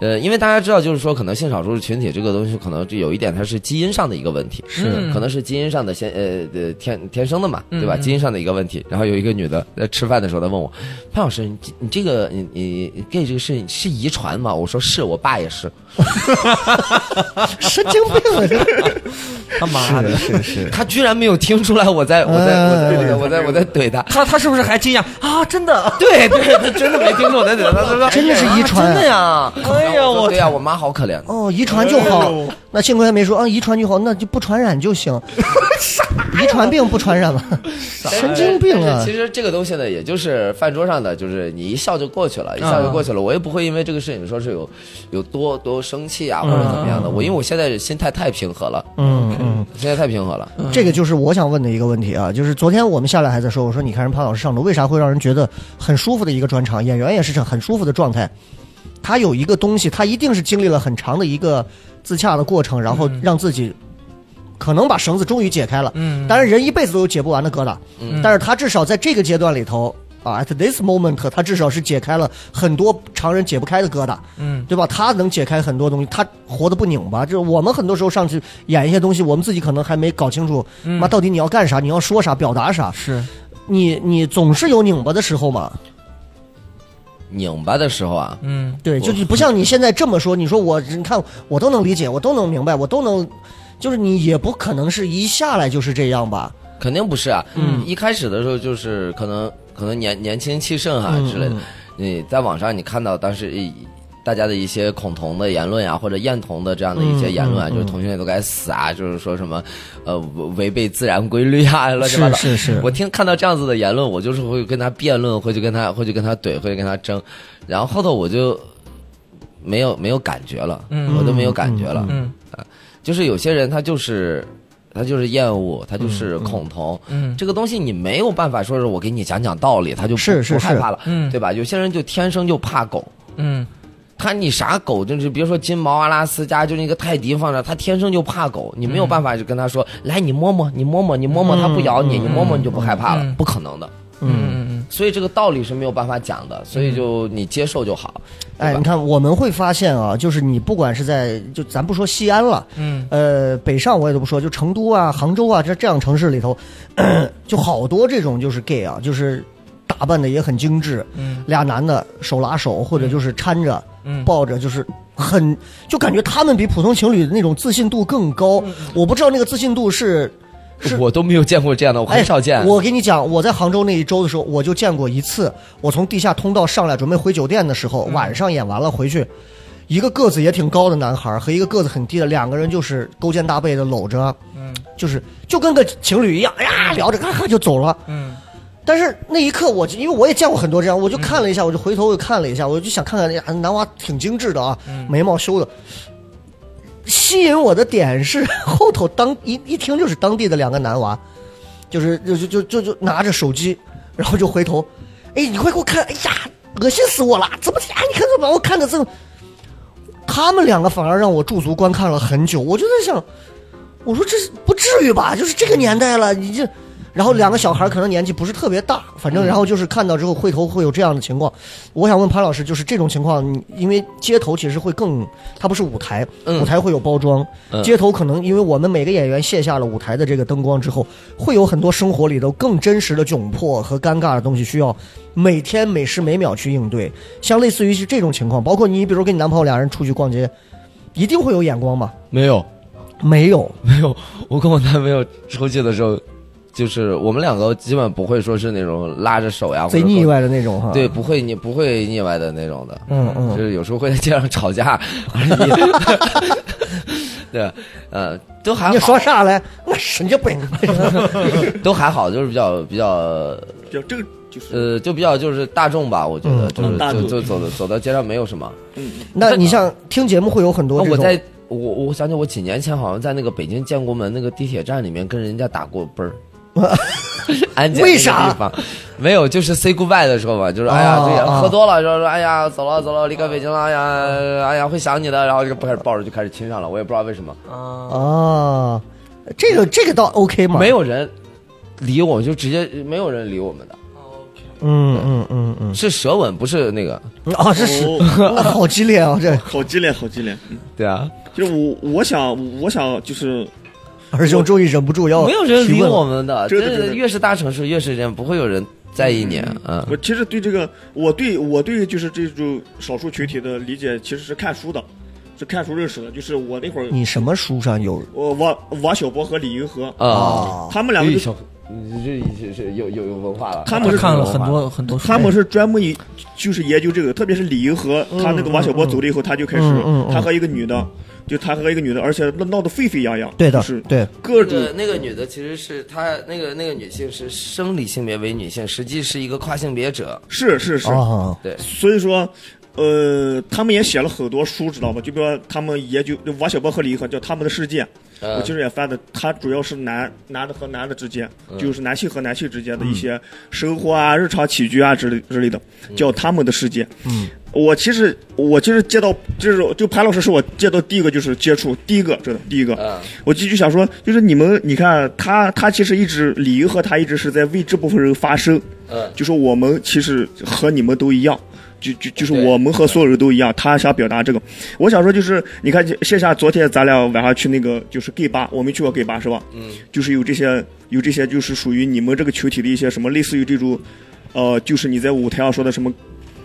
Speaker 4: 呃，因为大家知道，就是说可能性少数群体这个东西，可能就有一点它是基因上的一个问题，
Speaker 5: 嗯
Speaker 4: 可能是基因上的先呃呃天天生的嘛，
Speaker 5: 嗯
Speaker 4: 对吧？
Speaker 5: 嗯
Speaker 4: 基因上的一个问题。然后有一个女的在吃饭的时候，她问我，潘老师，你你这个你你你 gay 这个事情是遗传吗？我说是我爸也是。
Speaker 2: 神经病啊！这
Speaker 5: 他妈 的，
Speaker 2: 是是。
Speaker 4: 他居然没有听出来我在我在我在我在我在怼他。
Speaker 5: 他他是不是还惊讶啊？真的，
Speaker 4: 对对，他真的没听出我在怼他，他说
Speaker 2: 真的是遗传
Speaker 4: 啊真的呀！
Speaker 5: 哎
Speaker 4: 然
Speaker 5: 呀，
Speaker 4: 后我说
Speaker 5: 我
Speaker 4: 对呀，我妈好可怜。
Speaker 2: 哦，遗传就
Speaker 5: 哎
Speaker 2: 好。那幸亏还没说啊，遗传就好，那就不传染就 行。遗传病不传染吗？神经病
Speaker 4: 但是
Speaker 2: 啊
Speaker 4: 其！实这个东西呢，也就是饭桌上的，就是你一笑就过去了，一笑就过去
Speaker 2: 啊
Speaker 4: 了。我也不会因为这个事情说是有有多多生气啊，或者怎么样的。我因为我现在心态太平和了，
Speaker 2: 嗯嗯，
Speaker 4: 现在太平和了。
Speaker 5: 嗯
Speaker 2: 这个就是我想问的一个问题啊，就是昨天我们下来还在说，我说你看人潘老师上楼为啥会让人觉得很舒服的一个专场，演员也是很舒服的状态。他有一个东西，他一定是经历了很长的一个自洽的过程，然后让自己可能把绳子终于解开了。
Speaker 5: 嗯
Speaker 2: 当然人一辈子都有解不完的疙瘩，
Speaker 4: 嗯
Speaker 2: 但是他至少在这个阶段里头啊，at this moment，他至少是解开了很多常人解不开的疙瘩，
Speaker 5: 嗯
Speaker 2: 对吧？他能解开很多东西，他活得不拧巴。就是我们很多时候上去演一些东西，我们自己可能还没搞清楚，
Speaker 5: 嗯
Speaker 2: 妈到底你要干啥，你要说啥，表达啥，
Speaker 5: 是
Speaker 2: 你你总是有拧巴的时候嘛。
Speaker 4: 拧巴的时候啊，
Speaker 5: 嗯
Speaker 2: 对，就是不像你现在这么说，你说我，你看我都能理解，我都能明白，我都能，就是你也不可能是一下来就是这样吧？
Speaker 4: 肯定不是啊。
Speaker 5: 嗯
Speaker 4: 一开始的时候就是可能可能年年轻气盛啊
Speaker 2: 嗯
Speaker 4: 之类的。你在网上你看到当时一大家的一些恐同的言论啊，或者厌同的这样的一些言论啊，
Speaker 2: 嗯嗯
Speaker 4: 就是同性恋都该死啊，就是说什么呃违背自然规律 啊，乱七八
Speaker 2: 是
Speaker 4: 糟。
Speaker 2: 是是
Speaker 4: 我，听看到这样子的言论，我就是会跟他辩论，会去跟他会去跟他怼，会去跟他争，然后后头我就没有没有感觉了，
Speaker 5: 嗯
Speaker 4: 我都没有感觉了。
Speaker 5: 嗯
Speaker 4: 就是有些人他就是他就是厌恶，他就是恐同，
Speaker 5: 嗯
Speaker 4: 这个东西你没有办法说是我给你讲讲道理，他就不
Speaker 2: 是是
Speaker 4: 不害
Speaker 2: 是
Speaker 4: 怕了，
Speaker 5: 嗯
Speaker 4: 对吧？有些人就天生就怕狗。
Speaker 5: 嗯
Speaker 4: 他你啥狗，就是别说金毛、阿拉斯加，就那个泰迪放着，他天生就怕狗，你没有办法就跟他说，来你摸摸，你摸摸，你摸摸，
Speaker 2: 嗯
Speaker 4: 它不咬你，
Speaker 2: 嗯
Speaker 4: 你摸摸你就不害怕了
Speaker 5: 嗯，
Speaker 4: 不可能的。
Speaker 5: 嗯嗯
Speaker 4: 所以这个道理是没有办法讲的，所以就你接受就好。
Speaker 2: 嗯哎，你看我们会发现啊，就是你不管是在就咱不说西安了，
Speaker 5: 嗯，
Speaker 2: 呃，北上我也都不说，就成都啊、杭州啊这这样城市里头， 就好多这种就是 gay 啊，就是打扮的也很精致，
Speaker 5: 嗯
Speaker 2: 俩男的手拉手或者就是搀着、
Speaker 5: 嗯，
Speaker 2: 抱着，就是很就感觉他们比普通情侣的那种自信度更高。
Speaker 5: 嗯
Speaker 2: 我不知道那个自信度是是
Speaker 4: 我都没有见过这样的，我很少见。
Speaker 2: 哎。我跟你讲，我在杭州那一周的时候，我就见过一次。我从地下通道上来，准备回酒店的时
Speaker 5: 嗯
Speaker 2: 候，晚上演完了回去，一个个子也挺高的男孩和一个个子很低的，两个人就是勾肩搭背的搂着，
Speaker 5: 嗯
Speaker 2: 就是就跟个情侣一样，哎呀聊着，咔咔就走了。
Speaker 5: 嗯
Speaker 2: 但是那一刻我，就因为我也见过很多这样，我就看了一下，我就回头我就看了一下，我就想看看，哎呀，男娃挺精致的啊，
Speaker 5: 嗯
Speaker 2: 眉毛修的。吸引我的点是 后头当一一听就是当地的两个男娃，就是就就就就就拿着手机，然后就回头，哎，你快给我看，哎呀，恶心死我了，怎么啊？你看这把我看的这么，他们两个反而让我驻足观看了很久，我就在想，我说这是不至于吧？就是这个年代了，
Speaker 4: 嗯
Speaker 2: 你这，然后两个小孩可能年纪不是特别大，反
Speaker 4: 嗯
Speaker 2: 正然后就是看到之后会头会有这样的情况。我想问潘老师，就是这种情况，你因为街头其实会更，它不是舞台，
Speaker 4: 嗯
Speaker 2: 舞台会有包装，
Speaker 4: 嗯
Speaker 2: 街头可能因为我们每个演员卸下了舞台的这个灯光之后，会有很多生活里头更真实的窘迫和尴尬的东西，需要每天每时每秒去应对。像类似于是这种情况，包括你比如跟你男朋友俩人出去逛街，一定会有眼光吧？
Speaker 4: 没有，
Speaker 2: 没有，
Speaker 4: 没有，哎我跟我男朋友出去的时候，就是我们两个基本不会说是那种拉着手呀，
Speaker 2: 贼
Speaker 4: 或者
Speaker 2: 腻
Speaker 4: 说，
Speaker 2: 歪的那种哈。
Speaker 4: 对，，不会腻不会腻歪的那种的，
Speaker 2: 嗯嗯
Speaker 4: 就。是有时候会在街上吵架 而已。 对，呃，都还
Speaker 2: 你
Speaker 4: 好，
Speaker 2: 说啥来？我神经 病！
Speaker 4: 都还好，就是比较比较
Speaker 3: 就这个就是
Speaker 4: 呃，就比较就是大众吧，我觉得
Speaker 2: 嗯
Speaker 4: 就是
Speaker 3: 大
Speaker 4: 就
Speaker 3: 众
Speaker 4: 就走的走到街上没有什么。
Speaker 2: 那你像听节目会有很多这
Speaker 4: 哦我
Speaker 2: 种，
Speaker 4: 在我我想起我几年前好像在那个北京建国门那个地铁站里面跟人家打过啵儿。安检那
Speaker 2: 为
Speaker 4: 个
Speaker 2: 啥
Speaker 4: 地方没有？就是 say goodbye 的时候嘛，就是哎呀，
Speaker 2: 哦
Speaker 4: 对呀，
Speaker 2: 哦
Speaker 4: 喝多了，然后说哎呀，走了走了，离开北京了，哎呀，哎呀，会想你的，然后就开始抱着就开始亲上了，我也不知道为什么，
Speaker 5: 啊，
Speaker 2: 啊，这个这个倒 OK 嘛？
Speaker 4: 没，有人理我，就直接没有人理我们的，
Speaker 2: 嗯嗯嗯嗯
Speaker 4: 是舌吻，不是那个，
Speaker 2: 嗯，啊，这是
Speaker 3: 哦
Speaker 2: 那 好激烈啊，这
Speaker 3: 好激烈，好激烈。嗯
Speaker 4: 对啊，
Speaker 3: 就是我我想我想就是
Speaker 2: 二兄终于忍不住要
Speaker 4: 没有人
Speaker 2: 哦提
Speaker 4: 理
Speaker 2: 问了
Speaker 4: 我们的，
Speaker 3: 对
Speaker 4: 真
Speaker 3: 对对
Speaker 4: 的
Speaker 3: 对
Speaker 4: 越是大城市越是这样，不会有人在意你，嗯，
Speaker 3: 我其实对这个，我对我对就是这种少数群体的理解，其实是看书的，是看书认识的。就是我那会儿，
Speaker 2: 你什么书上有
Speaker 3: 我王王小波和李银河，
Speaker 4: 啊，
Speaker 2: 啊？
Speaker 3: 他们两个就
Speaker 4: 小，你这这这有有有文化了，
Speaker 3: 他
Speaker 5: 我
Speaker 3: 们是
Speaker 5: 看了很多很多书，
Speaker 2: 哎
Speaker 3: 他们是专门以就是研究这个，特别是李银河，他那个王小波走了以后，他就开始
Speaker 2: 嗯嗯嗯，
Speaker 3: 他和一个女的，就他和一个女的，而且闹闹得沸沸扬扬，
Speaker 2: 对的
Speaker 3: 就是，
Speaker 2: 对，
Speaker 3: 各
Speaker 4: 那
Speaker 3: 种
Speaker 4: 个那个女的其实是她那个那个女性是生理性别为女性，实际是一个跨性别者。
Speaker 3: 是是是，
Speaker 2: 啊，
Speaker 4: 对，
Speaker 3: 所以说，呃，他们也写了很多书，知道吧？就比如说他们研究王小波和李银河叫《他们的世界》，我
Speaker 4: 呃
Speaker 3: 其实也翻的，它主要是男男的和男的之间，就是男性和男性之间的一些生活啊、日常起居啊之类之类的，叫他们的世界。
Speaker 2: 嗯，
Speaker 3: 我其实我其实接到就是就潘老师是我接到第一个就是接触第一个真的第一个，
Speaker 4: 嗯
Speaker 3: 我就就想说就是你们你看他他其实一直李银河他一直是在为这部分人发声，
Speaker 4: 嗯，
Speaker 3: 就说我们其实和你们都一样，就就就是
Speaker 4: 对
Speaker 3: 我们和所有人都一样。他想表达这个，我想说就是，你看线下昨天咱俩晚上去那个就是 gay 吧，我没去过 gay 吧是吧？
Speaker 4: 嗯，
Speaker 3: 就是有这些有这些就是属于你们这个群体的一些什么类似于这种，呃，就是你在舞台上说的什么。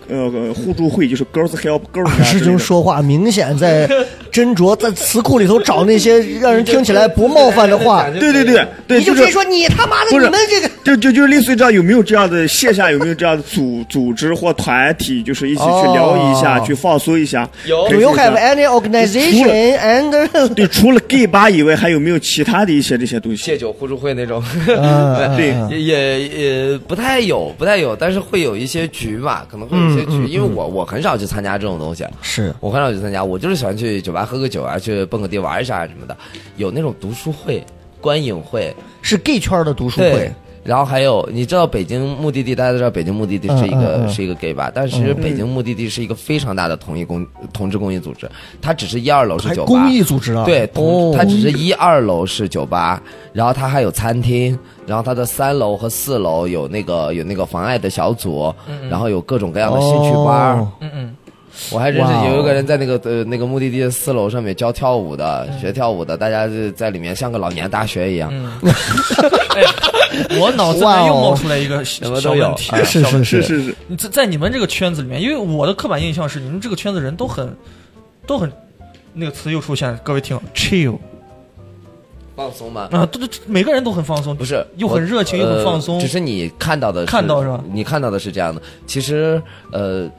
Speaker 3: 呃，呃互助会就是 girls help girls 啊
Speaker 2: 二师
Speaker 3: 之类
Speaker 2: 兄
Speaker 3: 的
Speaker 2: 说话明显在 斟酌，在词库里头找那些让人听起来不冒犯的 话，
Speaker 3: 对对对对，
Speaker 2: 你就是直接说你他妈的
Speaker 3: 不
Speaker 2: 你
Speaker 3: 是
Speaker 2: 们这个
Speaker 3: 就就就类似于这样，有没有这样的线下有没有这样的组组织或团体，就是一起去聊一下，
Speaker 2: 哦
Speaker 3: 去放松一下？
Speaker 4: 有
Speaker 3: 开
Speaker 2: ，Do
Speaker 3: 心
Speaker 2: you
Speaker 3: 一下
Speaker 2: have any organization and？
Speaker 3: 对，除了 gay 吧以外，还有没有其他的一些这些东西？
Speaker 4: 戒酒互助会那种，
Speaker 2: 嗯
Speaker 3: 对
Speaker 2: 嗯
Speaker 4: 也也也不太有，不太有，但是会有一些局吧，可能会有一些
Speaker 3: 嗯
Speaker 4: 局，因为我我很少去参加这种东西，
Speaker 2: 是
Speaker 4: 我很少去参加，我就是喜欢去酒吧喝个酒啊，去蹦个迪玩一下什么的，有那种读书会、观影会，
Speaker 2: 是 gay 圈的读书
Speaker 4: 对
Speaker 2: 会，，
Speaker 4: 然后还有，你知道北京目的地，大家都知道北京目的地是一个、
Speaker 2: 嗯嗯嗯
Speaker 4: 是一个 gay 吧，但是其实北京目的地是一个非常大的同一公同志公益组织，它只是一二楼是
Speaker 2: 还
Speaker 4: 酒吧，
Speaker 2: 公益组织啊？
Speaker 4: 对，
Speaker 2: 哦
Speaker 4: 同它只是一二楼是酒吧，然后它还有餐厅，然后它的三楼和四楼有那个有那个防艾的小组，然后有各种各样的兴趣班儿。
Speaker 2: 嗯哦
Speaker 5: 嗯嗯，
Speaker 4: 我还认识
Speaker 2: 哇哦
Speaker 4: 有一个人在那个呃那个目的地的四楼上面教跳舞的，
Speaker 2: 嗯
Speaker 4: 学跳舞的，大家就在里面像个老年大学一样。
Speaker 5: 嗯 哎我脑子里面又冒出来一个
Speaker 4: 什么
Speaker 5: 小小
Speaker 4: 都有
Speaker 5: 问题
Speaker 4: 啊。
Speaker 2: 是是
Speaker 3: 是是是，
Speaker 5: 你在在你们这个圈子里面，因为我的刻板印象是你们这个圈子人都很都很那个词又出现了，各位听 chill
Speaker 4: 放松吗？
Speaker 5: 啊，都都每个人都很放松，
Speaker 4: 不是，
Speaker 5: 又很
Speaker 4: 我
Speaker 5: 热情又很
Speaker 4: 呃
Speaker 5: 放松
Speaker 4: 只是你看到的
Speaker 5: 看到是吧
Speaker 4: 你看到的是这样的。其实呃，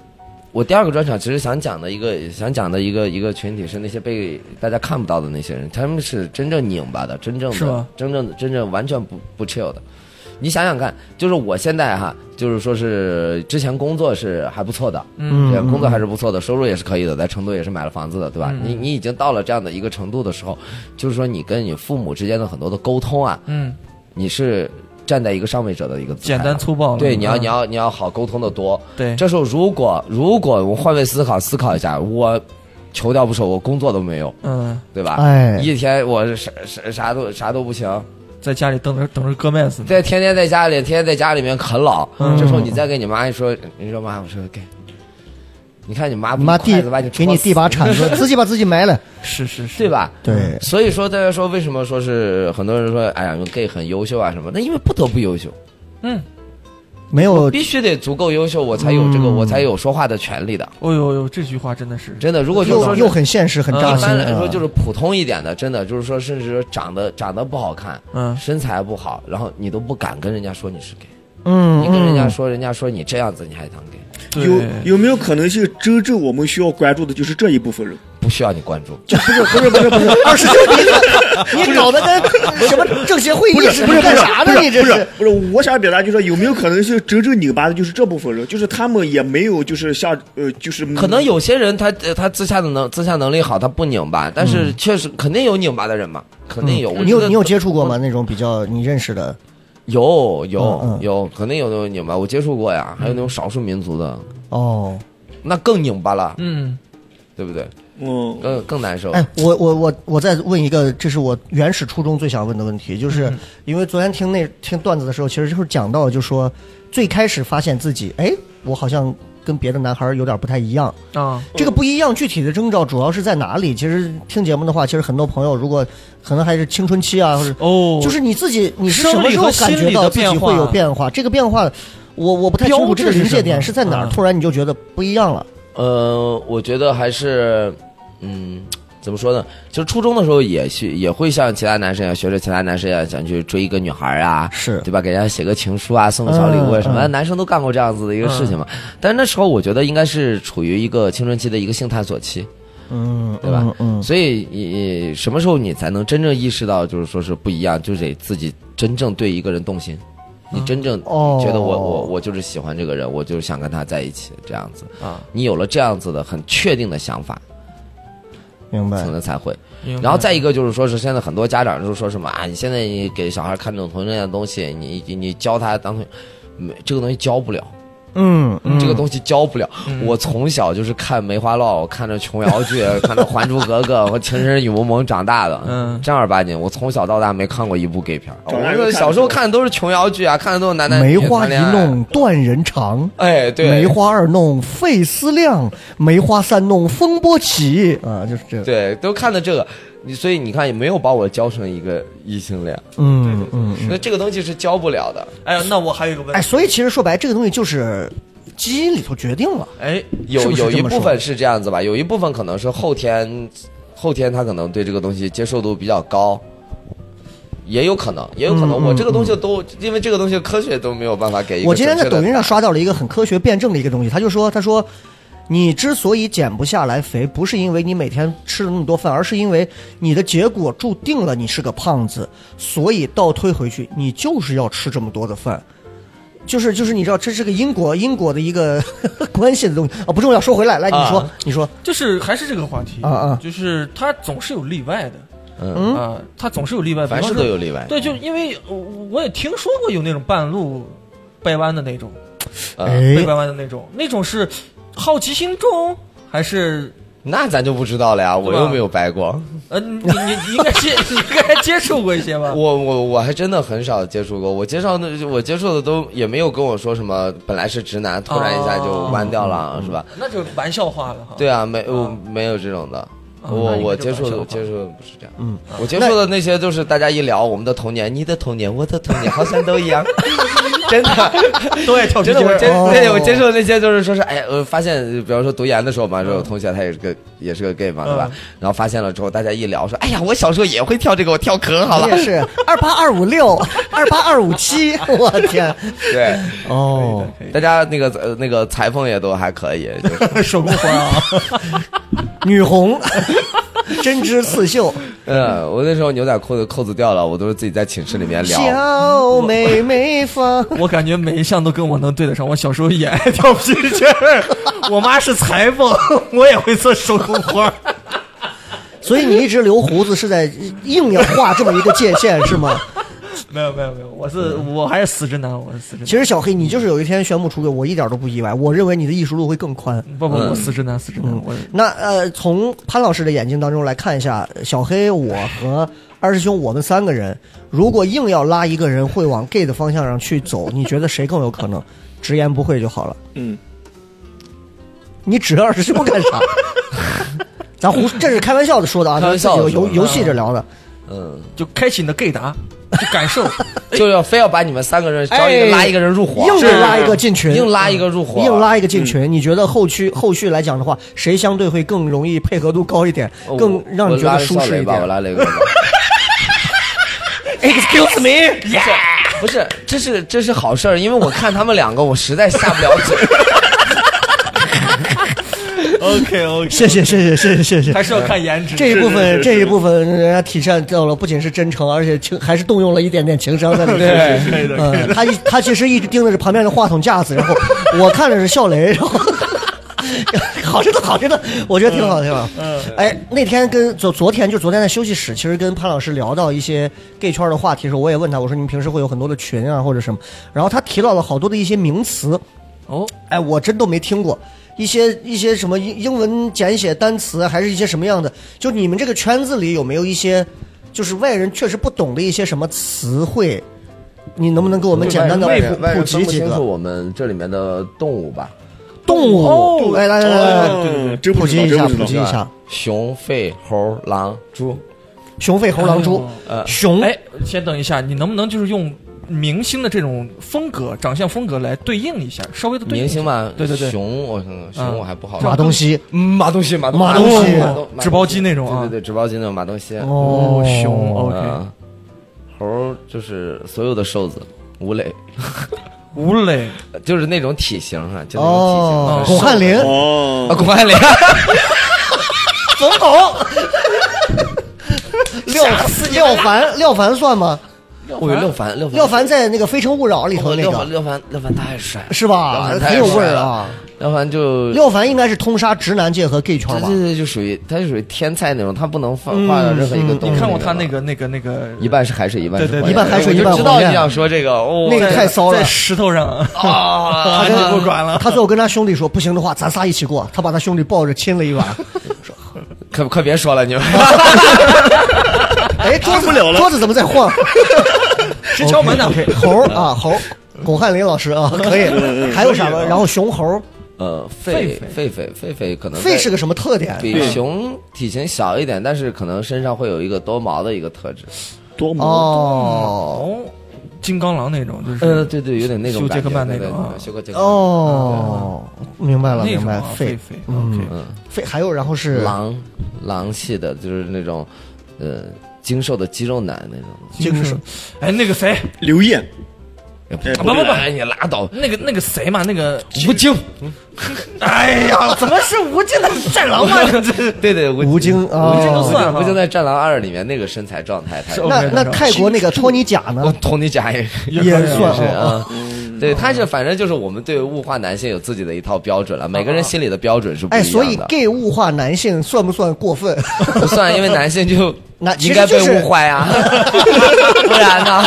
Speaker 4: 我第二个专场其实想讲的一个想讲的一个一个群体是那些被大家看不到的那些人，他们是真正拧巴的，真正
Speaker 5: 是
Speaker 4: 的
Speaker 5: 吗
Speaker 4: 真正的真正完全不不 chill 的。你想想看，就是我现在哈，就是说是之前工作是还不错的，
Speaker 5: 嗯
Speaker 4: 对，工作还是不错的，收入也是可以的，在成都也是买了房子的，对吧？
Speaker 5: 嗯
Speaker 4: 你你已经到了这样的一个程度的时候，就是说你跟你父母之间的很多的沟通啊，
Speaker 5: 嗯，
Speaker 4: 你是站在一个上位者的一个姿态
Speaker 5: 简单粗暴了。
Speaker 4: 对，你要
Speaker 5: 嗯
Speaker 4: 你要你要好沟通的多。
Speaker 5: 对，
Speaker 4: 这时候如果如果我换位思考思考一下，我球掉不手，我工作都没有，
Speaker 5: 嗯，
Speaker 4: 对吧？
Speaker 2: 哎
Speaker 4: 一天我啥啥啥都啥都不行，
Speaker 5: 在家里等着等着割麦子呢，
Speaker 4: 在天天在家里，天天在家里面啃老。
Speaker 5: 嗯
Speaker 4: 这时候你再跟你妈一说，你说妈，我说给，你看你妈不
Speaker 2: 你妈
Speaker 4: 筷
Speaker 2: 递
Speaker 4: 子把你
Speaker 2: 给你
Speaker 4: 戳死
Speaker 2: 递把铲子，自己把自己埋了。
Speaker 5: 是是是，
Speaker 4: 对？吧？
Speaker 2: 对，
Speaker 4: 所以说，大家说为什么说是很多人说，哎呀，gay 很优秀啊什么？那因为不得不优秀，
Speaker 5: 嗯，
Speaker 2: 没有
Speaker 4: 必须得足够优秀，我才有这个，
Speaker 2: 嗯
Speaker 4: 我才有说话的权利的。
Speaker 5: 哦呦呦，这句话真的是，
Speaker 4: 真的，如果就是
Speaker 2: 又
Speaker 4: 说
Speaker 2: 又很现实，很扎
Speaker 4: 一
Speaker 2: 心
Speaker 4: 般来说
Speaker 2: 啊。
Speaker 4: 就是普通一点的，真的就是说，甚至说长得长得不好看，
Speaker 5: 嗯
Speaker 4: 身材不好，然后你都不敢跟人家说你是 gay，
Speaker 2: 嗯，
Speaker 4: 你跟人家
Speaker 2: 嗯
Speaker 4: 说，人家说你这样子，你还当 gay，
Speaker 5: 对
Speaker 3: 有有没有可能性，真正我们需要关注的就是这一部分人？
Speaker 4: 不需要你关注。
Speaker 3: 就不是不是不是不是
Speaker 2: 二十九，你你搞得跟什么政协会议
Speaker 3: 不是
Speaker 2: 似
Speaker 3: 不
Speaker 2: 的，
Speaker 3: 是
Speaker 2: 干啥呢？你这
Speaker 3: 不是不是，我想表达就是有没有可能性真正拧巴的就是这部分人，就是他们也没有就是像呃就是
Speaker 2: 嗯
Speaker 4: 可能有些人他呃他自洽的能自洽能力好，他不拧巴，但是确实肯定有拧巴的人嘛，肯定有。我
Speaker 2: 嗯你
Speaker 4: 觉
Speaker 2: 有
Speaker 4: 得
Speaker 2: 你有接触过吗？那种比较你认识的
Speaker 4: 有有、
Speaker 2: 嗯嗯
Speaker 4: 有，肯定有那种拧巴，我接触过呀，还有那种少数民族的，
Speaker 2: 哦。
Speaker 4: 那更拧巴了，
Speaker 5: 嗯，
Speaker 4: 对不对？
Speaker 3: 嗯
Speaker 4: 更更难受。
Speaker 2: 哎，我我我我再问一个，这是我原始初衷最想问的问题，就是因为昨天听那听段子的时候，其实就是讲到，就说最开始发现自己，哎，我好像跟别的男孩儿有点不太一样。
Speaker 5: 啊，
Speaker 2: 这个不一样，具体的征兆主要是在哪里？其实听节目的话，其实很多朋友如果可能还是青春期啊，或者
Speaker 5: 哦，
Speaker 2: 就是你自己，你是什么时候感觉到自己会有变化？这个变化，我我不太清楚
Speaker 5: 标
Speaker 2: 这个
Speaker 5: 志是
Speaker 2: 临界点
Speaker 5: 什
Speaker 2: 是
Speaker 5: 么
Speaker 2: 在哪儿，
Speaker 5: 嗯
Speaker 2: 突然你就觉得不一样了。嗯
Speaker 4: 呃，我觉得还是，嗯，怎么说呢？就是初中的时候也去，也会像其他男生一样，学着其他男生一样，想去追一个女孩啊，
Speaker 2: 是
Speaker 4: 对吧？给人家写个情书啊，送个小礼物啊什么，
Speaker 2: 嗯嗯
Speaker 4: 男生都干过这样子的一个事情嘛。但是那时候我觉得应该是处于一个青春期的一个性探索期，
Speaker 2: 嗯，
Speaker 4: 对吧
Speaker 2: 嗯，
Speaker 4: 所以你什么时候你才能真正意识到，就是说是不一样，就得自己真正对一个人动心。你真正
Speaker 2: 哦
Speaker 4: 觉得我、我我就是喜欢这个人，我就是想跟他在一起这样子
Speaker 5: 啊，
Speaker 4: 你有了这样子的很确定的想法，
Speaker 2: 明白
Speaker 4: 可。能才会。
Speaker 5: 明白
Speaker 4: 然后再一个就是说是现在很多家长就是说什么啊，你现在你给小孩看这种同性恋的东西，你你你教他当同，没这个东西教不了，
Speaker 2: 嗯，嗯
Speaker 4: 这个东西教不了。我从小就是看梅花烙，看着琼瑶剧，看着《还珠格格》和《情深深雨蒙蒙》长大的。
Speaker 5: 嗯
Speaker 4: 正儿八经，我从小到大没看过一部 gay 片儿。
Speaker 3: 长大以后
Speaker 4: 我
Speaker 3: 看
Speaker 4: 小时
Speaker 3: 什
Speaker 4: 候
Speaker 3: 么
Speaker 4: 看的都是琼瑶剧啊，看的都是男男女
Speaker 2: 梅
Speaker 4: 女
Speaker 2: 花
Speaker 4: 谈
Speaker 2: 一
Speaker 4: 恋爱。啊
Speaker 2: 弄断人肠，
Speaker 4: 哎，对，
Speaker 2: 梅花二弄费思量，梅花三弄风波起啊，就是这个。
Speaker 4: 对，都看的这个，你所以你看也没有把我教成一个异性恋，
Speaker 2: 嗯嗯。
Speaker 4: 那、这个东西是教不了的。
Speaker 5: 哎呀，那我还有一个问
Speaker 2: 哎，
Speaker 5: 题，
Speaker 2: 所以其实说白，这个东西就是基因里头决定了。
Speaker 5: 哎，
Speaker 4: 有
Speaker 2: 是不是
Speaker 4: 有
Speaker 2: 这
Speaker 4: 一
Speaker 2: 么说
Speaker 4: 部分是这样子吧，有一部分可能是后天，后天他可能对这个东西接受度比较高，也有可能，也有可能
Speaker 2: 嗯
Speaker 4: 我
Speaker 2: 嗯
Speaker 4: 这个东西都、因为这个东西科学都没有办法给一个
Speaker 2: 我今天在
Speaker 4: 准确的
Speaker 2: 抖音上
Speaker 4: 答案
Speaker 2: 刷到了一个很科学辩证的一个东西，他就说，他说，你之所以减不下来肥，不是因为你每天吃了那么多饭，而是因为你的结果注定了你是个胖子，所以倒推回去，你就是要吃这么多的饭。就是就是，你知道这是个因果因果的一个 关系的东西啊、不重要。说回来，来你说、
Speaker 4: 啊
Speaker 2: 你说，
Speaker 5: 就是还是这个话题
Speaker 2: 啊啊
Speaker 5: 就是它总是有例外的。
Speaker 4: 嗯，
Speaker 5: 啊，他总是有例外，
Speaker 4: 凡
Speaker 5: 比
Speaker 4: 事
Speaker 5: 方
Speaker 4: 都
Speaker 5: 说
Speaker 4: 有例外。
Speaker 5: 对，就因为我我也听说过有那种半路掰弯的那种，
Speaker 2: 哎
Speaker 4: 呃，
Speaker 5: 被掰弯的那种，那种是好奇心重还是
Speaker 4: 那咱就不知道了呀，我又没有掰过，
Speaker 5: 呃你你你应该接你应该接触过一些吧？
Speaker 4: 我我我还真的很少接触过，我介绍的我接触的都也没有跟我说什么，本来是直男，突然一下就
Speaker 2: 哦
Speaker 4: 弯掉
Speaker 2: 嗯
Speaker 4: 了，是吧？
Speaker 5: 那就是玩笑话了哈。
Speaker 4: 对啊，没我
Speaker 5: 啊
Speaker 4: 没有这种的。
Speaker 5: 啊
Speaker 4: 我
Speaker 5: 那你
Speaker 4: 我
Speaker 5: 就
Speaker 4: 接
Speaker 5: 玩
Speaker 4: 触
Speaker 5: 笑
Speaker 4: 的
Speaker 5: 话
Speaker 4: 接触的不是这样，嗯，我接触的那些就是大家一聊我们的童年，你的童年，我的童年，好像都一样， 真的，
Speaker 2: 都爱跳
Speaker 4: 真的，我接
Speaker 2: 哦
Speaker 4: 对我接受那些就是说是哎，呃，发现呃比方说读研的时候嘛，说有同学他也是个也是个 gay 嘛，对吧？然后发现了之后，大家一聊说，哎呀，我小时候也会跳这个，我跳可好
Speaker 2: 我
Speaker 4: 了
Speaker 2: 也。 是二八二五六、二八二五七，我天！
Speaker 4: 对，
Speaker 2: 哦，
Speaker 4: 大家那个呃那个裁缝也都还可以，就是
Speaker 2: 手工活啊，女红， 针织刺绣，
Speaker 4: 嗯，我那时候牛仔裤的扣子掉了，我都是自己在寝室里面
Speaker 2: 啊
Speaker 4: 聊。
Speaker 2: 小妹妹放。
Speaker 5: 我感觉每一项都跟我能对得上。我小时候也爱跳皮筋儿，我妈是裁缝，我也会做手工活儿。
Speaker 2: 所以你一直留胡子是在硬要画这么一个界限是 吗？
Speaker 5: 没有没有没有，我是我还是死直男，我是死直
Speaker 2: 其实小黑，你嗯就是有一天宣布出轨，我一点都不意外。我认为你的艺术路会更宽。
Speaker 5: 男。不不，我死直男，死直男，我
Speaker 2: 那呃，从潘老师的眼睛当中来看一下，小黑、我和二师兄，我们三个人，如果硬要拉一个人会往 gay 的方向上去走，你觉得谁更有可能？直言不讳就好了。
Speaker 3: 嗯，
Speaker 2: 你指二师兄干 啥？咱胡，这是开玩笑的说的啊，
Speaker 4: 开玩笑的
Speaker 2: 有
Speaker 4: 说
Speaker 2: 游
Speaker 4: 的
Speaker 2: 游戏着聊的。
Speaker 4: 嗯，
Speaker 5: 就开启你的 gay 达，就感受。
Speaker 4: 就要非要把你们三个人找一个
Speaker 2: 哎
Speaker 4: 拉一个人入伙，
Speaker 2: 硬
Speaker 4: 是
Speaker 2: 得拉一个进群，
Speaker 4: 硬拉一个入嗯伙，
Speaker 2: 硬拉一个进群。你觉得后续后续来讲的话，谁相对会更容易配合度高一点，
Speaker 4: 哦
Speaker 2: 更
Speaker 4: 我
Speaker 2: 让
Speaker 4: 我
Speaker 2: 你觉
Speaker 4: 拉
Speaker 2: 得
Speaker 4: 了
Speaker 2: 舒
Speaker 4: 笑
Speaker 2: 适
Speaker 4: 雷
Speaker 2: 一
Speaker 4: 吧我
Speaker 2: 点？
Speaker 4: 拉了一个吧。
Speaker 2: Excuse me，
Speaker 4: 不是，这是这是好事儿，因为我看他们两个，我实在下不了嘴。
Speaker 5: OK OK，
Speaker 2: 谢谢谢谢谢谢谢谢。
Speaker 5: 还是要看颜值。
Speaker 2: 这一部分
Speaker 3: 是是
Speaker 2: 这一部分人家体现到了不仅是真诚，而且情还是动用了一点点情商在里面。
Speaker 4: 对
Speaker 2: 对，嗯，他一他其实一直盯的是旁边的话筒架子，然后我看的是笑雷，然后 好着呢好着呢，我觉得挺好挺好。嗯，哎，那天跟昨昨天就昨天在休息室，其实跟潘老师聊到一些 gay 圈的话题的时候，我也问他，我说你们平时会有很多的群啊或者什么，然后他提到了好多的一些名词，
Speaker 5: 哦，
Speaker 2: 哎，我真都没听过一些一些什么英英文简写单词，还是一些什么样的？就你们这个圈子里有没有一些，就是外人确实不懂的一些什么词汇？你能不能给我们简单的
Speaker 4: 外人
Speaker 2: 普
Speaker 4: 外
Speaker 2: 普
Speaker 4: 人分
Speaker 2: 及
Speaker 4: 不
Speaker 2: 几
Speaker 4: 清楚
Speaker 2: 个
Speaker 4: 我们这里面的动物吧，
Speaker 2: 动物？
Speaker 5: 哦
Speaker 2: 来来来来来，
Speaker 3: 嗯，真
Speaker 2: 普
Speaker 3: 不
Speaker 2: 及一
Speaker 3: 知
Speaker 2: 下，
Speaker 3: 道，真
Speaker 2: 普
Speaker 3: 不知
Speaker 2: 及
Speaker 3: 道。
Speaker 2: 一下。
Speaker 4: 熊、狒、猴、狼、猪。
Speaker 2: 熊吠猴狼猪，
Speaker 4: 呃
Speaker 2: 熊
Speaker 5: 哎，先等一下，你能不能就是用明星的这种风格、长相风格来对应一下，稍微的对应
Speaker 4: 明
Speaker 5: 一下
Speaker 4: 星嘛，
Speaker 5: 对对对
Speaker 4: 熊我看看，熊
Speaker 5: 嗯
Speaker 4: 我还不好。
Speaker 2: 马东锡，
Speaker 4: 嗯马东锡，马东
Speaker 2: 马东锡
Speaker 4: 马东
Speaker 5: 纸包鸡那种啊
Speaker 4: 对对对，纸包鸡那种马东锡。
Speaker 2: 哦，
Speaker 5: 熊哦
Speaker 4: 嗯，猴就是所有的瘦子，吴磊
Speaker 5: 吴磊，
Speaker 4: 就是那种体型啊，就那
Speaker 2: 哦
Speaker 4: 种，体型。
Speaker 2: 巩汉林，
Speaker 3: 哦
Speaker 4: 啊，，巩汉林，
Speaker 2: 冯巩，廖廖凡，廖凡算吗？
Speaker 4: 我有廖凡，廖凡，
Speaker 2: 廖凡在那个《非诚勿扰》里头
Speaker 4: 哦，
Speaker 2: 那
Speaker 4: 廖凡，
Speaker 2: 个
Speaker 4: 廖凡，廖凡太帅了，
Speaker 2: 是吧？
Speaker 4: 廖凡
Speaker 2: 很
Speaker 4: 太
Speaker 2: 有
Speaker 4: 帅
Speaker 2: 味儿
Speaker 4: 了
Speaker 2: 啊。
Speaker 4: 廖凡就
Speaker 2: 廖凡应该是通杀直男界和 gay 圈
Speaker 4: 对
Speaker 2: 吧？
Speaker 4: 对对，就属于他就属于天才那种，他不能放
Speaker 2: 嗯
Speaker 4: 画到任何一个
Speaker 2: 嗯
Speaker 4: 动物。
Speaker 5: 你看过他那？个那个那个
Speaker 4: 一半是海水，一半是
Speaker 5: 对对
Speaker 4: 火焰
Speaker 5: 一
Speaker 2: 半海水
Speaker 4: 我
Speaker 2: 一
Speaker 4: 就
Speaker 2: 半
Speaker 4: 知
Speaker 2: 火
Speaker 4: 道
Speaker 2: 焰
Speaker 4: 你想说这个哦，
Speaker 2: 那个太骚了
Speaker 5: 在石头上，
Speaker 4: 啊，
Speaker 2: 他
Speaker 5: 就
Speaker 2: 跟
Speaker 5: 不管了
Speaker 2: 他最后跟他兄弟说，不行的话，咱仨一起过。他把他兄弟抱着亲了一 把。
Speaker 4: 可可别说了，你们
Speaker 2: 哎，桌子
Speaker 3: 不了了
Speaker 2: 桌子怎么在 晃？
Speaker 5: 直敲门的。
Speaker 2: 猴儿啊，猴儿，巩汉林老师啊，可以。还有啥
Speaker 5: 啊
Speaker 2: 吗？然后熊猴，
Speaker 4: 呃，狒
Speaker 5: 狒
Speaker 4: 狒狒狒狒可能
Speaker 2: 狒
Speaker 4: 在
Speaker 2: 是个什么特点？
Speaker 4: 比熊体型小一点，但是可能身上会有一个多毛的一个特质。
Speaker 3: 多么
Speaker 2: 哦
Speaker 5: 哦，金刚狼那种，就是
Speaker 4: 呃，对对，有点那种
Speaker 5: 修
Speaker 4: 感觉
Speaker 5: 杰克曼
Speaker 4: 对
Speaker 5: 那
Speaker 4: 对
Speaker 5: 种啊
Speaker 4: 对修个杰克曼
Speaker 2: 哦，明白了，
Speaker 5: 那
Speaker 2: 明
Speaker 5: 种
Speaker 2: 白
Speaker 5: 啊。狒
Speaker 2: 狒
Speaker 5: 狒，OK，
Speaker 2: 嗯狒还有然后是
Speaker 4: 狼狼系的，就是那种呃精瘦的肌肉男那种。
Speaker 2: 精神。
Speaker 5: 哎，那个谁，
Speaker 3: 刘烨，哎
Speaker 4: 也不
Speaker 3: 不
Speaker 4: 不
Speaker 3: 不
Speaker 4: 不
Speaker 3: 不，
Speaker 4: 哎你拉倒，
Speaker 5: 那个那个谁嘛，那个
Speaker 4: 吴京，
Speaker 5: 哎
Speaker 2: 啊
Speaker 5: 呀，怎么是无尽的战狼嘛？这是
Speaker 4: 对对，
Speaker 2: 吴京啊，
Speaker 5: 吴京都算
Speaker 4: 吴京在《战狼二》里面那个身材状态，他
Speaker 5: 是
Speaker 2: 那
Speaker 5: OK 的
Speaker 2: 那泰国那个托尼贾
Speaker 4: 我
Speaker 2: 呢？
Speaker 4: 同你讲也
Speaker 2: 也
Speaker 5: 也
Speaker 2: 算
Speaker 4: 是
Speaker 2: 哦
Speaker 4: 啊。 对，他是反正就是我们对物化男性有自己的一套标准了，每个人心里的标准是不
Speaker 2: 哦哎，
Speaker 4: 一样的。
Speaker 2: 所以 gay 物化男性算不算过分？
Speaker 4: 不算，因为男性就
Speaker 2: 那
Speaker 4: 应该
Speaker 2: 其
Speaker 4: 被
Speaker 2: 实就是
Speaker 4: 物 化呀，不然呢？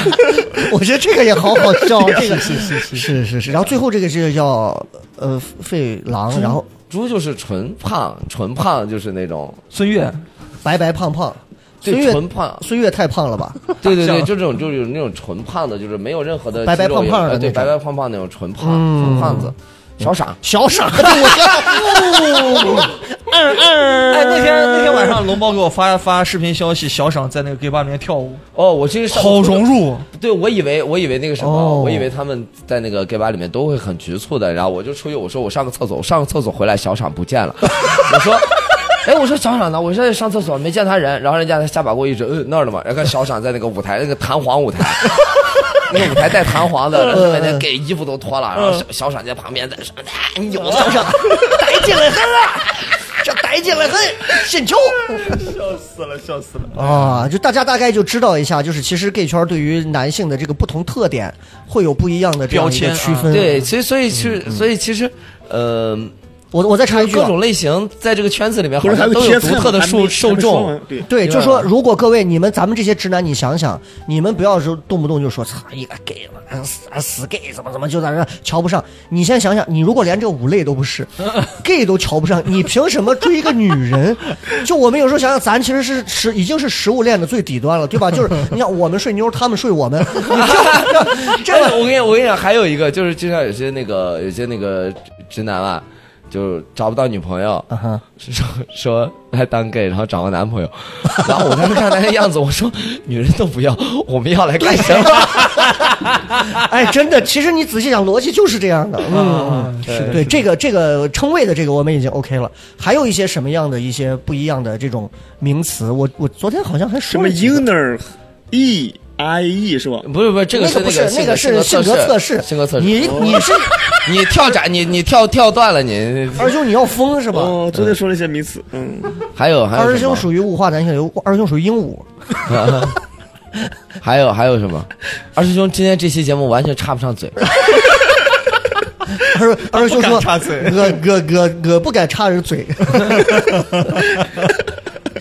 Speaker 2: 我觉得这个也好好笑，这个是是是是是是。然后最后这个是叫呃费狼，然后
Speaker 4: 猪就是纯胖，纯胖就是那种，
Speaker 5: 孙悦，
Speaker 2: 白白胖胖，
Speaker 4: 对
Speaker 2: 孙悦
Speaker 4: 纯胖
Speaker 2: 孙悦太胖了吧？
Speaker 4: 对对对，就这种就是有那种纯胖的，就是没有任何的
Speaker 2: 白白
Speaker 4: 肌肉也
Speaker 2: 胖胖的
Speaker 4: 呃对，
Speaker 2: 那种嗯
Speaker 4: 白白胖胖那种纯胖纯胖子，小傻。
Speaker 2: 小傻子，我
Speaker 5: 哎，那天那天晚上龙包给我发发视频消息，小赏在那个 gay bar 里面跳舞，
Speaker 4: 哦，我这是
Speaker 5: 好融入，
Speaker 4: 对，我以为我以为那个什么，
Speaker 2: 哦
Speaker 4: 我以为他们在那个 gay 吧里面都会很局促的，然后我就出去，我说我上个厕所，我上个厕所回来小赏不见 了，我说。哎，我说小赏呢？我现在上厕所没见他人，然后人家下巴给我一指，嗯，那儿了嘛。然后看小赏在那个舞台，那个弹簧舞台， 那个舞台带弹 簧的，然后那天给衣服都脱了，然后
Speaker 2: 嗯
Speaker 4: 小小赏在旁边在说，哎，你有小赏，
Speaker 2: 逮起来狠啊！这逮起来狠，信球
Speaker 3: 笑死了，笑死了。
Speaker 2: 啊！就大家大概就知道一下，就是其实 gay 圈对于男性的这个不同特点会有不一样的这样一
Speaker 5: 标签
Speaker 2: 个
Speaker 5: 啊
Speaker 2: 区分。
Speaker 4: 对，，其实所以其
Speaker 2: 嗯
Speaker 4: 实所以其实，呃，
Speaker 2: 我我再插一句
Speaker 4: 各
Speaker 2: 啊，
Speaker 4: 种类型在这个圈子里面
Speaker 3: 不
Speaker 4: 好
Speaker 3: 是还有
Speaker 4: 像都
Speaker 3: 贴
Speaker 4: 有
Speaker 3: 子
Speaker 4: 独特的
Speaker 3: 还没
Speaker 4: 受
Speaker 3: 还
Speaker 4: 受
Speaker 3: 没说
Speaker 4: 众
Speaker 3: 完，对，
Speaker 2: 对，
Speaker 4: 明白
Speaker 2: 就说
Speaker 4: 了
Speaker 2: 如果各位你们咱们这些直男，你想想，你们不要说动不动就说操一个 gay 嘛死啊死 gay 怎么怎么就在那瞧不上。你先想想，你如果连这五类都不 是，gay 都瞧不上，你凭什么追一个女人？ 就我们有时候想想，咱其实是食已经是食物链的最底端了，对吧？就是你想我们睡妞，他们睡我们，你这这
Speaker 4: 哎我跟你我跟你讲，还有一个就是，就像有些那个有些那个直男啊，就找不到女朋友，
Speaker 2: 啊 哈
Speaker 4: 说说来当 gay，然后找个男朋友， 然后我当时看他那样子，我说女人都不要，我们要来干什么？
Speaker 2: 哎，真的，其实你仔细想，逻辑就是这样的。嗯，
Speaker 4: 是的
Speaker 2: 对这个这个称谓的这个我们已经 OK 了。还有一些什么样的一些不一样的这种名词？我我昨天好像还
Speaker 3: 什
Speaker 2: 说
Speaker 3: 么
Speaker 2: 了几个
Speaker 3: inner e i e 是吧？
Speaker 4: 不是不是，这
Speaker 2: 那
Speaker 4: 是
Speaker 2: 不是
Speaker 4: 那
Speaker 2: 个是性格测试，
Speaker 4: 性格测试。哦
Speaker 2: 你你是
Speaker 4: 你跳闸，你你跳跳断了，你
Speaker 2: 二师兄，你要疯是吧？
Speaker 3: 哦，昨天说了一些名词，嗯，
Speaker 4: 还有还有
Speaker 2: 二师
Speaker 4: 什
Speaker 2: 兄
Speaker 4: 么
Speaker 2: 属于物化男性，有二师兄属于鹦鹉。
Speaker 4: 还有还有什么？二师兄今天这期节目完全插不上 嘴，
Speaker 2: 二二师兄说
Speaker 5: 不敢插嘴：“
Speaker 2: 我我我我不敢插人嘴。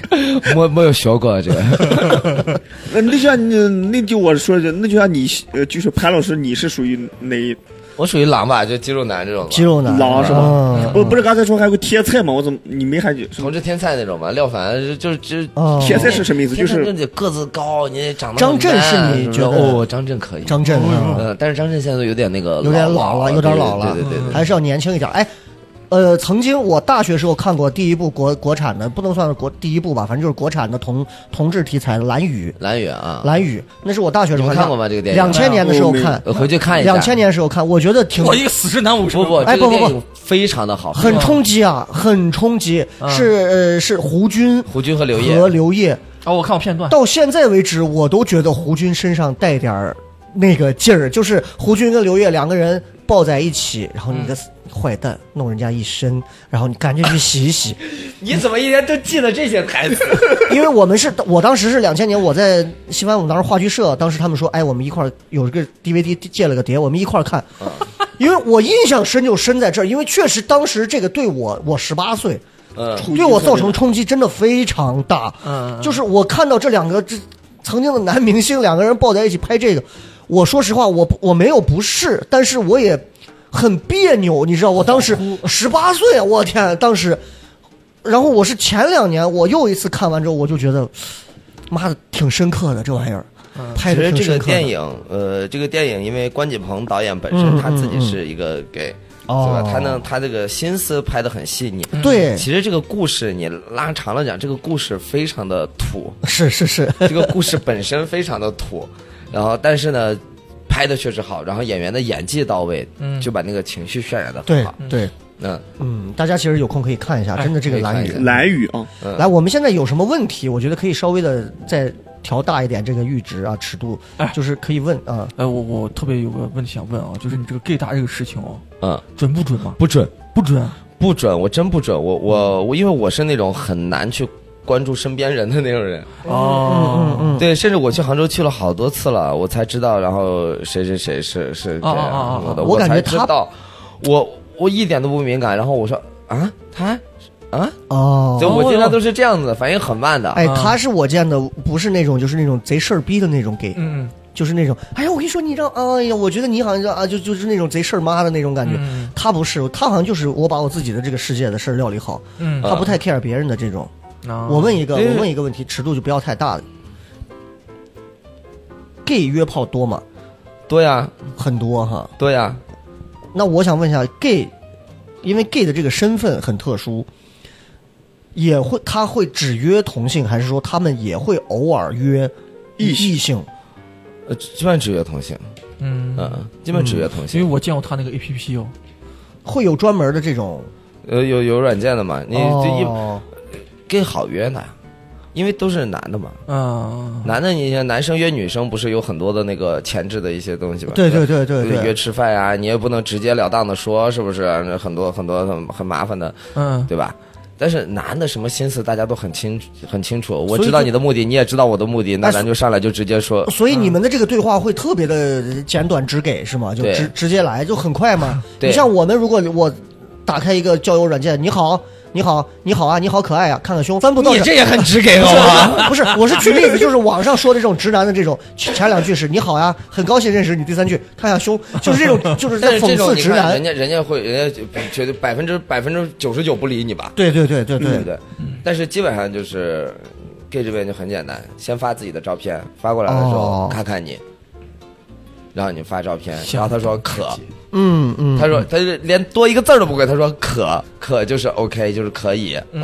Speaker 4: 没没有学过这个。
Speaker 3: 那那就像你，那就我说的，那就像你，呃，就是潘老师，你是属于哪一
Speaker 4: 我属于狼吧，就肌肉男这种吧。”
Speaker 2: 肌肉男
Speaker 3: 狼是吧？
Speaker 2: 嗯
Speaker 3: 不，不是刚才说还有个贴菜吗？我怎么你没还有什么
Speaker 4: 同志天菜那种嘛，廖凡就是就是
Speaker 2: 哦
Speaker 3: 贴菜是什么意思？就
Speaker 4: 天生
Speaker 3: 是
Speaker 4: 得个子高，你得长得
Speaker 2: 张震
Speaker 4: 很 man，
Speaker 2: 是你
Speaker 4: 什么
Speaker 2: 觉得
Speaker 4: 哦，张震可以，
Speaker 2: 张震啊
Speaker 4: 呃，但是张震现在都有点那个
Speaker 2: 有点
Speaker 4: 老嗯
Speaker 2: 老了，有点老
Speaker 4: 对
Speaker 2: 了
Speaker 4: 对对对对，
Speaker 2: 还是要年轻一点。哎，呃，曾经我大学时候看过第一部国国产的，不能算是国第一部吧，反正就是国产的同同志题材的《蓝雨》。
Speaker 4: 蓝宇啊，
Speaker 2: 蓝雨，那是我大学时候
Speaker 4: 你们看过吗这个电影
Speaker 2: 两千年的时候看，
Speaker 4: 呃回去看一下。
Speaker 2: 两千年时候看，我觉得挺
Speaker 5: 我一个死直男，我
Speaker 4: 不不，
Speaker 2: 哎
Speaker 4: 这
Speaker 2: 不
Speaker 4: 个
Speaker 2: 不不
Speaker 4: 电影非常的好，
Speaker 2: 很冲击啊，很冲击。是呃，是胡军
Speaker 4: 嗯胡军和刘烨
Speaker 2: 和刘烨，
Speaker 5: 啊，我看过 片段，
Speaker 2: 到现在为止，我都觉得胡军身上带点儿那个劲儿，就是胡军跟刘烨两个人抱在一起，然后你个坏蛋弄人家一身，然后你赶紧去洗一洗，
Speaker 4: 你怎么一天都记得这些台词？
Speaker 2: 因为我们是我当时是两千年，我在西安，我们当时话剧社，当时他们说，哎，我们一块儿有这个 DVD 借了个碟，我们一块儿看。因为我印象深就深在这儿，因为确实当时这个对我，我十八岁，
Speaker 4: 嗯，
Speaker 2: 对我造成冲击真的非常大。
Speaker 5: 嗯嗯
Speaker 2: 就是我看到这两个这曾经的男明星两个人抱在一起拍这个，我说实话，我不我没有不适，但是我也很别扭，你知道，我当时十八岁，啊我天，当时，然后我是前两年我又一次看完之后，我就觉得，妈的，挺深刻的这玩意儿，拍
Speaker 4: 嗯其
Speaker 2: 的
Speaker 4: 实
Speaker 2: 挺
Speaker 4: 这
Speaker 2: 深
Speaker 4: 个
Speaker 2: 刻的。
Speaker 4: 电影，呃，这个电影因为关锦鹏导演本
Speaker 2: 嗯
Speaker 4: 身他自
Speaker 2: 嗯
Speaker 4: 己是一个 gay，
Speaker 2: 哦嗯
Speaker 4: 对吧？他呢，他这个心思拍的很细腻。嗯
Speaker 2: 对，
Speaker 4: 其实这个故事你拉长了讲，这个故事非常的土，
Speaker 2: 是是是，
Speaker 4: 这个故事本身非常的土，然后但是呢，拍的确实好，然后演员的演技到位，
Speaker 5: 嗯
Speaker 4: 就把那个情绪渲染的很
Speaker 2: 对
Speaker 4: 好。
Speaker 2: 对，
Speaker 4: 嗯，
Speaker 2: 嗯，大家其实有空可以看一下，
Speaker 5: 哎
Speaker 2: 真的这个
Speaker 4: 可以
Speaker 2: 蓝
Speaker 4: 看
Speaker 2: 宇
Speaker 4: 一下
Speaker 3: 蓝雨啊？
Speaker 4: 嗯
Speaker 2: 来，我们现在有什么问题？我觉得可以稍微的再调大一点这个阈值啊、尺度
Speaker 5: 哎，
Speaker 2: 就是可以问啊。
Speaker 5: 哎，我我特别有个问题想问啊，就是你这个 gay 大这个事情哦，
Speaker 4: 嗯，
Speaker 5: 准不准吗？
Speaker 4: 不准，
Speaker 5: 不准，
Speaker 2: 嗯
Speaker 4: 不准，我真不准，我我我，因为我是那种很难去关注身边人的那种人。
Speaker 5: 哦，嗯
Speaker 4: 对，甚至我去杭州去了好多次了，我才知道，然后谁谁谁是是这
Speaker 5: 哦哦哦
Speaker 4: 样
Speaker 5: 哦
Speaker 4: 我的，
Speaker 2: 我感觉
Speaker 4: 才知
Speaker 2: 他
Speaker 4: 道，我我一点都不敏感。然后我说啊，他啊，
Speaker 2: 哦
Speaker 4: 就
Speaker 5: 哦
Speaker 4: 我经常都是这样子，反应很慢的。
Speaker 2: 哎，
Speaker 5: 啊
Speaker 2: 他是我见的，不是那种就是那种贼事儿逼的那种 gay，
Speaker 5: 嗯
Speaker 2: 就是那种，哎呀，我跟你说，你让，哎呀，我觉得你好像就啊，就就是那种贼事儿妈的那种感觉。
Speaker 5: 嗯
Speaker 2: 他不是，他好像就是我把我自己的这个世界的事儿料理好，
Speaker 5: 嗯，
Speaker 2: 他不太 care 别人的这种。
Speaker 5: 啊
Speaker 2: 我问一个，
Speaker 4: 对
Speaker 2: 我问一个问题，尺度就不要太大了。gay 约炮多吗？
Speaker 4: 对呀，
Speaker 2: 很多哈。
Speaker 4: 对呀，
Speaker 2: 那我想问一下，gay，因为 gay 的这个身份很特殊，也会他会只约同性，还是说他们也会偶尔约
Speaker 3: 异性
Speaker 2: 异性？
Speaker 4: 呃基本只约同性，
Speaker 5: 嗯，
Speaker 4: 嗯，基本只约同
Speaker 5: 因为
Speaker 4: 性。
Speaker 5: 我见过他那个 A P P 哦，
Speaker 2: 会有专门的这种？
Speaker 4: 呃，有有软件的嘛，你这一
Speaker 2: 哦，
Speaker 4: 更好约呢，因为都是男的嘛。
Speaker 5: 嗯，
Speaker 4: 男的你男生约女生不是有很多的那个前置的一些东西吗？
Speaker 2: 对对对对
Speaker 4: 约
Speaker 2: 对，
Speaker 4: 吃饭呀、你也不能直截了当的说，是不是？那很多很多很很麻烦的，
Speaker 5: 嗯，
Speaker 4: 对吧？但是男的什么心思大家都很清很清楚，我
Speaker 2: 所以
Speaker 4: 知道
Speaker 2: 就
Speaker 4: 你的目的，你也知道我的目的，那
Speaker 2: 哎
Speaker 4: 咱就上来就直接说，
Speaker 2: 所以你们的这个对话会特别的简短直给是吗？就
Speaker 4: 对
Speaker 2: 直直接来，就很快嘛。
Speaker 4: 对
Speaker 2: 你像我们，如果我打开一个交友软件，你好，你好，你好啊，你好可爱啊，看看胸，翻不到
Speaker 4: 你这也很直给好吗？
Speaker 2: 不是，我是举例子，就是网上说的这种直男的这种，前两句是你好呀，很高兴认识你，第三句看下胸，就是这种，就是
Speaker 4: 但
Speaker 2: 在
Speaker 4: 是
Speaker 2: 讽
Speaker 4: 这种
Speaker 2: 刺
Speaker 4: 你
Speaker 2: 直
Speaker 4: 看，
Speaker 2: 男
Speaker 4: 人。家人家会，人家就觉得百分之百分之九十九不理你吧，
Speaker 2: 对对对对嗯
Speaker 4: 对不
Speaker 2: 对，
Speaker 4: 对？但是基本上就是 gay 这边就很简单，先发自己的照片，发过来的时候
Speaker 2: 哦
Speaker 4: 看看你，然后你发照片，
Speaker 5: 想
Speaker 4: 然后他说可，
Speaker 2: 嗯嗯，
Speaker 4: 他说他就连多一个字儿都不会，他说可可就是 OK 就是可以，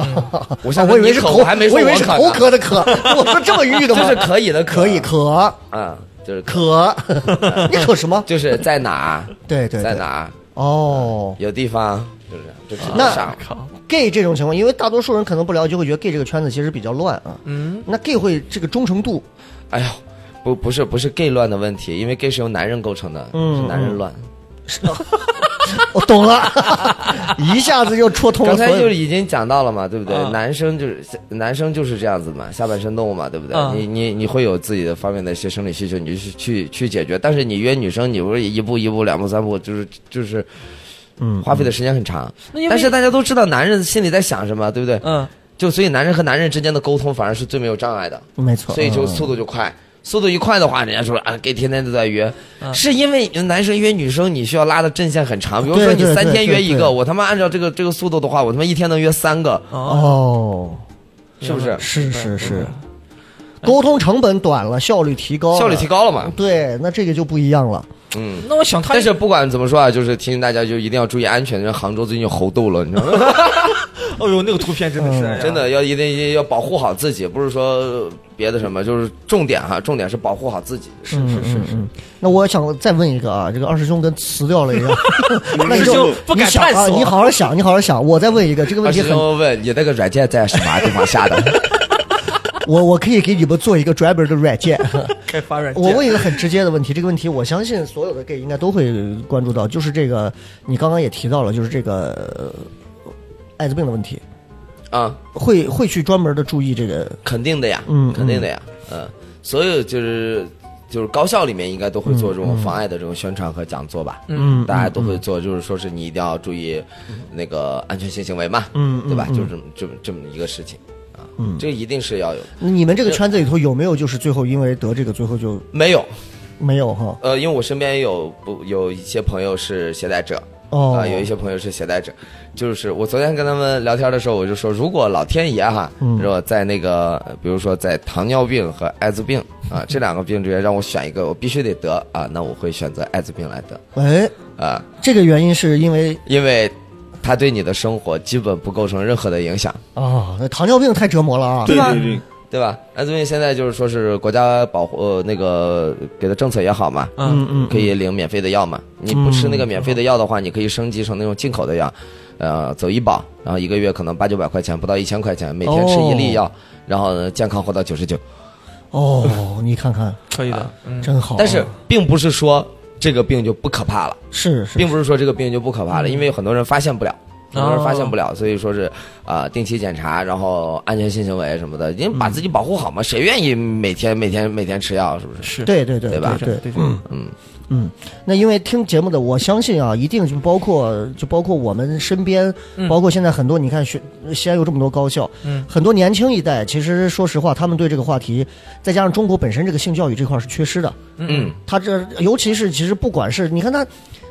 Speaker 4: 我
Speaker 2: 啊
Speaker 4: 想
Speaker 2: 我以为
Speaker 4: 说你
Speaker 2: 是
Speaker 4: 可
Speaker 2: 口，
Speaker 4: 我还没说
Speaker 2: 以为是
Speaker 4: 可
Speaker 2: 口
Speaker 4: 呢
Speaker 2: 渴的渴，我说这么寓意的
Speaker 4: 就
Speaker 2: 吗？
Speaker 4: 是可以的可
Speaker 2: 可以渴
Speaker 4: 啊，就是可
Speaker 2: 渴， 你渴什么？
Speaker 4: 就是在哪儿
Speaker 2: 对对
Speaker 4: 在
Speaker 2: 对，
Speaker 4: 哪儿
Speaker 2: 哦
Speaker 4: 有地方就是这样，就直接
Speaker 2: 那
Speaker 4: 上。
Speaker 5: 靠，
Speaker 2: ，gay 这种情况，因为大多数人可能不了解，会觉得 gay 这个圈子其实比较乱啊。
Speaker 5: 嗯，
Speaker 2: 那 gay 会这个忠诚度，
Speaker 4: 哎呦，不不是不是 gay 乱的问题，因为 gay 是由男人构成的，
Speaker 2: 嗯
Speaker 4: 是男人乱。
Speaker 2: 我哦懂了， 一下子就戳通了所
Speaker 4: 刚才
Speaker 2: 有。
Speaker 4: 就是已经讲到了嘛，对不对？
Speaker 5: 啊
Speaker 4: 男生就是男生就是这样子嘛，下半身动物嘛，对不对？
Speaker 5: 啊
Speaker 4: 你你你会有自己的方面的一些生理需求，你就去去去解决。但是你约女生，你不是一步一步、两步三步，就是就是
Speaker 2: 嗯，
Speaker 4: 花费的时间很长。
Speaker 5: 那因为
Speaker 4: 但是大家都知道男人心里在想什么，对不对？
Speaker 5: 嗯
Speaker 4: 就所以男人和男人之间的沟通反而是最没有障碍的，
Speaker 2: 没错，
Speaker 4: 所以就
Speaker 2: 嗯
Speaker 4: 速度就快。速度一快的话，人家说啊，gay 天天都在约，
Speaker 5: 嗯
Speaker 4: 是因为男生约女生，你需要拉的阵线很长。比如说
Speaker 2: 对
Speaker 4: 你
Speaker 2: 对对
Speaker 4: 三天约一
Speaker 2: 对对嗯
Speaker 4: 个，我他妈按照这个这个速度的话，我他妈一天能约三个，
Speaker 5: 哦，
Speaker 2: 哦，
Speaker 4: 是不是？
Speaker 2: 是是是，沟通成本短了，效率提高，
Speaker 4: 效率提
Speaker 2: 高。
Speaker 4: 高了嘛？
Speaker 2: 对，那这个就不一样了。
Speaker 4: 嗯。
Speaker 5: 那我想他
Speaker 4: 但是不管怎么说啊，就是提醒大家，就一定要注意安全。人杭州最近有猴痘了，你知道
Speaker 2: 啊
Speaker 4: 吗？
Speaker 5: 哦呦，那个图片真的是，哎呀
Speaker 4: 真的要一定要保护好自己，不是说别的什么，就是重点哈，重点是保护好自己。
Speaker 5: 是
Speaker 2: 嗯
Speaker 5: 是是是，
Speaker 2: 那我想再问一个啊，这个二师兄跟辞掉了一样，那你
Speaker 5: 师兄
Speaker 2: 就
Speaker 5: 不敢
Speaker 2: 你想啊
Speaker 5: 探索
Speaker 2: 你好好想，你好好想。我再问一个，这个问
Speaker 4: 二
Speaker 2: 题
Speaker 4: 师
Speaker 2: 很，
Speaker 4: 兄问你那个软件在什么地方下的？
Speaker 2: 我我可以给你们做一个专门的软件。
Speaker 5: 开发软件，
Speaker 2: 我问一个很直接的问题，这个问题我相信所有的 gay 应该都会关注到，就是这个你刚刚也提到了，就是这个呃艾滋病的问题，
Speaker 4: 啊，
Speaker 2: 会会去专门的注意这个，
Speaker 4: 肯定的呀，
Speaker 2: 嗯
Speaker 4: 肯定的呀，嗯，所有就是就是高校里面应该都会做这种妨碍的这种宣传和讲座吧，
Speaker 2: 嗯，
Speaker 4: 大家都会做，就是说是你一定要注意那个安全性行为嘛，
Speaker 2: 嗯嗯
Speaker 4: 对吧？
Speaker 2: 嗯
Speaker 4: 就是这么这么这么一个事情啊，这个一定是要有的，
Speaker 2: 你们这个
Speaker 4: 呃
Speaker 2: 圈子里头有没有就是最后因为得这个最后就
Speaker 4: 没有，
Speaker 2: 没有哈？
Speaker 4: 呃，因为我身边有不有一些朋友是携带者，
Speaker 2: 哦，
Speaker 4: 啊，有一些朋友是携带者，就是我昨天跟他们聊天的时候，我就说，如果老天爷哈，如果在那个，呃比如说在糖尿病和艾滋病啊这两个病之间让我选一个，我必须得得啊，那我会选择艾滋病来得
Speaker 2: 哎，
Speaker 4: 啊，
Speaker 2: 这个原因是因为
Speaker 4: 因为它对你的生活基本不构成任何的影响，
Speaker 2: 啊，那糖尿病太折磨了啊。
Speaker 3: 对
Speaker 4: 吧
Speaker 3: 对对，
Speaker 4: 对吧？艾滋病现在就是说是国家保护、呃、那个给的政策也好嘛，
Speaker 5: 嗯
Speaker 2: 嗯
Speaker 4: 可以领免费的药嘛。你不吃那个免费的药的话，你可以升级成那种进口的药，呃，走医保，然后一个月可能八九百块钱，不到一千块钱，每天吃
Speaker 5: 哦
Speaker 4: 一粒药，然后呢健康活到九十九。
Speaker 2: 哦，你看看，
Speaker 5: 可以的，嗯，
Speaker 2: 真好啊。
Speaker 4: 但是并不是说这个病就不可怕了，
Speaker 2: 是是
Speaker 5: 嗯
Speaker 4: 并不是说这个病就不可怕了，因为有很多人发现不了。很多人发现不了，所以说是呃定期检查，然后安全性行为什么的，因为把自己保护好嘛，谁愿意每天每天每天吃药，是不是？
Speaker 5: 是
Speaker 2: 对对对
Speaker 4: 对吧
Speaker 2: 对
Speaker 5: 对
Speaker 2: 嗯
Speaker 4: 嗯
Speaker 2: 嗯，那因为听节目的，我相信啊，一定就包括就包括我们身边，
Speaker 5: 嗯
Speaker 2: 包括现在很多，你看学西安有这么多高校，
Speaker 5: 嗯
Speaker 2: 很多年轻一代，其实说实话，他们对这个话题，再加上中国本身这个性教育这块是缺失的，
Speaker 5: 嗯
Speaker 4: 嗯，
Speaker 2: 他这尤其是其实不管是你看他。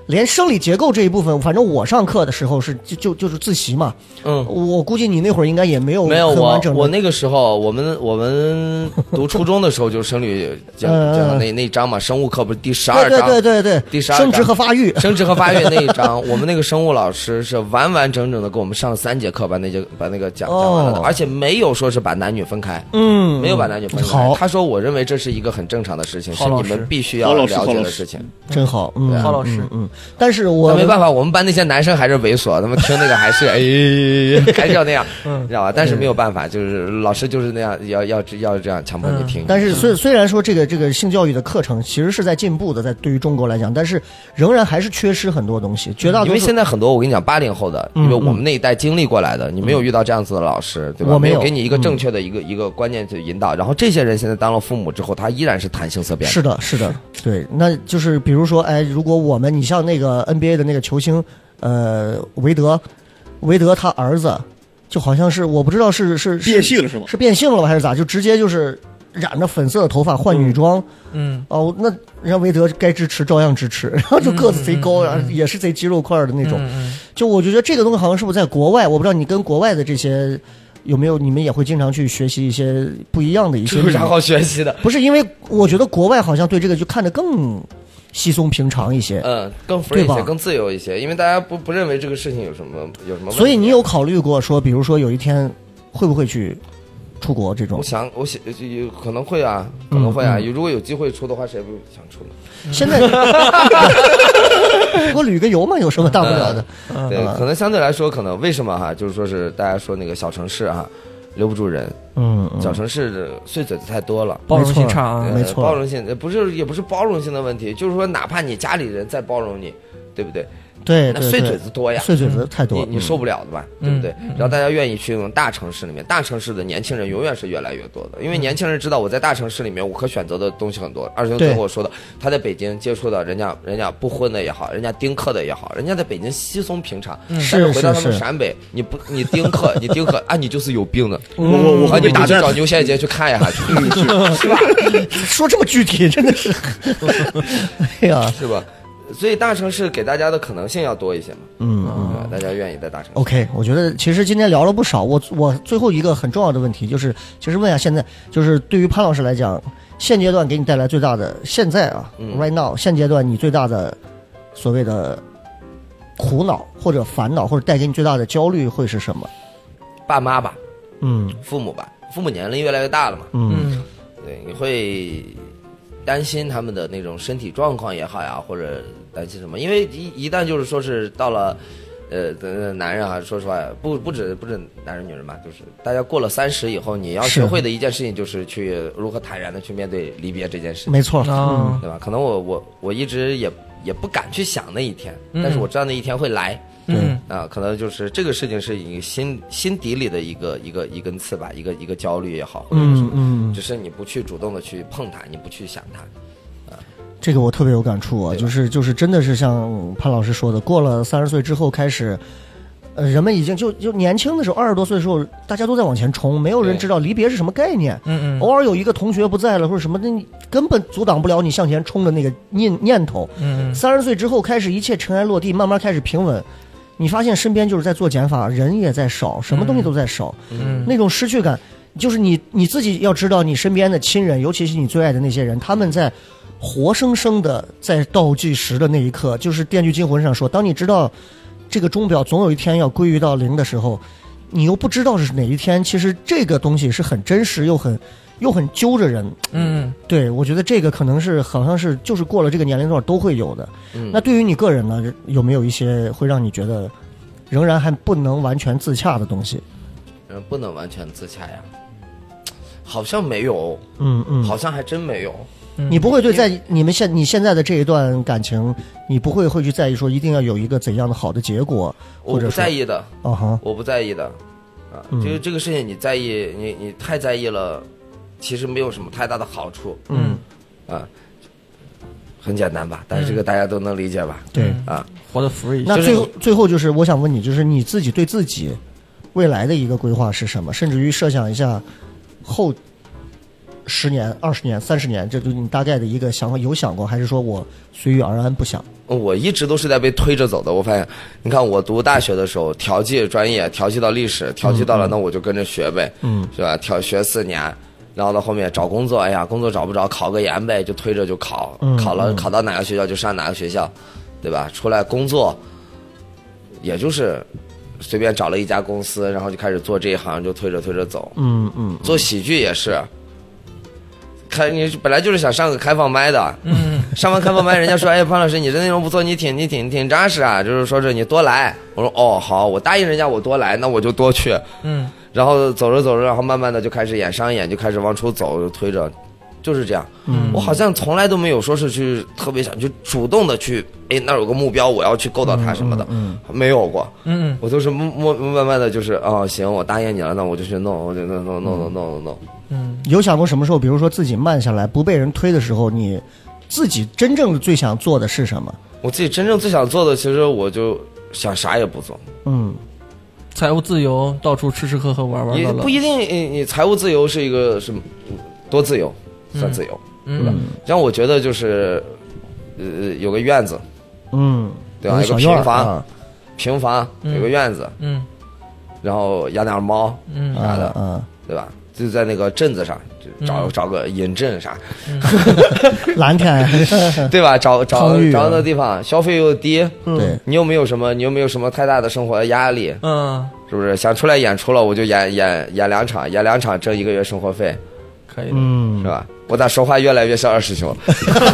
Speaker 2: 连生理结构这一部分，反正我上课的时候是就就就是自习嘛，
Speaker 4: 嗯
Speaker 2: 我估计你那会儿应该也没有
Speaker 4: 没有
Speaker 2: 哦很完
Speaker 4: 我
Speaker 2: 整的
Speaker 4: 我那个时候，我们我们读初中的时候就生理讲
Speaker 2: 嗯
Speaker 4: 讲到那那一章嘛，生物课不是第十
Speaker 2: 对
Speaker 4: 二章，
Speaker 2: 对对对对，
Speaker 4: 第十二
Speaker 2: 生殖和发育，
Speaker 4: 生殖和发育那一章，我们那个生物老师是完完整整的给我们上了三节课，把那节把那个讲讲完了的，
Speaker 2: 哦
Speaker 4: 而且没有说是把男女分开，
Speaker 2: 嗯，
Speaker 4: 没有把男女分开。
Speaker 2: 好
Speaker 4: 他说我认为这是一个很正常的事情，是
Speaker 5: 郝老
Speaker 4: 你
Speaker 5: 师
Speaker 4: 们必须要
Speaker 3: 郝
Speaker 4: 了
Speaker 3: 老师郝
Speaker 4: 解
Speaker 3: 老
Speaker 4: 的
Speaker 3: 师
Speaker 4: 事情。
Speaker 2: 真好，嗯，
Speaker 5: 郝老师
Speaker 2: 嗯，嗯但是我
Speaker 4: 那没办法，我们班那些男生还是猥琐，他们听那个 还是哎，还是要那样，
Speaker 2: 嗯
Speaker 4: 你知道吧？但是没有办法，就是老师就是那样，要要要这样强迫你
Speaker 5: 嗯
Speaker 4: 听。
Speaker 2: 但是虽虽然说这个这个性教育的课程其实是在进步的，在对于中国来讲，但是仍然还是缺失很多东西，绝大
Speaker 4: 因
Speaker 2: 多
Speaker 4: 为
Speaker 2: 数
Speaker 4: 现在很多，我跟你讲，八零后的，
Speaker 2: 嗯
Speaker 4: 因为我们那一代经历过来的，你没有遇到这样子的老师，对吧？
Speaker 2: 嗯我没
Speaker 4: 没
Speaker 2: 有嗯
Speaker 4: 给你一个正确的一个、一个观念去引导，然后这些人现在当了父母之后，他依然是谈性色变。
Speaker 2: 是的，是的，对，那就是比如说，哎，如果我们你像那个 NBA 的那个球星，呃，韦德，韦德他儿子就好像是我不知道是是是
Speaker 3: 变性了是吗？
Speaker 2: 是变性了吧，还是咋，就直接就是染着粉色的头发换女装。
Speaker 5: 嗯
Speaker 2: 哦，那人家韦德该支持照样支持，然后就
Speaker 3: 嗯
Speaker 2: 个子贼高，然后也是贼肌肉块儿的那种。
Speaker 5: 嗯
Speaker 2: 就我就觉得这个东西好像是不是在国外，我不知道你跟国外的这些有没有，你们也会经常去学习一些不一样的一些
Speaker 4: 这有
Speaker 2: 理
Speaker 4: 啥
Speaker 2: 念。
Speaker 4: 好学习的？
Speaker 2: 不是因为我觉得国外好像对这个就看得更稀松平常一些，
Speaker 4: 嗯，更
Speaker 2: 对
Speaker 4: free 一
Speaker 2: 吧
Speaker 4: 些，更自由一些，因为大家不不认为这个事情有什么有什么问题。啊
Speaker 2: 所以你有考虑过说，比如说有一天会不会去出国这种
Speaker 4: 我？想，我想呃有可能会啊，可能会啊。
Speaker 2: 嗯
Speaker 4: 有如果有机会出的话，谁不想出呢？
Speaker 2: 现 在给我旅个游嘛，有什么大不了的？
Speaker 4: 嗯
Speaker 2: 嗯
Speaker 4: 对，可能相对来说，可能为什么哈，就是说是大家说那个小城市啊，留不住人，
Speaker 2: 嗯，嗯
Speaker 4: 小城市的碎嘴子太多了。
Speaker 5: 包容
Speaker 2: 没
Speaker 5: 性
Speaker 2: 错
Speaker 5: 差啊
Speaker 4: 呃
Speaker 2: 没错，
Speaker 4: 包容性呃不是也不是包容性的问题，就是说哪怕你家里人再包容你，对不对？
Speaker 2: 对
Speaker 4: 那
Speaker 2: 对
Speaker 4: 碎
Speaker 2: 对
Speaker 4: 嘴子多呀，
Speaker 2: 碎嘴子呃太多
Speaker 4: 你
Speaker 2: 了，
Speaker 4: 你受不了的吧，
Speaker 5: 嗯
Speaker 4: 对不对？然后大家愿意去那种大城市里面，大城市的年轻人永远是越来越多的，因为年轻人知道我在大城市里面我可选择的东西很多。二师兄
Speaker 2: 对
Speaker 4: 最后说的，他在北京接触到人家人家不婚的也好，人家丁克的也好，人家在北京稀松平常，但
Speaker 2: 是
Speaker 4: 回到他
Speaker 2: 是
Speaker 4: 们
Speaker 2: 是
Speaker 4: 陕北，你不你丁克你丁克啊，你就是有病的。
Speaker 3: 嗯我我我
Speaker 4: 啊，
Speaker 3: 会
Speaker 4: 你
Speaker 3: 被
Speaker 4: 不
Speaker 3: 打
Speaker 4: 去
Speaker 3: 断
Speaker 4: 找
Speaker 3: 的。
Speaker 4: 牛先杰去看一下去， 是吧？
Speaker 2: 说这么具体，真的 是，哎呀，
Speaker 4: 是吧？所以大城市给大家的可能性要多一些嘛，
Speaker 2: 嗯
Speaker 4: 对吧？大家愿意在大城市。
Speaker 2: ，OK，我觉得其实今天聊了不少。我我最后一个很重要的问题就是，其实问一下现在，就是对于潘老师来讲，现阶段给你带来最大的现在啊、
Speaker 4: 嗯
Speaker 2: r i g h t now，现阶段你最大的所谓的苦恼或者烦恼，或者带给你最大的焦虑会是什么？
Speaker 4: 爸妈吧，
Speaker 2: 嗯
Speaker 4: 父母吧，父母年龄越来越大了嘛，
Speaker 2: 嗯
Speaker 5: 嗯
Speaker 4: 对，你会担心他们的那种身体状况也好呀，或者担心什么？因为一一旦就是说是到了。呃，呃男人啊，说实话，不不止不止男人女人吧，就是大家过了三十以后，你要
Speaker 2: 是
Speaker 4: 学会的一件事情就是去如何坦然的去面对离别这件事情。
Speaker 2: 没错，嗯
Speaker 5: 啊
Speaker 4: 对吧？可能我我我一直也也不敢去想那一天，
Speaker 5: 嗯
Speaker 4: 但是我知道那一天会来
Speaker 5: 嗯
Speaker 4: 啊。可能就是这个事情是你心心底里的一个一个一根刺吧，一个一个焦虑也好，或者是
Speaker 2: 嗯嗯，
Speaker 4: 只是你不去主动的去碰它，你不去想它。
Speaker 2: 这个我特别有感触啊，
Speaker 4: 对吧
Speaker 2: 就是就是真的是像潘老师说的，过了三十岁之后开始，呃，人们已经就就年轻的时候，二十多岁的时候，大家都在往前冲，没有人
Speaker 4: 对
Speaker 2: 知道离别是什么概念。
Speaker 5: 嗯嗯
Speaker 2: 偶尔有一个同学不在了或者什么，那你根本阻挡不了你向前冲的那个念念头。
Speaker 5: 嗯
Speaker 2: 三十岁之后开始一切尘埃落地，慢慢开始平稳，你发现身边就是在做减法，人也在少，什么东西都在少。
Speaker 5: 嗯
Speaker 2: 那种失去感，就是你你自己要知道，你身边的亲人，尤其是你最爱的那些人，他们在活生生的在倒计时的那一刻，就是《电锯惊魂》上说，当你知道这个钟表总有一天要归于到零的时候，你又不知道是哪一天，其实这个东西是很真实又很又很揪着人。
Speaker 5: 嗯
Speaker 2: 对我觉得这个可能是好像是就是过了这个年龄段都会有的。
Speaker 4: 嗯，
Speaker 2: 那对于你个人呢，有没有一些会让你觉得仍然还不能完全自洽的东西？
Speaker 4: 人不能完全自洽呀，好像没有，
Speaker 2: 嗯嗯，
Speaker 4: 好像还真没有。
Speaker 2: 你不会对在你们现你现在的这一段感情，你不会会去在意说一定要有一个怎样的好的结果，
Speaker 4: 我
Speaker 2: 或者
Speaker 4: 不
Speaker 2: 说
Speaker 4: 在，意的，
Speaker 2: 啊哈，
Speaker 4: 我不在意的，啊，
Speaker 2: 嗯
Speaker 4: 就是这个事情你在意，你你太在意了，其实没有什么太大的好处
Speaker 2: 嗯，
Speaker 4: 啊，很简单吧，但是这
Speaker 2: 嗯
Speaker 4: 个大家都能理解吧？
Speaker 2: 对。
Speaker 4: 啊，
Speaker 5: 活得 free 一些。
Speaker 2: 那
Speaker 4: 就是
Speaker 2: 最后最后就是嗯我想问你，就是你自己对自己未来的一个规划是什么？甚至于设想一下后十年、二十年、三十年，这就是你大概的一个想法，有想过，还是说我随遇而安不想？
Speaker 4: 我一直都是在被推着走的。我发现，你看我读大学的时候，调剂专业，调剂到历史，调剂到了，那我就跟着学呗，
Speaker 2: 嗯，
Speaker 4: 是吧？调学四年，然后到后面找工作，哎呀，工作找不着，考个研呗，就推着就考，
Speaker 2: 嗯
Speaker 4: 考了
Speaker 2: 嗯
Speaker 4: 考到哪个学校就上哪个学校，对吧？出来工作，也就是随便找了一家公司，然后就开始做这一行，就推着推着走。
Speaker 2: 嗯嗯
Speaker 4: 做喜剧也是，开你本来就是想上个开放麦的，
Speaker 5: 嗯，
Speaker 4: 上完开放麦，人家说：“哎，潘老师，你这内容不错，你挺你挺挺扎实啊。”就是说是你多来。我说：“哦，好，我答应人家我多来，那我就多去。
Speaker 5: 嗯”
Speaker 4: 然后走着走着，然后慢慢的就开始演商演，就开始往出走，推着，就是这样。
Speaker 2: 嗯
Speaker 4: 我好像从来都没有说是去特别想去主动的去，哎，那儿有个目标，我要去够到它什么的，
Speaker 2: 嗯
Speaker 4: 没有过。
Speaker 5: 嗯
Speaker 4: 我都是默默慢慢的就是，哦，行，我答应你了，那我就去弄，我就弄弄弄弄弄弄弄。
Speaker 5: 嗯，
Speaker 2: 有想过什么时候，比如说自己慢下来，不被人推的时候，你自己真正最想做的是什么？
Speaker 4: 我自己真正最想做的，其实我就想啥也不做。
Speaker 2: 嗯
Speaker 5: 财务自由，到处吃吃喝喝玩玩
Speaker 4: 也
Speaker 5: 乐乐
Speaker 4: 不。一定，你你财务自由是一个什么多自由，算自由。
Speaker 5: 嗯
Speaker 4: 像我觉得就是，呃，有个院子，
Speaker 2: 嗯，
Speaker 4: 对吧？
Speaker 2: 有
Speaker 4: 有
Speaker 2: 小
Speaker 4: 个
Speaker 2: 院
Speaker 4: 平
Speaker 2: 儿
Speaker 4: 房，
Speaker 2: 啊
Speaker 4: 平房
Speaker 5: 嗯
Speaker 4: 有个院子，
Speaker 5: 嗯
Speaker 4: 然后养点猫，
Speaker 5: 嗯
Speaker 4: 啥的
Speaker 2: 啊啊，
Speaker 4: 对吧？就在那个镇子上，就找、
Speaker 5: 嗯
Speaker 4: 找个引镇啥，
Speaker 2: 嗯蓝天，
Speaker 4: 对吧？找找
Speaker 2: 昌裕啊嗯
Speaker 4: 找那地方，消费又低，
Speaker 2: 对，
Speaker 4: 你又没有什么，你又没有什么太大的生活的压力，
Speaker 5: 嗯，
Speaker 4: 是不是？想出来演出了，我就演演演两场，演两场挣一个月生活费，
Speaker 5: 可以的。
Speaker 4: 是
Speaker 2: 嗯，
Speaker 4: 吧？我咋说话越来越像二师兄了？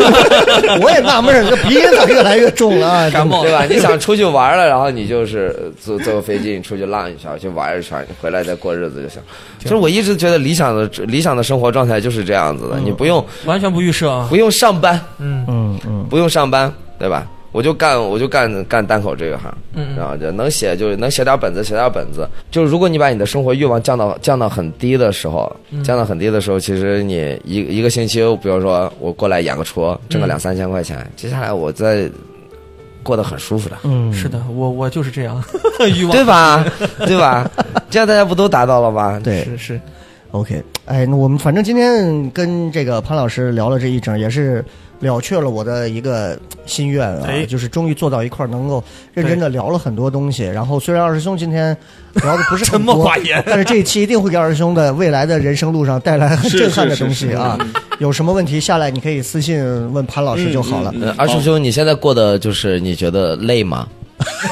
Speaker 2: 我也纳闷儿，这鼻音咋越来越重了啊？
Speaker 5: 感冒
Speaker 4: 对吧？你想出去玩了，然后你就是呃坐坐个飞机，你出去浪一圈，去玩一圈，你回来再过日子就行。就是我一直觉得理想的理想的生活状态就是这样
Speaker 5: 嗯
Speaker 4: 子的，你不用
Speaker 5: 完全不预设啊
Speaker 4: 不。用上班，
Speaker 5: 嗯
Speaker 2: 嗯嗯。
Speaker 4: 不用上班，对吧？我就干我就干干单口这一行，
Speaker 5: 嗯
Speaker 4: 然后就能写就是能写点本子，写点本子。就是如果你把你的生活欲望降到降到很低的时候，
Speaker 5: 嗯
Speaker 4: 降到很低的时候，其实你一一个星期，比如说我过来演个出，挣
Speaker 5: 嗯
Speaker 4: 个两三千块钱，接下来我再过得很舒服的。
Speaker 2: 嗯，
Speaker 5: 是的，我我就是这样，欲望
Speaker 4: 对吧？ 对吧？这样大家不都达到了吗？
Speaker 2: 对
Speaker 5: 是是，
Speaker 2: OK，哎，那我们反正今天跟这个潘老师聊了这一整，也是了却了我的一个心愿啊，
Speaker 5: 哎
Speaker 2: 就是终于坐到一块儿，能够认真的聊了很多东西。然后虽然二师兄今天聊的不是
Speaker 5: 沉
Speaker 2: 很
Speaker 5: 默
Speaker 2: 多，
Speaker 5: 寡言。
Speaker 2: 但是这一期一定会给二师兄的未来的人生路上带来很
Speaker 3: 是
Speaker 2: 震撼的
Speaker 3: 是
Speaker 2: 东
Speaker 3: 是嗯
Speaker 2: 西啊。有什么问题下来你可以私信问潘老师就好
Speaker 3: 嗯
Speaker 2: 了。
Speaker 4: 呃二师兄，你现在过得就是你觉得累吗？
Speaker 3: 嗯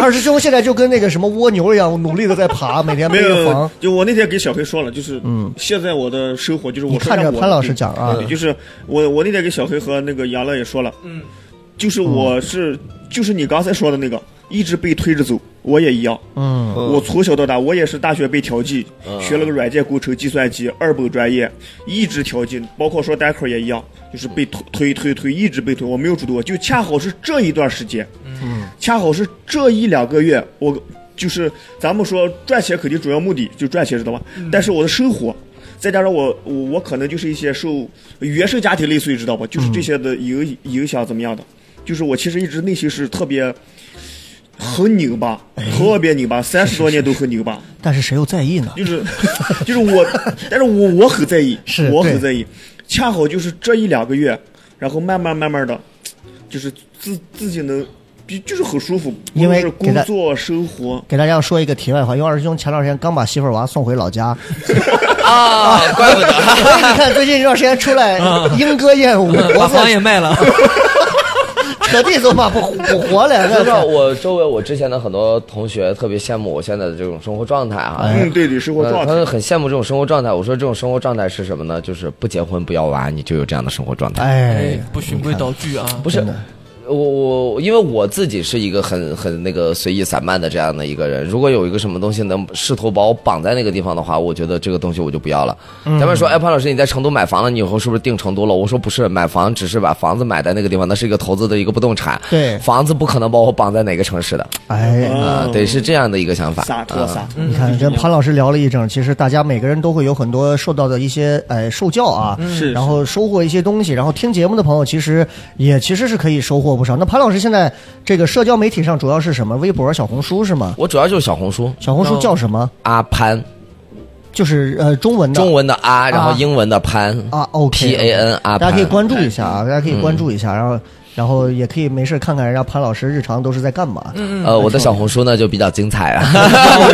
Speaker 2: 二师兄现在就跟那个什么蜗牛一样，努力的在爬，每天
Speaker 3: 没
Speaker 2: 背着
Speaker 3: 有
Speaker 2: 房。，
Speaker 3: 就我那天给小黑说了，就是嗯，现在我的生活就是我
Speaker 2: 你看
Speaker 3: 说一
Speaker 2: 着
Speaker 3: 下我嗯
Speaker 2: 潘老师讲啊
Speaker 3: 对就是我我那天给小黑和那个杨乐也说了，嗯，就是我是就是你刚才说的那个，一直被推着走，我也一样，
Speaker 2: 嗯
Speaker 3: 我从小到大我也是大学被调剂，学了个软件工程、计算机二本专业，一直调剂，包括说单口也一样，就是被推推推推，一直被推，我没有主动，就恰好是这一段时间，恰好是这一两个月，我就是咱们说赚钱肯定主要目的就赚钱，知道吧？但是我的生活，再加上我我我可能就是一些受原生家庭类似于知道吧，就是这些的影影响怎么样的，就是我其实一直内心是特别。很拧巴，
Speaker 2: 哎
Speaker 3: 特别拧巴，三十多年都很拧巴，
Speaker 2: 但是谁又在意呢？
Speaker 3: 就是就是我，但是我我很在意，
Speaker 2: 是
Speaker 3: 我
Speaker 2: 对
Speaker 3: 很在意，恰好就是这一两个月，然后慢慢慢慢的，就是自自己能，就就是很舒服，
Speaker 2: 因为
Speaker 3: 无论
Speaker 2: 给
Speaker 3: 是
Speaker 2: 他
Speaker 3: 工作生活，
Speaker 2: 给大家说一个题外话，因为二师兄前段时间刚把媳妇儿娃送回老家，
Speaker 4: 啊，怪不得。
Speaker 2: 所以你看最近这段时间出来莺歌燕舞，
Speaker 5: 把
Speaker 2: 我
Speaker 5: 房
Speaker 2: 操，
Speaker 5: 也卖了，
Speaker 2: 扯地走马不不活了，
Speaker 4: 知道
Speaker 2: 那
Speaker 4: 我周围我之前的很多同学特别羡慕我现在的这种生活状态啊。
Speaker 2: 哎
Speaker 3: 嗯，对对，生活
Speaker 4: 呃
Speaker 3: 状
Speaker 4: 他们
Speaker 3: 态，
Speaker 4: 很羡慕这种生活状态。我说这种生活状态是什么呢？就是不结婚不要娃，你就有这样的生活状态。
Speaker 2: 哎，
Speaker 5: 不循规蹈矩啊。
Speaker 4: 不是，我我因为我自己是一个很很那个随意散漫的这样的一个人，如果有一个什么东西能试图把我绑在那个地方的话，我觉得这个东西我就不要了。
Speaker 2: 嗯
Speaker 4: 咱们说，哎，潘老师，你在成都买房了，你以后是不是定成都了？我说不是，买房只是把房子买在那个地方，那是一个投资的一个不动产，
Speaker 2: 对
Speaker 4: 房子不可能把我绑在哪个城市的
Speaker 2: 哎，
Speaker 4: 啊、对，是这样的一个想法。
Speaker 3: 洒脱
Speaker 4: 嗯
Speaker 3: 洒脱。
Speaker 2: 呃你看，跟潘老师聊了一整，其实大家每个人都会有很多受到的一些呃受教啊，
Speaker 3: 是
Speaker 2: 然后收获一些东西，然后听节目的朋友其实也其实是可以收获不少。那潘老师现在这个社交媒体上主要是什么？微博、小红书是吗？
Speaker 4: 我主要就是小红书
Speaker 2: 小红书叫什么？
Speaker 4: 阿潘，
Speaker 2: 啊就是呃中文的
Speaker 4: 中文的阿，然后英文的潘
Speaker 2: 啊，OK
Speaker 4: ，P A N 阿潘，
Speaker 2: 大家可以关注一下啊，大家可以
Speaker 4: 嗯
Speaker 2: 关注一下，然后然后也可以没事看看人家潘老师日常都是在干嘛。
Speaker 4: 呃，我的小红书呢就比较精彩啊。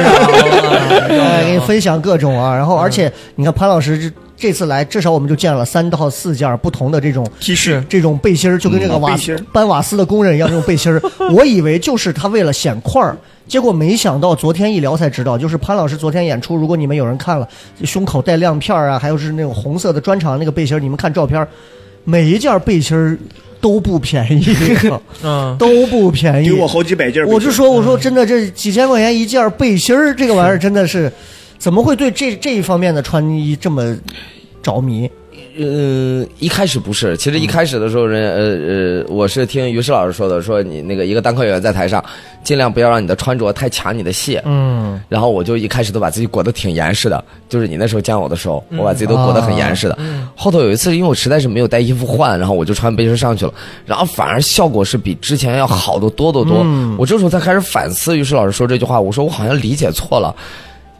Speaker 2: 哎，给你分享各种啊，然
Speaker 4: 嗯
Speaker 2: 后而且你看潘老师这这次来，至少我们就见了三到四件不同的这种
Speaker 3: T
Speaker 5: 是
Speaker 3: 恤
Speaker 2: 这种背心儿，就跟这个
Speaker 3: 嗯
Speaker 2: 瓦
Speaker 3: 背心儿
Speaker 2: 搬瓦斯的工人一样，这种 背心儿，我以为就是他为了显块儿。结果没想到，昨天一聊才知道，就是潘老师昨天演出，如果你们有人看了，胸口带亮片儿啊，还有是那种红色的专场那个背心儿，你们看照片儿，每一件背心儿都不便 宜，
Speaker 5: 嗯，
Speaker 2: 都不便宜。
Speaker 3: 给我好几百件儿背心儿，
Speaker 2: 我就说，我说真的，这几千块钱一件背心儿，这个玩意儿真的是，怎么会对这这一方面的穿衣这么着迷？
Speaker 4: 嗯，一开始不是，其实一开始的时候人，呃呃，我是听于适老师说的，说你那个一个单口演员在台上，尽量不要让你的穿着太抢你的戏。
Speaker 2: 嗯，
Speaker 4: 然后我就一开始都把自己裹得挺严实的，就是你那时候见我的时候，我把自己都裹得很严实的。后头有一次，因为我实在是没有带衣服换，然后我就穿背心上去了，然后反而效果是比之前要好的多得多。我这时候才开始反思于适老师说这句话，我说我好像理解错了，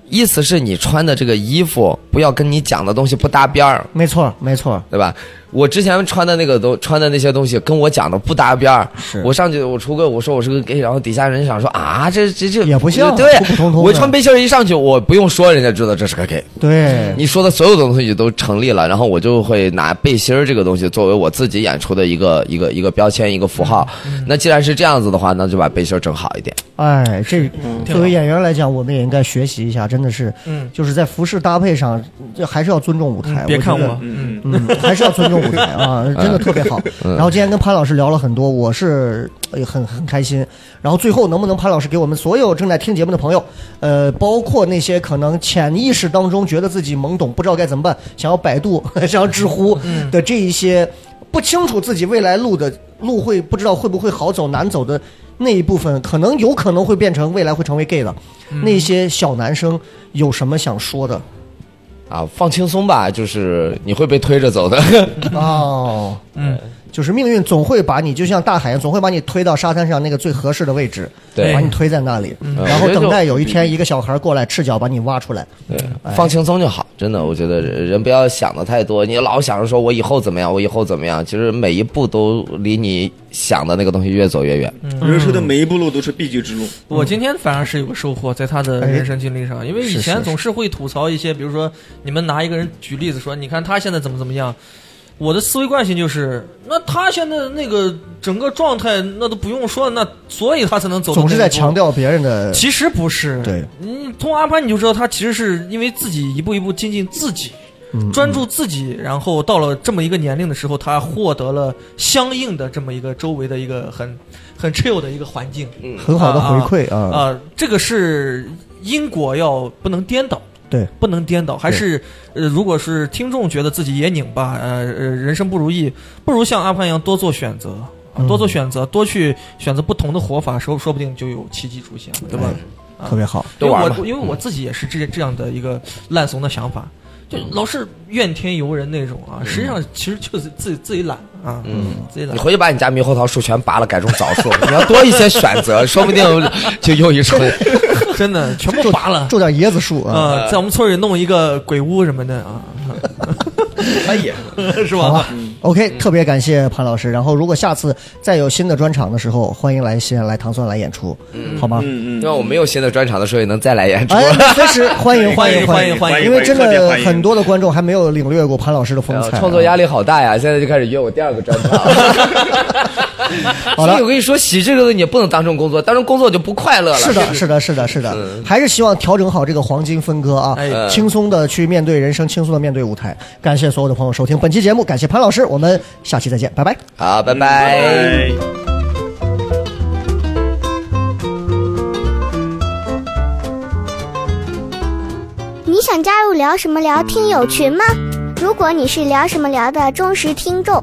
Speaker 4: 意思是你穿的这个衣服不要跟你讲的东西不搭边儿。
Speaker 2: 没错，没错，
Speaker 4: 对吧？我之前穿的那个都穿的那些东西跟我讲的不搭边儿。
Speaker 2: 是
Speaker 4: 我上去我出个我说我是个 gay，然后底下人想说啊，这这这
Speaker 2: 也不像
Speaker 4: 对，
Speaker 2: 普普通通的
Speaker 4: 我穿背心儿一上去，我不用说，人家知道这是个 gay。
Speaker 2: 对，
Speaker 4: 你说的所有的东西都成立了，然后我就会拿背心儿这个东西作为我自己演出的一个一个一个标签一个符号。
Speaker 2: 嗯
Speaker 4: 那既然是这样子的话，那就把背心儿整好一点。
Speaker 2: 哎，这
Speaker 5: 嗯挺
Speaker 2: 作
Speaker 5: 好
Speaker 2: 为演员来讲，我们也应该学习一下，真的是，
Speaker 5: 嗯，
Speaker 2: 就是在服饰搭配上，这还是要尊重舞台。
Speaker 5: 别看
Speaker 2: 觉得
Speaker 5: 我，嗯，
Speaker 2: 嗯，还是要尊重舞台啊，真的特别好。然后今天跟潘老师聊了很多，我是呃很很开心。然后最后能不能潘老师给我们所有正在听节目的朋友，呃，包括那些可能潜意识当中觉得自己懵懂不知道该怎么办，想要百度、 想要知乎的这一些不清楚自己未来路的路会不知道会不会好走难走的那一部分，可能有可能会变成未来会成为 gay 的那些小男生，有什么想说的？
Speaker 4: 啊，放轻松吧，就是你会被推着走的。
Speaker 2: 哦，
Speaker 5: 嗯，
Speaker 2: 就是命运总会把你，就像大海一样，总会把你推到沙滩上那个最合适的位置，
Speaker 4: 对嗯
Speaker 2: 把你推在那里，然后等待有一天一个小孩过来赤脚把你挖出来。
Speaker 4: 对，
Speaker 2: 哎
Speaker 4: 放轻松就好。真的，我觉得人人不要想的太多，你老想着说我以后怎么样，我以后怎么样，其实每一步都离你想的那个东西越走越远。
Speaker 2: 嗯
Speaker 3: 人生的每一步路都是必经之路。
Speaker 5: 我今天反而是有个收
Speaker 2: 嗯
Speaker 5: 获，在他的人生经历
Speaker 2: 哎
Speaker 5: 上，因为以前总是会吐槽一些，比如说你们拿一个人举例子说，你看他现在怎么怎么样，我的思维惯性就是，那他现在那个整个状态，那都不用说，那所以他才能走。
Speaker 2: 总是在强。调别人的，
Speaker 5: 其实不是，
Speaker 2: 对
Speaker 5: 你从阿潘你就知道，他其实是因为自己一步一步精进自己，
Speaker 2: 嗯
Speaker 5: 专注自己，然后到了这么一个年龄的时候，他获得了相应的这么一个周围的一个很很 chill 的一个环境，
Speaker 2: 很好的回馈
Speaker 4: 嗯
Speaker 2: 啊
Speaker 5: 啊，这个是因果要不能颠倒。
Speaker 2: 对，
Speaker 5: 不能颠倒，还是呃，如果是听众觉得自己也拧巴，呃，呃人生不如意，不如像阿潘一样多做选择，
Speaker 4: 嗯
Speaker 5: 啊多做选择，多去选择不同的活法，说说不定就有奇迹出现了，对吧？
Speaker 2: 特别好。
Speaker 5: 因为
Speaker 4: 嗯都玩
Speaker 5: 我
Speaker 4: 吧
Speaker 5: 因为我自己也是这这样的一个烂怂的想法，就老是怨天尤人那种啊。实际上其实就是自己自己懒啊，嗯，自己懒
Speaker 4: 嗯你。回去把你家猕猴桃树全拔了，改种枣 树，你要多一些选择，说不定就又一春。
Speaker 5: 真的全部拔了。
Speaker 2: 种点椰子树啊，
Speaker 5: 啊，在我们村里弄一个鬼屋什么的 啊，
Speaker 4: 可以，
Speaker 5: 是
Speaker 2: 好
Speaker 5: 吧
Speaker 2: 吧？？OK，特别感谢潘老师。然后如果下次再有新的专场的时候，欢迎来西安来糖蒜来演出，好吗？
Speaker 4: 因为我没有新的专场的时候，也能再来演出。
Speaker 2: 嗯 哎，随时欢迎
Speaker 5: 欢迎
Speaker 2: 迎
Speaker 5: 欢
Speaker 2: 欢
Speaker 5: 迎欢迎
Speaker 2: 因为真
Speaker 3: 特别
Speaker 2: 的
Speaker 3: 欢迎
Speaker 2: 很多的观众还没有领略过潘老师的风
Speaker 4: 然后
Speaker 2: 采。啊
Speaker 4: 创作压力好大呀！
Speaker 2: 哎
Speaker 4: 现在就开始约我第二个专场。
Speaker 2: 好了
Speaker 4: 所以我跟你说，喜剧这个东西也不能当成工作，当成工作就嗯不快乐了。
Speaker 2: 是的，是的，是的，是的，还是希望调整好这个黄金分割啊
Speaker 5: 哎，
Speaker 2: 轻松的去面对人生，轻松的面对舞台。感谢所有的朋友收听本期节目，感谢潘老师，我们下期再见，拜拜。
Speaker 4: 好，拜拜
Speaker 3: 哎。
Speaker 6: 聊什么聊听友群吗？如果你是聊什么聊的忠实听众，